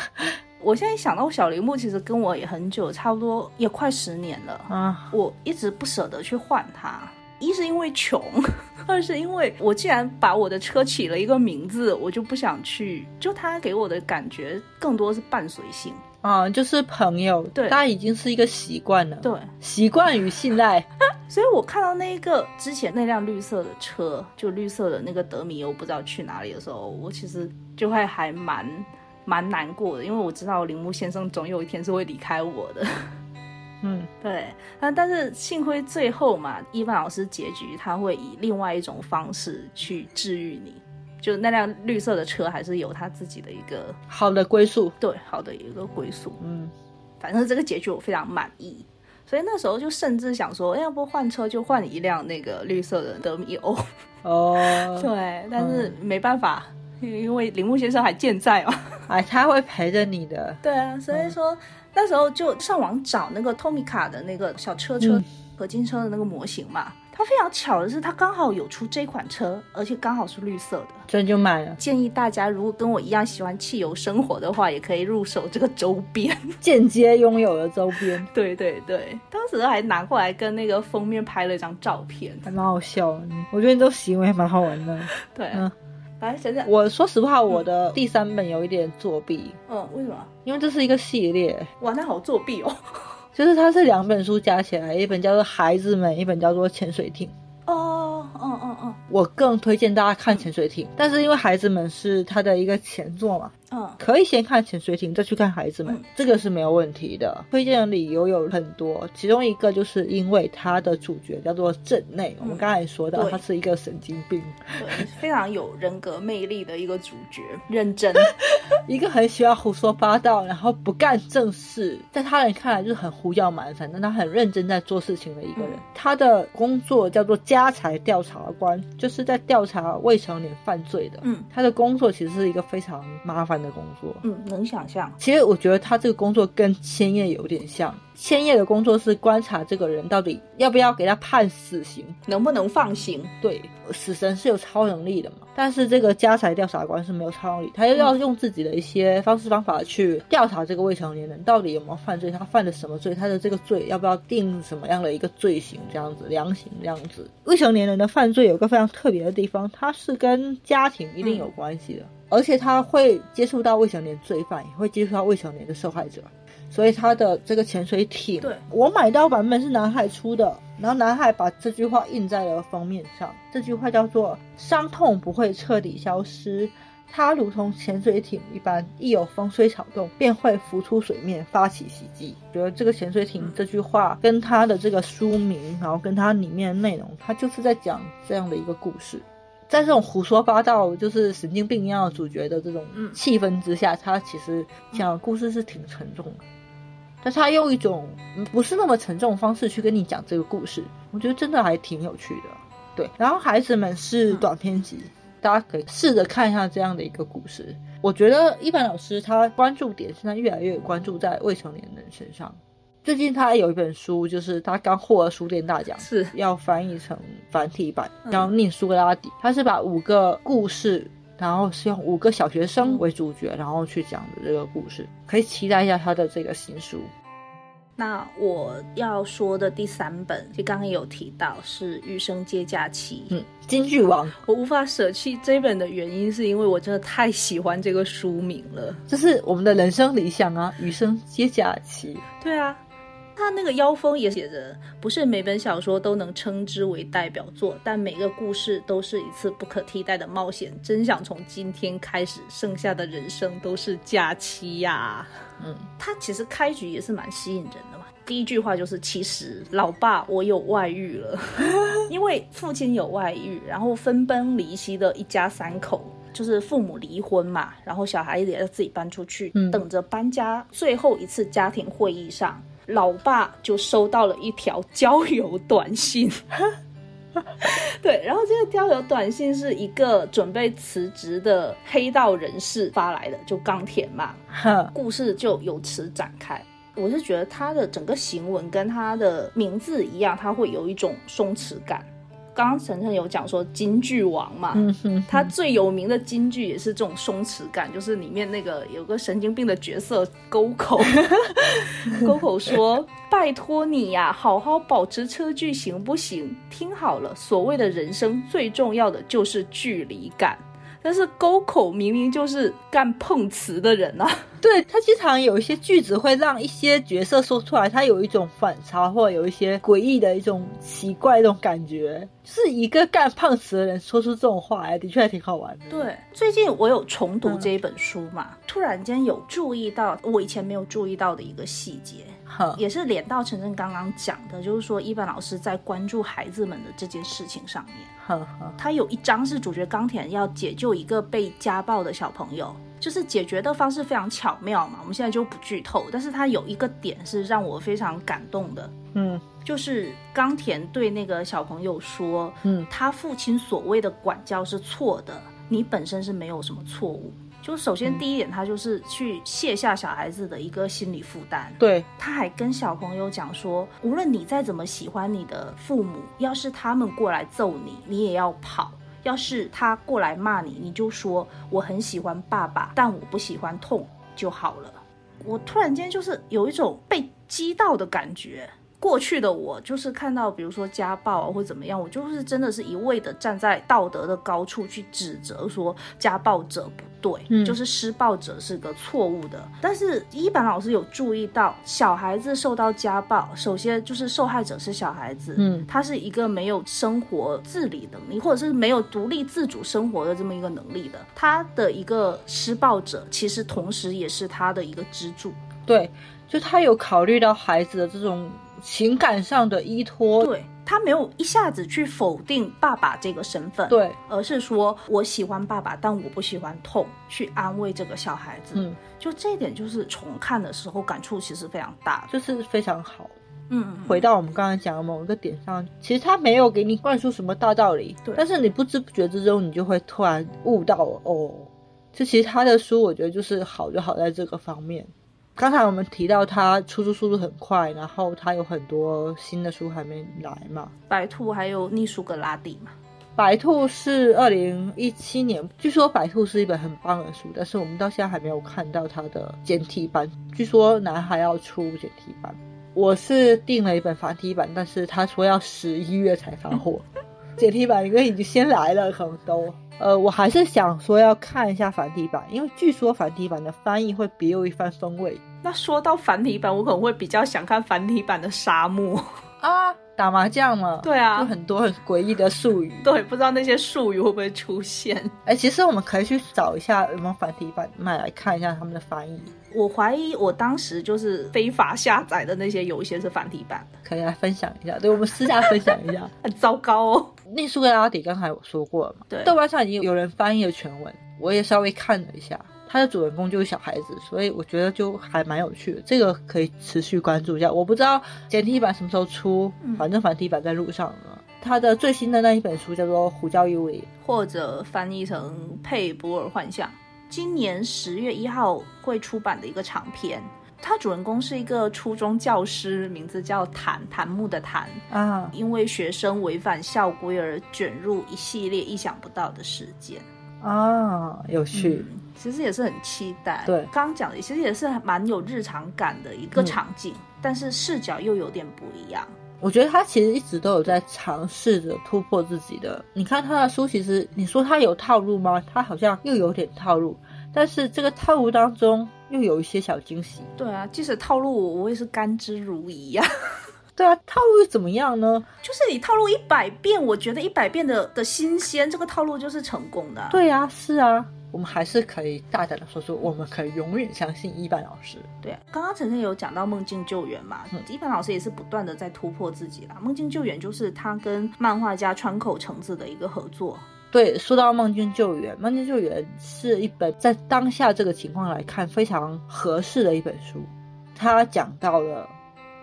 Speaker 2: 我现在想到小铃木，其实跟我也很久，差不多也快十年了。
Speaker 1: 啊。
Speaker 2: 我一直不舍得去换它，一是因为穷， 二是因为我既然把我的车起了一个名字，我就不想去。就它给我的感觉更多是伴随性。
Speaker 1: 啊、就是朋友，
Speaker 2: 对
Speaker 1: 他已经是一个习惯了，
Speaker 2: 对，
Speaker 1: 习惯与信赖，
Speaker 2: 所以我看到那一个之前那辆绿色的车，就绿色的那个德米欧不知道去哪里的时候，我其实就会还蛮蛮难过的，因为我知道铃木先生总有一天是会离开我的。
Speaker 1: 嗯，
Speaker 2: 对，那但是幸亏最后嘛，伊万老师结局他会以另外一种方式去治愈你，就那辆绿色的车还是有他自己的一个
Speaker 1: 好的归宿，
Speaker 2: 对好的一个归宿。
Speaker 1: 嗯，
Speaker 2: 反正这个结局我非常满意，所以那时候就甚至想说，哎要不换车就换一辆那个绿色的德米欧。
Speaker 1: 哦，
Speaker 2: 对，但是没办法，因为铃木先生还健在嘛。
Speaker 1: 哎，他会陪着你的，
Speaker 2: 对啊，所以说、那时候就上网找那个 Tomica 的那个小车车、
Speaker 1: 嗯
Speaker 2: 合金车的那个模型嘛。它非常巧的是，它刚好有出这款车，而且刚好是绿色的。
Speaker 1: 这就买了，
Speaker 2: 建议大家，如果跟我一样喜欢汽油生活的话，也可以入手这个周边。
Speaker 1: 间接拥有了周边，
Speaker 2: 对对对，当时还拿过来跟那个封面拍了一张照片。
Speaker 1: 还蛮好笑的，我觉得你这种行为还蛮好玩的，
Speaker 2: 对，
Speaker 1: 嗯
Speaker 2: 来讲讲，
Speaker 1: 我说实话，我的第三本有一点作弊，
Speaker 2: 嗯，为什么？
Speaker 1: 因为这是一个系列，
Speaker 2: 哇，那好作弊哦。
Speaker 1: 就是它是两本书加起来，一本叫做《孩子们》，一本叫做《潜水艇》。
Speaker 2: 哦，嗯嗯嗯
Speaker 1: 我更推荐大家看《潜水艇》，但是因为《孩子们》是它的一个前作嘛，
Speaker 2: 嗯，
Speaker 1: 可以先看《潜水艇》，再去看《孩子们》
Speaker 2: 嗯
Speaker 1: 这个是没有问题的。推荐的理由有很多，其中一个就是因为它的主角叫做镇内，我们刚才也说到
Speaker 2: 嗯对
Speaker 1: 他是一个神经病，
Speaker 2: 对，非常有人格魅力的一个主角，认 真。
Speaker 1: 一个很喜欢胡说八道，然后不干正事，在他人看来就是很胡搅蛮缠，但他很认真在做事情的一个人。
Speaker 2: 嗯
Speaker 1: 他的工作叫做家财调查官，就是在调查未成年犯罪的。
Speaker 2: 嗯
Speaker 1: 他的工作其实是一个非常麻烦的工作。
Speaker 2: 嗯，能想象。
Speaker 1: 其实我觉得他这个工作跟千叶有点像，千叶的工作是观察这个人到底要不要给他判死刑。
Speaker 2: 能不能放行？
Speaker 1: 对，死神是有超能力的嘛，但是这个家财调查官是没有超能力，他又要用自己的一些方式方法去调查这个未成年人到底有没有犯罪，他犯了什么罪，他的这个罪要不要定什么样的一个罪行，这样子量刑这样子。未成年人的犯罪有一个非常特别的地方，它是跟家庭一定有关系的，而且他会接触到未成年罪犯，也会接触到未成年的受害者。所以他的这个潜水艇，
Speaker 2: 对
Speaker 1: 我买到版本是南海出的，然后南海把这句话印在了封面上。这句话叫做“伤痛不会彻底消失，它如同潜水艇一般，一有风吹草动便会浮出水面，发起袭击。”觉得这个潜水艇
Speaker 2: 嗯
Speaker 1: 这句话跟它的这个书名，然后跟它里面的内容，它就是在讲这样的一个故事。在这种胡说八道、就是神经病一样的主角的这种
Speaker 2: 嗯
Speaker 1: 气氛之下，他其实讲的故事是挺沉重的。但他用一种嗯不是那么沉重的方式去跟你讲这个故事，我觉得真的还挺有趣的。对，然后孩子们是
Speaker 2: 嗯
Speaker 1: 短篇集，大家可以试着看一下这样的一个故事。我觉得一般老师他关注点现在越来越关注在未成年人身上。最近他有一本书，就是他刚获了书店大奖，
Speaker 2: 是
Speaker 1: 要翻译成繁体版，
Speaker 2: 嗯
Speaker 1: 然后念苏格拉底，他是把五个故事，然后是用五个小学
Speaker 2: 嗯
Speaker 1: 生为主角，然后去讲的这个故事，可以期待一下他的这个新书。
Speaker 2: 那我要说的第三本，就刚刚也有提到是《余生皆假期》。
Speaker 1: 嗯，京剧王，
Speaker 2: 我无法舍弃这本的原因，是因为我真的太喜欢这个书名了。
Speaker 1: 这是我们的人生理想啊，
Speaker 2: 嗯
Speaker 1: 余生皆假期。
Speaker 2: 对啊，他那个腰封也写着，不是每本小说都能称之为代表作，但每个故事都是一次不可替代的冒险。真想从今天开始，剩下的人生都是假期呀、
Speaker 1: 嗯，
Speaker 2: 他其实开局也是蛮吸引人的嘛。第一句话就是：“其实老爸，我有外遇了，因为父亲有外遇，然后分崩离析的一家三口，就是父母离婚嘛，然后小孩也要自己搬出去，
Speaker 1: 嗯
Speaker 2: 等着搬家。最后一次家庭会议上，老爸就收到了一条交友短信。” 对，然后这个交友短信是一个准备辞职的黑道人士发来的，就钢铁嘛。
Speaker 1: 哈，
Speaker 2: 故事就由此展开。我是觉得他的整个行文跟他的名字一样，他会有一种松弛感。刚刚晨晨有讲说京剧王嘛，
Speaker 1: 嗯哼，
Speaker 2: 他最有名的京剧也是这种松弛感，就是里面那个有个神经病的角色沟口，沟口说：“拜托你呀、好好保持车距行不行？听好了，所谓的人生最重要的就是距离感。”但是沟口明明就是干碰瓷的人啊，
Speaker 1: 对他经常有一些句子会让一些角色说出来，他有一种反差，或者有一些诡异的一种奇怪的一种感觉，就是一个干胖词的人说出这种话哎来，的确还挺好玩的。，
Speaker 2: 对，最近我有重读
Speaker 1: 嗯
Speaker 2: 这一本书嘛，突然间有注意到我以前没有注意到的一个细节，
Speaker 1: 哈，
Speaker 2: 也是连到晨晨刚刚讲的，就是说一般老师在关注孩子们的这件事情上面，
Speaker 1: 哈哈，
Speaker 2: 他有一章是主角钢铁要解救一个被家暴的小朋友。就是解决的方式非常巧妙嘛，我们现在就不剧透，但是他有一个点是让我非常感动的，
Speaker 1: 嗯
Speaker 2: 就是冈田对那个小朋友说，
Speaker 1: 嗯
Speaker 2: 他父亲所谓的管教是错的，你本身是没有什么错误。就首先
Speaker 1: 嗯
Speaker 2: 第一点，他就是去卸下小孩子的一个心理负担。
Speaker 1: 对，
Speaker 2: 他还跟小朋友讲说，无论你再怎么喜欢你的父母，要是他们过来揍你，你也要跑；要是他过来骂你，你就说我很喜欢爸爸，但我不喜欢痛就好了。我突然间就是有一种被击到的感觉，过去的我就是看到，比如说家暴啊或怎么样，我就是真的是一味的站在道德的高处去指责说家暴者不对，
Speaker 1: 嗯
Speaker 2: 就是施暴者是个错误的。但是一板老师有注意到，小孩子受到家暴，首先就是受害者是小孩子，
Speaker 1: 嗯
Speaker 2: 他是一个没有生活自理能力，或者是没有独立自主生活的这么一个能力的，他的一个施暴者其实同时也是他的一个支柱。
Speaker 1: 对，就他有考虑到孩子的这种情感上的依托，
Speaker 2: 对他没有一下子去否定爸爸这个身份，，
Speaker 1: 对，
Speaker 2: 而是说我喜欢爸爸，但我不喜欢痛，去安慰这个小孩子。
Speaker 1: 嗯，
Speaker 2: 就这一点，就是重看的时候感触其实非常大的。
Speaker 1: 就是非常好。
Speaker 2: 嗯嗯，嗯
Speaker 1: 回到我们刚才讲的某一个点上，其实他没有给你灌输什么大道理，
Speaker 2: 对
Speaker 1: 但是你不知不觉之中，你就会突然悟到哦。就其实他的书，我觉得就是好就好在这个方面。刚才我们提到他出书速度很快，然后他有很多新的书还没来嘛。
Speaker 2: 白兔还有逆苏格拉底嘛，
Speaker 1: 白兔是二零一七年，据说白兔是一本很棒的书，但是我们到现在还没有看到它的简体版。据说男孩要出简体版，我是订了一本繁体版，但是他说要十一月才发货， 简体版应该已经先来了，可能都。呃，我还是想说要看一下繁体版，因为据说繁体版的翻译会别有一番风味
Speaker 2: 那说到繁体版，我可能会比较想看繁体版的沙漠。
Speaker 1: 啊。打麻将嘛，
Speaker 2: 对 啊
Speaker 1: 就很多很诡异的术语。
Speaker 2: 对，不知道那些术语会不会出现。
Speaker 1: 哎，其实我们可以去找一下有没有繁体版卖来看一下他们的翻译，
Speaker 2: 我怀疑我当时就是非法下载的那些，有一些是繁体版的，
Speaker 1: 可以来分享一下。对，我们私下分享一下。
Speaker 2: 很糟糕哦。
Speaker 1: 那苏格拉底刚才有说过了嘛，
Speaker 2: 对
Speaker 1: 豆瓣上已经有人翻译了全文，我也稍微看了一下。它的主人公就是小孩子，所以我觉得就还蛮有趣的，这个可以持续关注一下。我不知道简体版什么时候出，
Speaker 2: 嗯
Speaker 1: 反正繁体版在路上了。他的最新的那一本书叫做《胡椒幽灵》，
Speaker 2: 或者翻译成《佩博尔幻象》。今年十月一号会出版的一个长篇，它主人公是一个初中教师，名字叫谭，谭木的谭，
Speaker 1: 啊，
Speaker 2: 因为学生违反校规而卷入一系列意想不到的事件。
Speaker 1: 啊，有趣，
Speaker 2: 嗯其实也是很期待。
Speaker 1: 对
Speaker 2: 刚刚讲的其实也是蛮有日常感的一个
Speaker 1: 嗯
Speaker 2: 场景，但是视角又有点不一样。
Speaker 1: 我觉得他其实一直都有在尝试着突破自己的。你看他的书，其实你说他有套路吗？他好像又有点套路，但是这个套路当中又有一些小惊喜。
Speaker 2: 对啊，即使套路我，我也是甘之如饴呀、
Speaker 1: 对啊，套路又怎么样呢？
Speaker 2: 就是你套路一百遍，我觉得一百遍的的新鲜，这个套路就是成功的啊。
Speaker 1: 对啊，是啊，我们还是可以大胆的说出，我们可以永远相信一班老师。
Speaker 2: 对，啊刚刚晨晨有讲到梦境救援嘛，
Speaker 1: 嗯
Speaker 2: 一般老师也是不断的在突破自己啦。梦境救援就是他跟漫画家川口诚子的一个合作，
Speaker 1: 对，说到《梦境救援》，《梦境救援》是一本在当下这个情况来看非常合适的一本书。它讲到了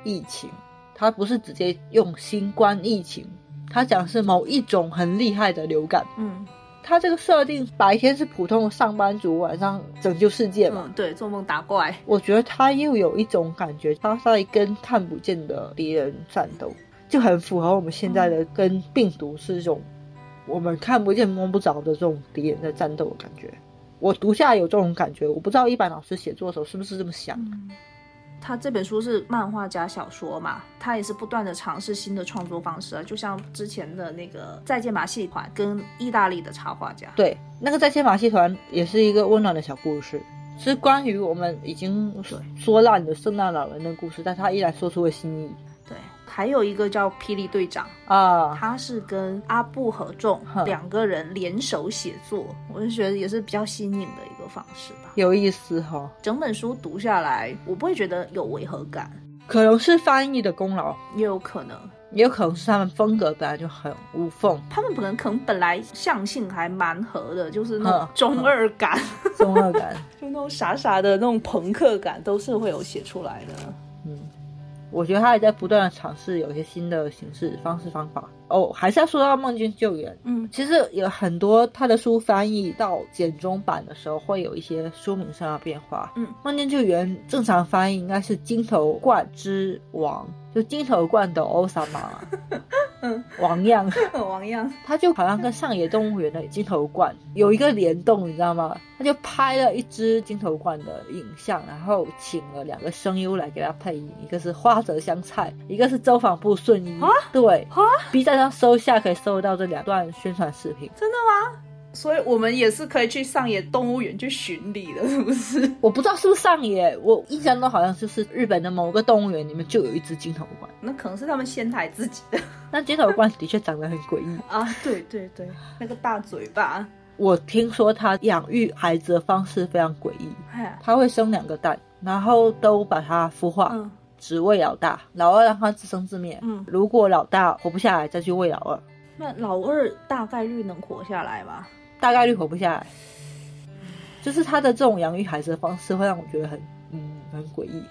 Speaker 1: 疫情，它不是直接用新冠疫情，它讲的是某一种很厉害的流感。
Speaker 2: 嗯
Speaker 1: 它这个设定，白天是普通的上班族，晚上拯救世界嘛。
Speaker 2: 嗯，对，做梦打怪，
Speaker 1: 我觉得他又有一种感觉，他在跟看不见的敌人战斗，就很符合我们现在的跟病毒是一种我们看不见摸不着的这种敌人的战斗的感觉。我读下来有这种感觉，我不知道一般老师写作的时候是不是这么想。
Speaker 2: 嗯。他这本书是漫画加小说嘛，他也是不断的尝试新的创作方式啊，就像之前的那个《再见马戏团》跟意大利的插画家，
Speaker 1: 对，那个在线马戏团也是一个温暖的小故事，是关于我们已经说烂的圣诞老人的故事，但他依然说出了心意
Speaker 2: 对，还有一个叫《霹雳队长》，
Speaker 1: 啊。
Speaker 2: 他是跟阿布和仲
Speaker 1: 哼
Speaker 2: 两个人联手写作，我就觉得也是比较新颖的一个方式吧。
Speaker 1: 有意思哈、
Speaker 2: 整本书读下来，我不会觉得有违和感，
Speaker 1: 可能是翻译的功劳，
Speaker 2: 也有可能
Speaker 1: 也有可能是他们风格本来就很无缝，
Speaker 2: 他们可能可能本来相性还蛮合的，就是那种
Speaker 1: 哼
Speaker 2: 中二感，
Speaker 1: 中二感。
Speaker 2: 就那种傻傻的那种朋克感，都是会有写出来的。
Speaker 1: 嗯，我觉得他也在不断的尝试有一些新的形式、方式、方法。哦，还是要说到《梦境救援》，
Speaker 2: 嗯
Speaker 1: 其实有很多他的书翻译到简中版的时候，会有一些书名上的变化。
Speaker 2: 嗯
Speaker 1: 《梦境救援》正常翻译应该是“金头冠之王”，就金头冠的欧萨玛。
Speaker 2: 嗯，
Speaker 1: 王样，
Speaker 2: 王样，
Speaker 1: 他就好像跟上野动物园的金头冠有一个联动，你知道吗？他就拍了一只金头冠的影像，然后请了两个声优来给他配音，一个是花泽香菜，一个是周防部顺一
Speaker 2: 啊。
Speaker 1: 对
Speaker 2: 啊
Speaker 1: ，B 站上搜一下可以搜到这两段宣传视频。
Speaker 2: 真的吗？所以我们也是可以去上野动物园去巡礼的，是不是？
Speaker 1: 我不知道是不是上野，我印象中好像就是日本的某个动物园里面就有一只金头冠，
Speaker 2: 那可能是他们仙台自己的
Speaker 1: 那金头冠的确长得很诡异。
Speaker 2: 啊！对对对，那个大嘴巴，
Speaker 1: 我听说它养育孩子的方式非常诡异，
Speaker 2: 哎呀，
Speaker 1: 它会生两个蛋，然后都把它孵化，
Speaker 2: 嗯
Speaker 1: 只喂老大，老二让它自生自灭。
Speaker 2: 嗯，
Speaker 1: 如果老大活不下来，再去喂老二，
Speaker 2: 那老二大概率能活下来吧？
Speaker 1: 大概率活不下来。就是它的这种养育孩子的方式，会让我觉得很嗯很诡异。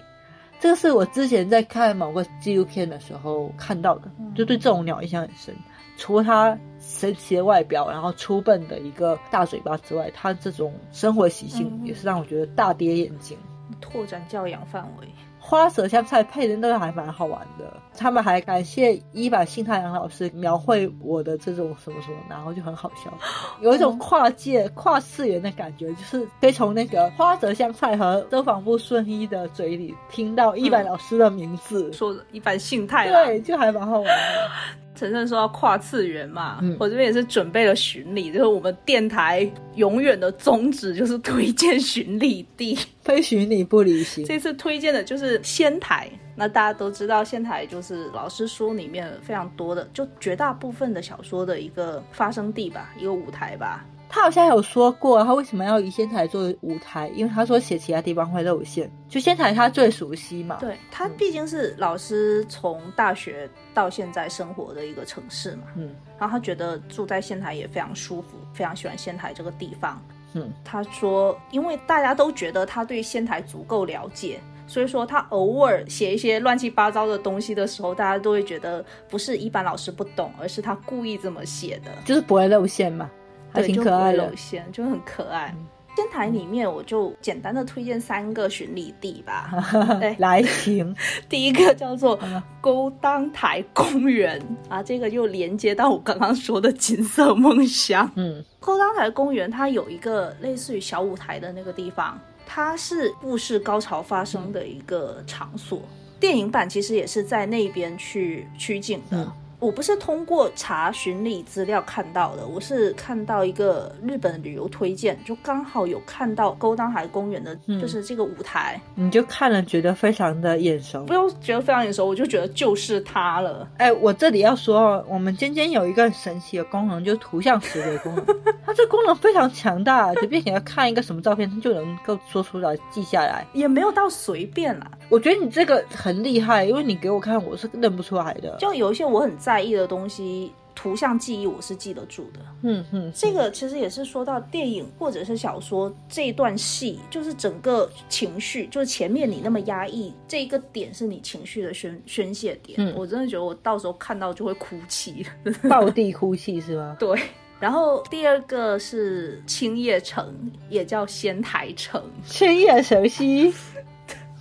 Speaker 1: 这个是我之前在看某个纪录片的时候看到的，
Speaker 2: 嗯
Speaker 1: 就对这种鸟印象很深。除了它神奇的外表，然后粗笨的一个大嘴巴之外，它这种生活习性
Speaker 2: 嗯
Speaker 1: 也是让我觉得大跌眼镜。
Speaker 2: 拓展教养范围，
Speaker 1: 花舌香菜配的那个还蛮好玩的。他们还感谢伊坂幸太郎老师描绘我的这种什么什么，然后就很好 笑，有一种跨界、跨次元的感觉，就是可以从那个花泽香菜和周防部顺一的嘴里听到伊坂老师的名字，
Speaker 2: 嗯说的一般性态啦。
Speaker 1: 对，就还蛮好玩的。
Speaker 2: 晨晨说要跨次元嘛，
Speaker 1: 嗯
Speaker 2: 我这边也是准备了巡礼，就是我们电台永远的宗旨就是推荐巡礼地。
Speaker 1: 非许你不离行，
Speaker 2: 这次推荐的就是仙台。那大家都知道，仙台就是老师书里面非常多的，就绝大部分的小说的一个发生地吧，一个舞台吧。
Speaker 1: 他好像有说过，他为什么要以仙台作为舞台，因为他说写其他地方会露馅，就仙台他最熟悉嘛。
Speaker 2: 对，它毕竟是老师从大学到现在生活的一个城市嘛，
Speaker 1: 嗯
Speaker 2: 然后他觉得住在仙台也非常舒服，非常喜欢仙台这个地方。
Speaker 1: 嗯，
Speaker 2: 他说，因为大家都觉得他对仙台足够了解，所以说他偶尔写一些乱七八糟的东西的时候，大家都会觉得不是一般老师不懂，而是他故意这么写的。
Speaker 1: 就是不会露馅嘛，还
Speaker 2: 对，
Speaker 1: 挺
Speaker 2: 就
Speaker 1: 可爱
Speaker 2: 不
Speaker 1: 的
Speaker 2: 会露。馅，就很可爱。仙台里面，我就简单的推荐三个巡礼地 吧。对，
Speaker 1: 来行，
Speaker 2: 第一个叫做
Speaker 1: 嗯
Speaker 2: 勾当台公园啊，这个又连接到我刚刚说的金色梦乡。
Speaker 1: 嗯，
Speaker 2: 勾当台公园它有一个类似于小舞台的那个地方，它是故事高潮发生的一个场所。电影版其实也是在那边去取景的。
Speaker 1: 嗯
Speaker 2: 我不是通过查询理资料看到的，我是看到一个日本旅游推荐，就刚好有看到勾当海公园的，
Speaker 1: 嗯
Speaker 2: 就是这个舞台，
Speaker 1: 你就看了觉得非常的眼熟
Speaker 2: 不。用觉得非常眼熟，我就觉得就是它了。
Speaker 1: 哎，我这里要说哦，我们尖尖有一个很神奇的功能，就是图像识别功 能。它这功能非常强大，随便给它看一个什么照片，它就能够说出来记下来。
Speaker 2: 也没有到随便啦，
Speaker 1: 我觉得你这个很厉害，因为你给我看，我是认不出来的。
Speaker 2: 就有一些我很在意的东西，图像记忆我是记得住的。
Speaker 1: 嗯嗯，
Speaker 2: 这个其实也是说到电影或者是小说这一段戏，就是整个情绪，就是前面你那么压抑，这一个点是你情绪的宣宣泄点。
Speaker 1: 嗯
Speaker 2: 我真的觉得我到时候看到就会哭 泣。
Speaker 1: 暴地哭泣是吗？
Speaker 2: 对，然后第二个是青叶城，也叫仙台城。
Speaker 1: 千叶熟悉。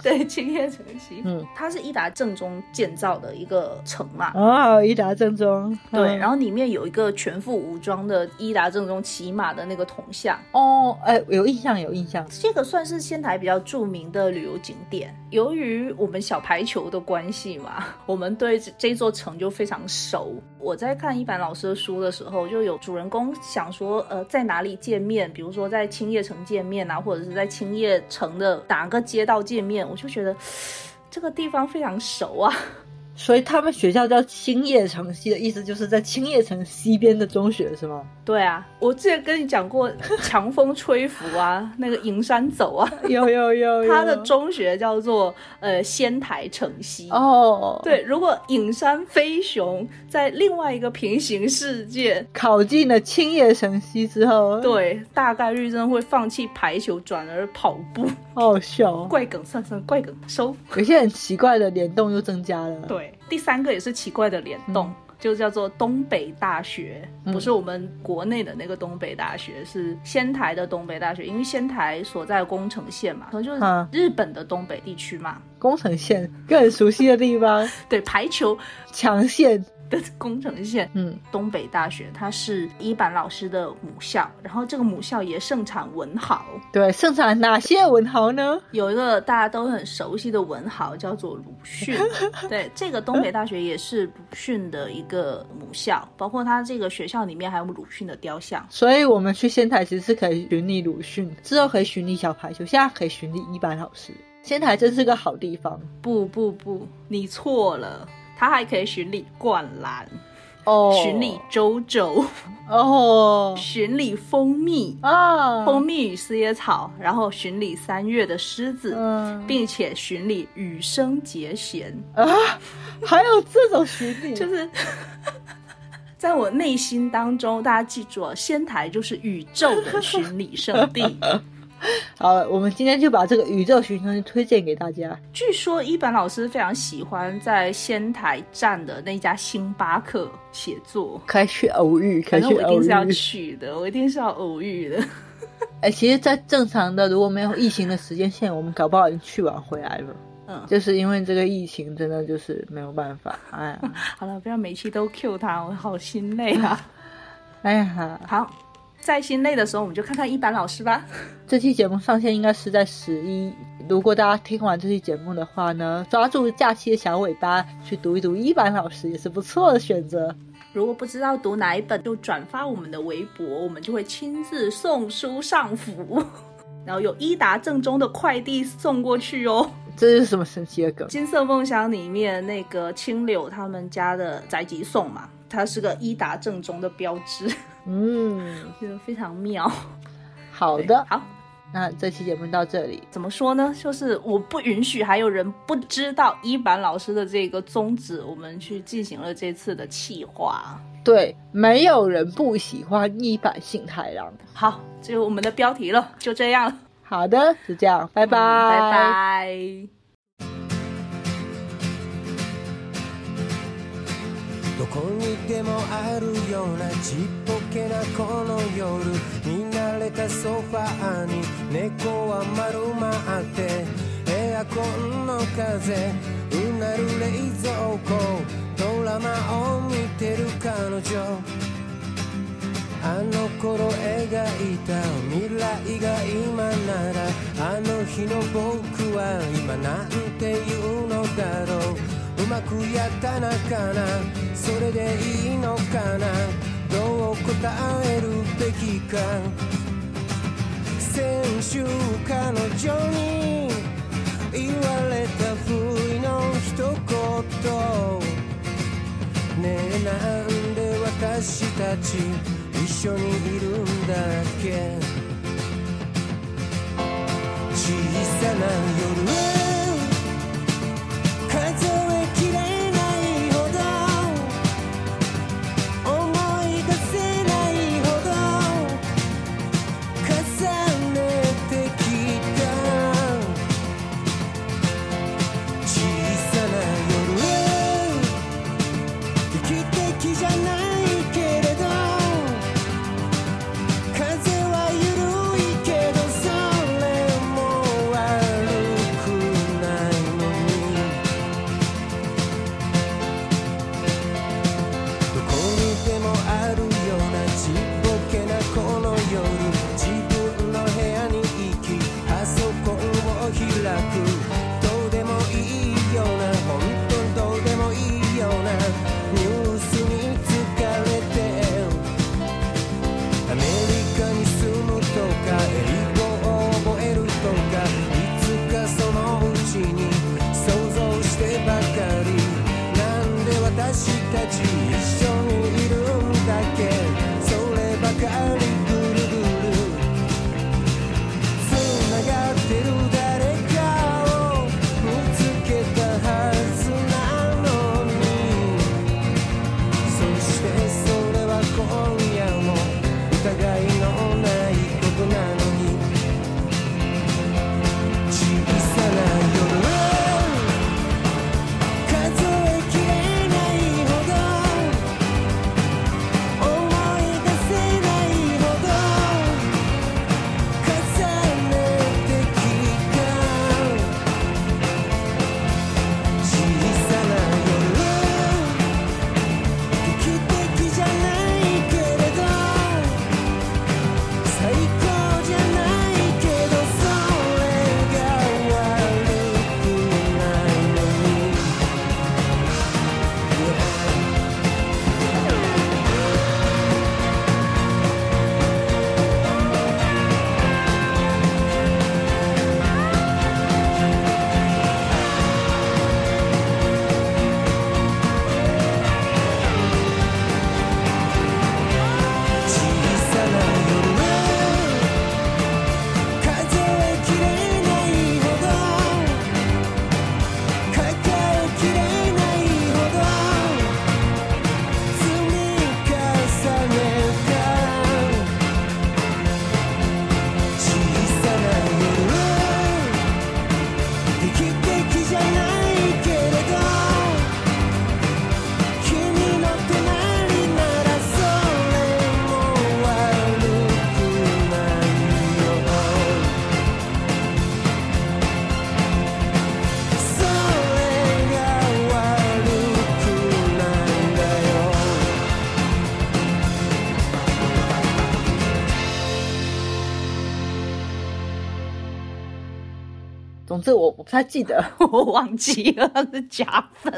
Speaker 2: 对，青叶城西，
Speaker 1: 嗯
Speaker 2: 它是伊达正宗建造的一个城嘛。
Speaker 1: 哦，一达正嗯宗。
Speaker 2: 对，然
Speaker 1: 后
Speaker 2: 后里面有一个全副武装的伊达正宗骑马的那个铜像，
Speaker 1: 哦，哎，有印象，有印象。
Speaker 2: 这个算是仙台比较著名的旅游景点。由于我们小排球的关系嘛， 我们对这这座城就非常熟。我在看一凡老师的书的时候，就有主人公想说，呃，在哪里见面？比如说在青叶城见面啊，或者是在青叶城的哪个街道见面？我就觉得 这个地方非常熟啊。
Speaker 1: 所以他们学校叫青叶城西的意思就是在青叶城西边的中学是吗？
Speaker 2: 对啊，我之前跟你讲过， 强风吹拂啊，那个银山走啊，
Speaker 1: 有有有有，
Speaker 2: 它的中学叫做呃仙台城西。
Speaker 1: 哦，，
Speaker 2: 对，如果隐山飞熊在另外一个平行世界，
Speaker 1: 考进了青叶城西之后，，
Speaker 2: 对，大概率真的会放弃排球，转而跑步。
Speaker 1: 好好笑哦。
Speaker 2: 怪梗算算，怪梗收。
Speaker 1: 有些很奇怪的联动又增加了，，
Speaker 2: 对，第三个也是奇怪的联动。就叫做东北大学，
Speaker 1: 嗯
Speaker 2: 不是我们国内的那个东北大学，是仙台的东北大学。因为仙台所在的宫城县嘛，可能就是
Speaker 1: 嗯
Speaker 2: 日本的东北地区嘛。
Speaker 1: 宫城县更熟悉的地方，
Speaker 2: 对，排球
Speaker 1: 强县
Speaker 2: 的宫城县
Speaker 1: 嗯
Speaker 2: 东北大学，它是一板老师的母校，然后这个母校也盛产文豪，
Speaker 1: 对，盛产哪些文豪呢？
Speaker 2: 有一个大家都很熟悉的文豪叫做鲁 迅，对，这个东北大学也是鲁迅的一个母校，包括它这个学校里面还有鲁迅的雕像。
Speaker 1: 所以我们去仙台其实是可以寻你鲁迅，之后可以寻你小排球，现在可以寻你一班老师。仙台真是个好地方
Speaker 2: 不不不，你错了，它还可以巡礼灌篮，
Speaker 1: 哦，
Speaker 2: 巡礼周周，
Speaker 1: 哦
Speaker 2: 巡礼蜂蜜，
Speaker 1: 啊，
Speaker 2: 蜂蜜与四叶草，然后巡礼三月的狮子，
Speaker 1: 嗯，
Speaker 2: 并且巡礼羽生结弦，
Speaker 1: 还有这种巡礼，
Speaker 2: 就是 在我内心当中，大家记住啊，仙台就是宇宙 的巡礼圣地。
Speaker 1: 好了，我们今天就把这个宇宙巡程推荐给大家。
Speaker 2: 据说一本老师非常喜欢在仙台站的那家星巴克写作。
Speaker 1: 可以去偶遇，可
Speaker 2: 反
Speaker 1: 以
Speaker 2: 正
Speaker 1: 去
Speaker 2: 我一
Speaker 1: 偶
Speaker 2: 定是
Speaker 1: 遇。
Speaker 2: 要去的，我一定是要偶遇的。
Speaker 1: 哎、其实，在正常的如果没有疫情的时间线，我们搞不好已经去晚回来了。
Speaker 2: 嗯，
Speaker 1: 就是因为这个疫情，真的就是没有办法。哎 呀，
Speaker 2: 好了，不要每期都 Q 他，我好心累啊。
Speaker 1: 哎呀，
Speaker 2: 好，在心累的时候，我们就看看一班老师吧。
Speaker 1: 这期节目上线应该是在十一。如果大家听完这期节目的话呢，抓住假期的小尾巴去读一读一版老师也是不错的选择。
Speaker 2: 如果不知道读哪一本，就转发我们的微博，我们就会亲自送书上府， 然后有伊达正宗的快递送过去哦。
Speaker 1: 这是什么神奇的梗
Speaker 2: 《金色梦乡》里面那个青柳他们家的宅急送嘛，它是个伊达正宗的标志，
Speaker 1: 嗯，
Speaker 2: 觉得非常妙。
Speaker 1: 好的，
Speaker 2: 好，
Speaker 1: 那这期节目到这里。
Speaker 2: 怎么说呢？就是我不允许还有人不知道伊坂老师的这个宗旨，我们去进行了这次的企划。
Speaker 1: 对，没有人不喜欢一版信太郎。
Speaker 2: 好，这是我们的标题了，就这样了，
Speaker 1: 好的，就这样，拜拜，
Speaker 2: 嗯拜拜。
Speaker 4: どこにでもあるようなちっぽけなこの夜見慣れたソファーに猫は丸まってエアコンの風うなる冷蔵庫ドラマを見てる彼女あの頃描いた未来が今ならあの日の僕は今なんて言うのだろううまくやったなかなそれでいいのかなどう答えるべきか先週彼女に言われた不意の一言ねえなんで私たち一緒にいるんだっけ小さな夜数えきれないほど思い出せないほど重ねてきた小さな夜生きてきじゃないけれど風は緩いけどそれも悪い敵じゃないけれど君の隣ならそれも悪くないよ「それが悪くないんだよ」
Speaker 1: 总之我我不太记得，
Speaker 2: 我忘记了是假粉。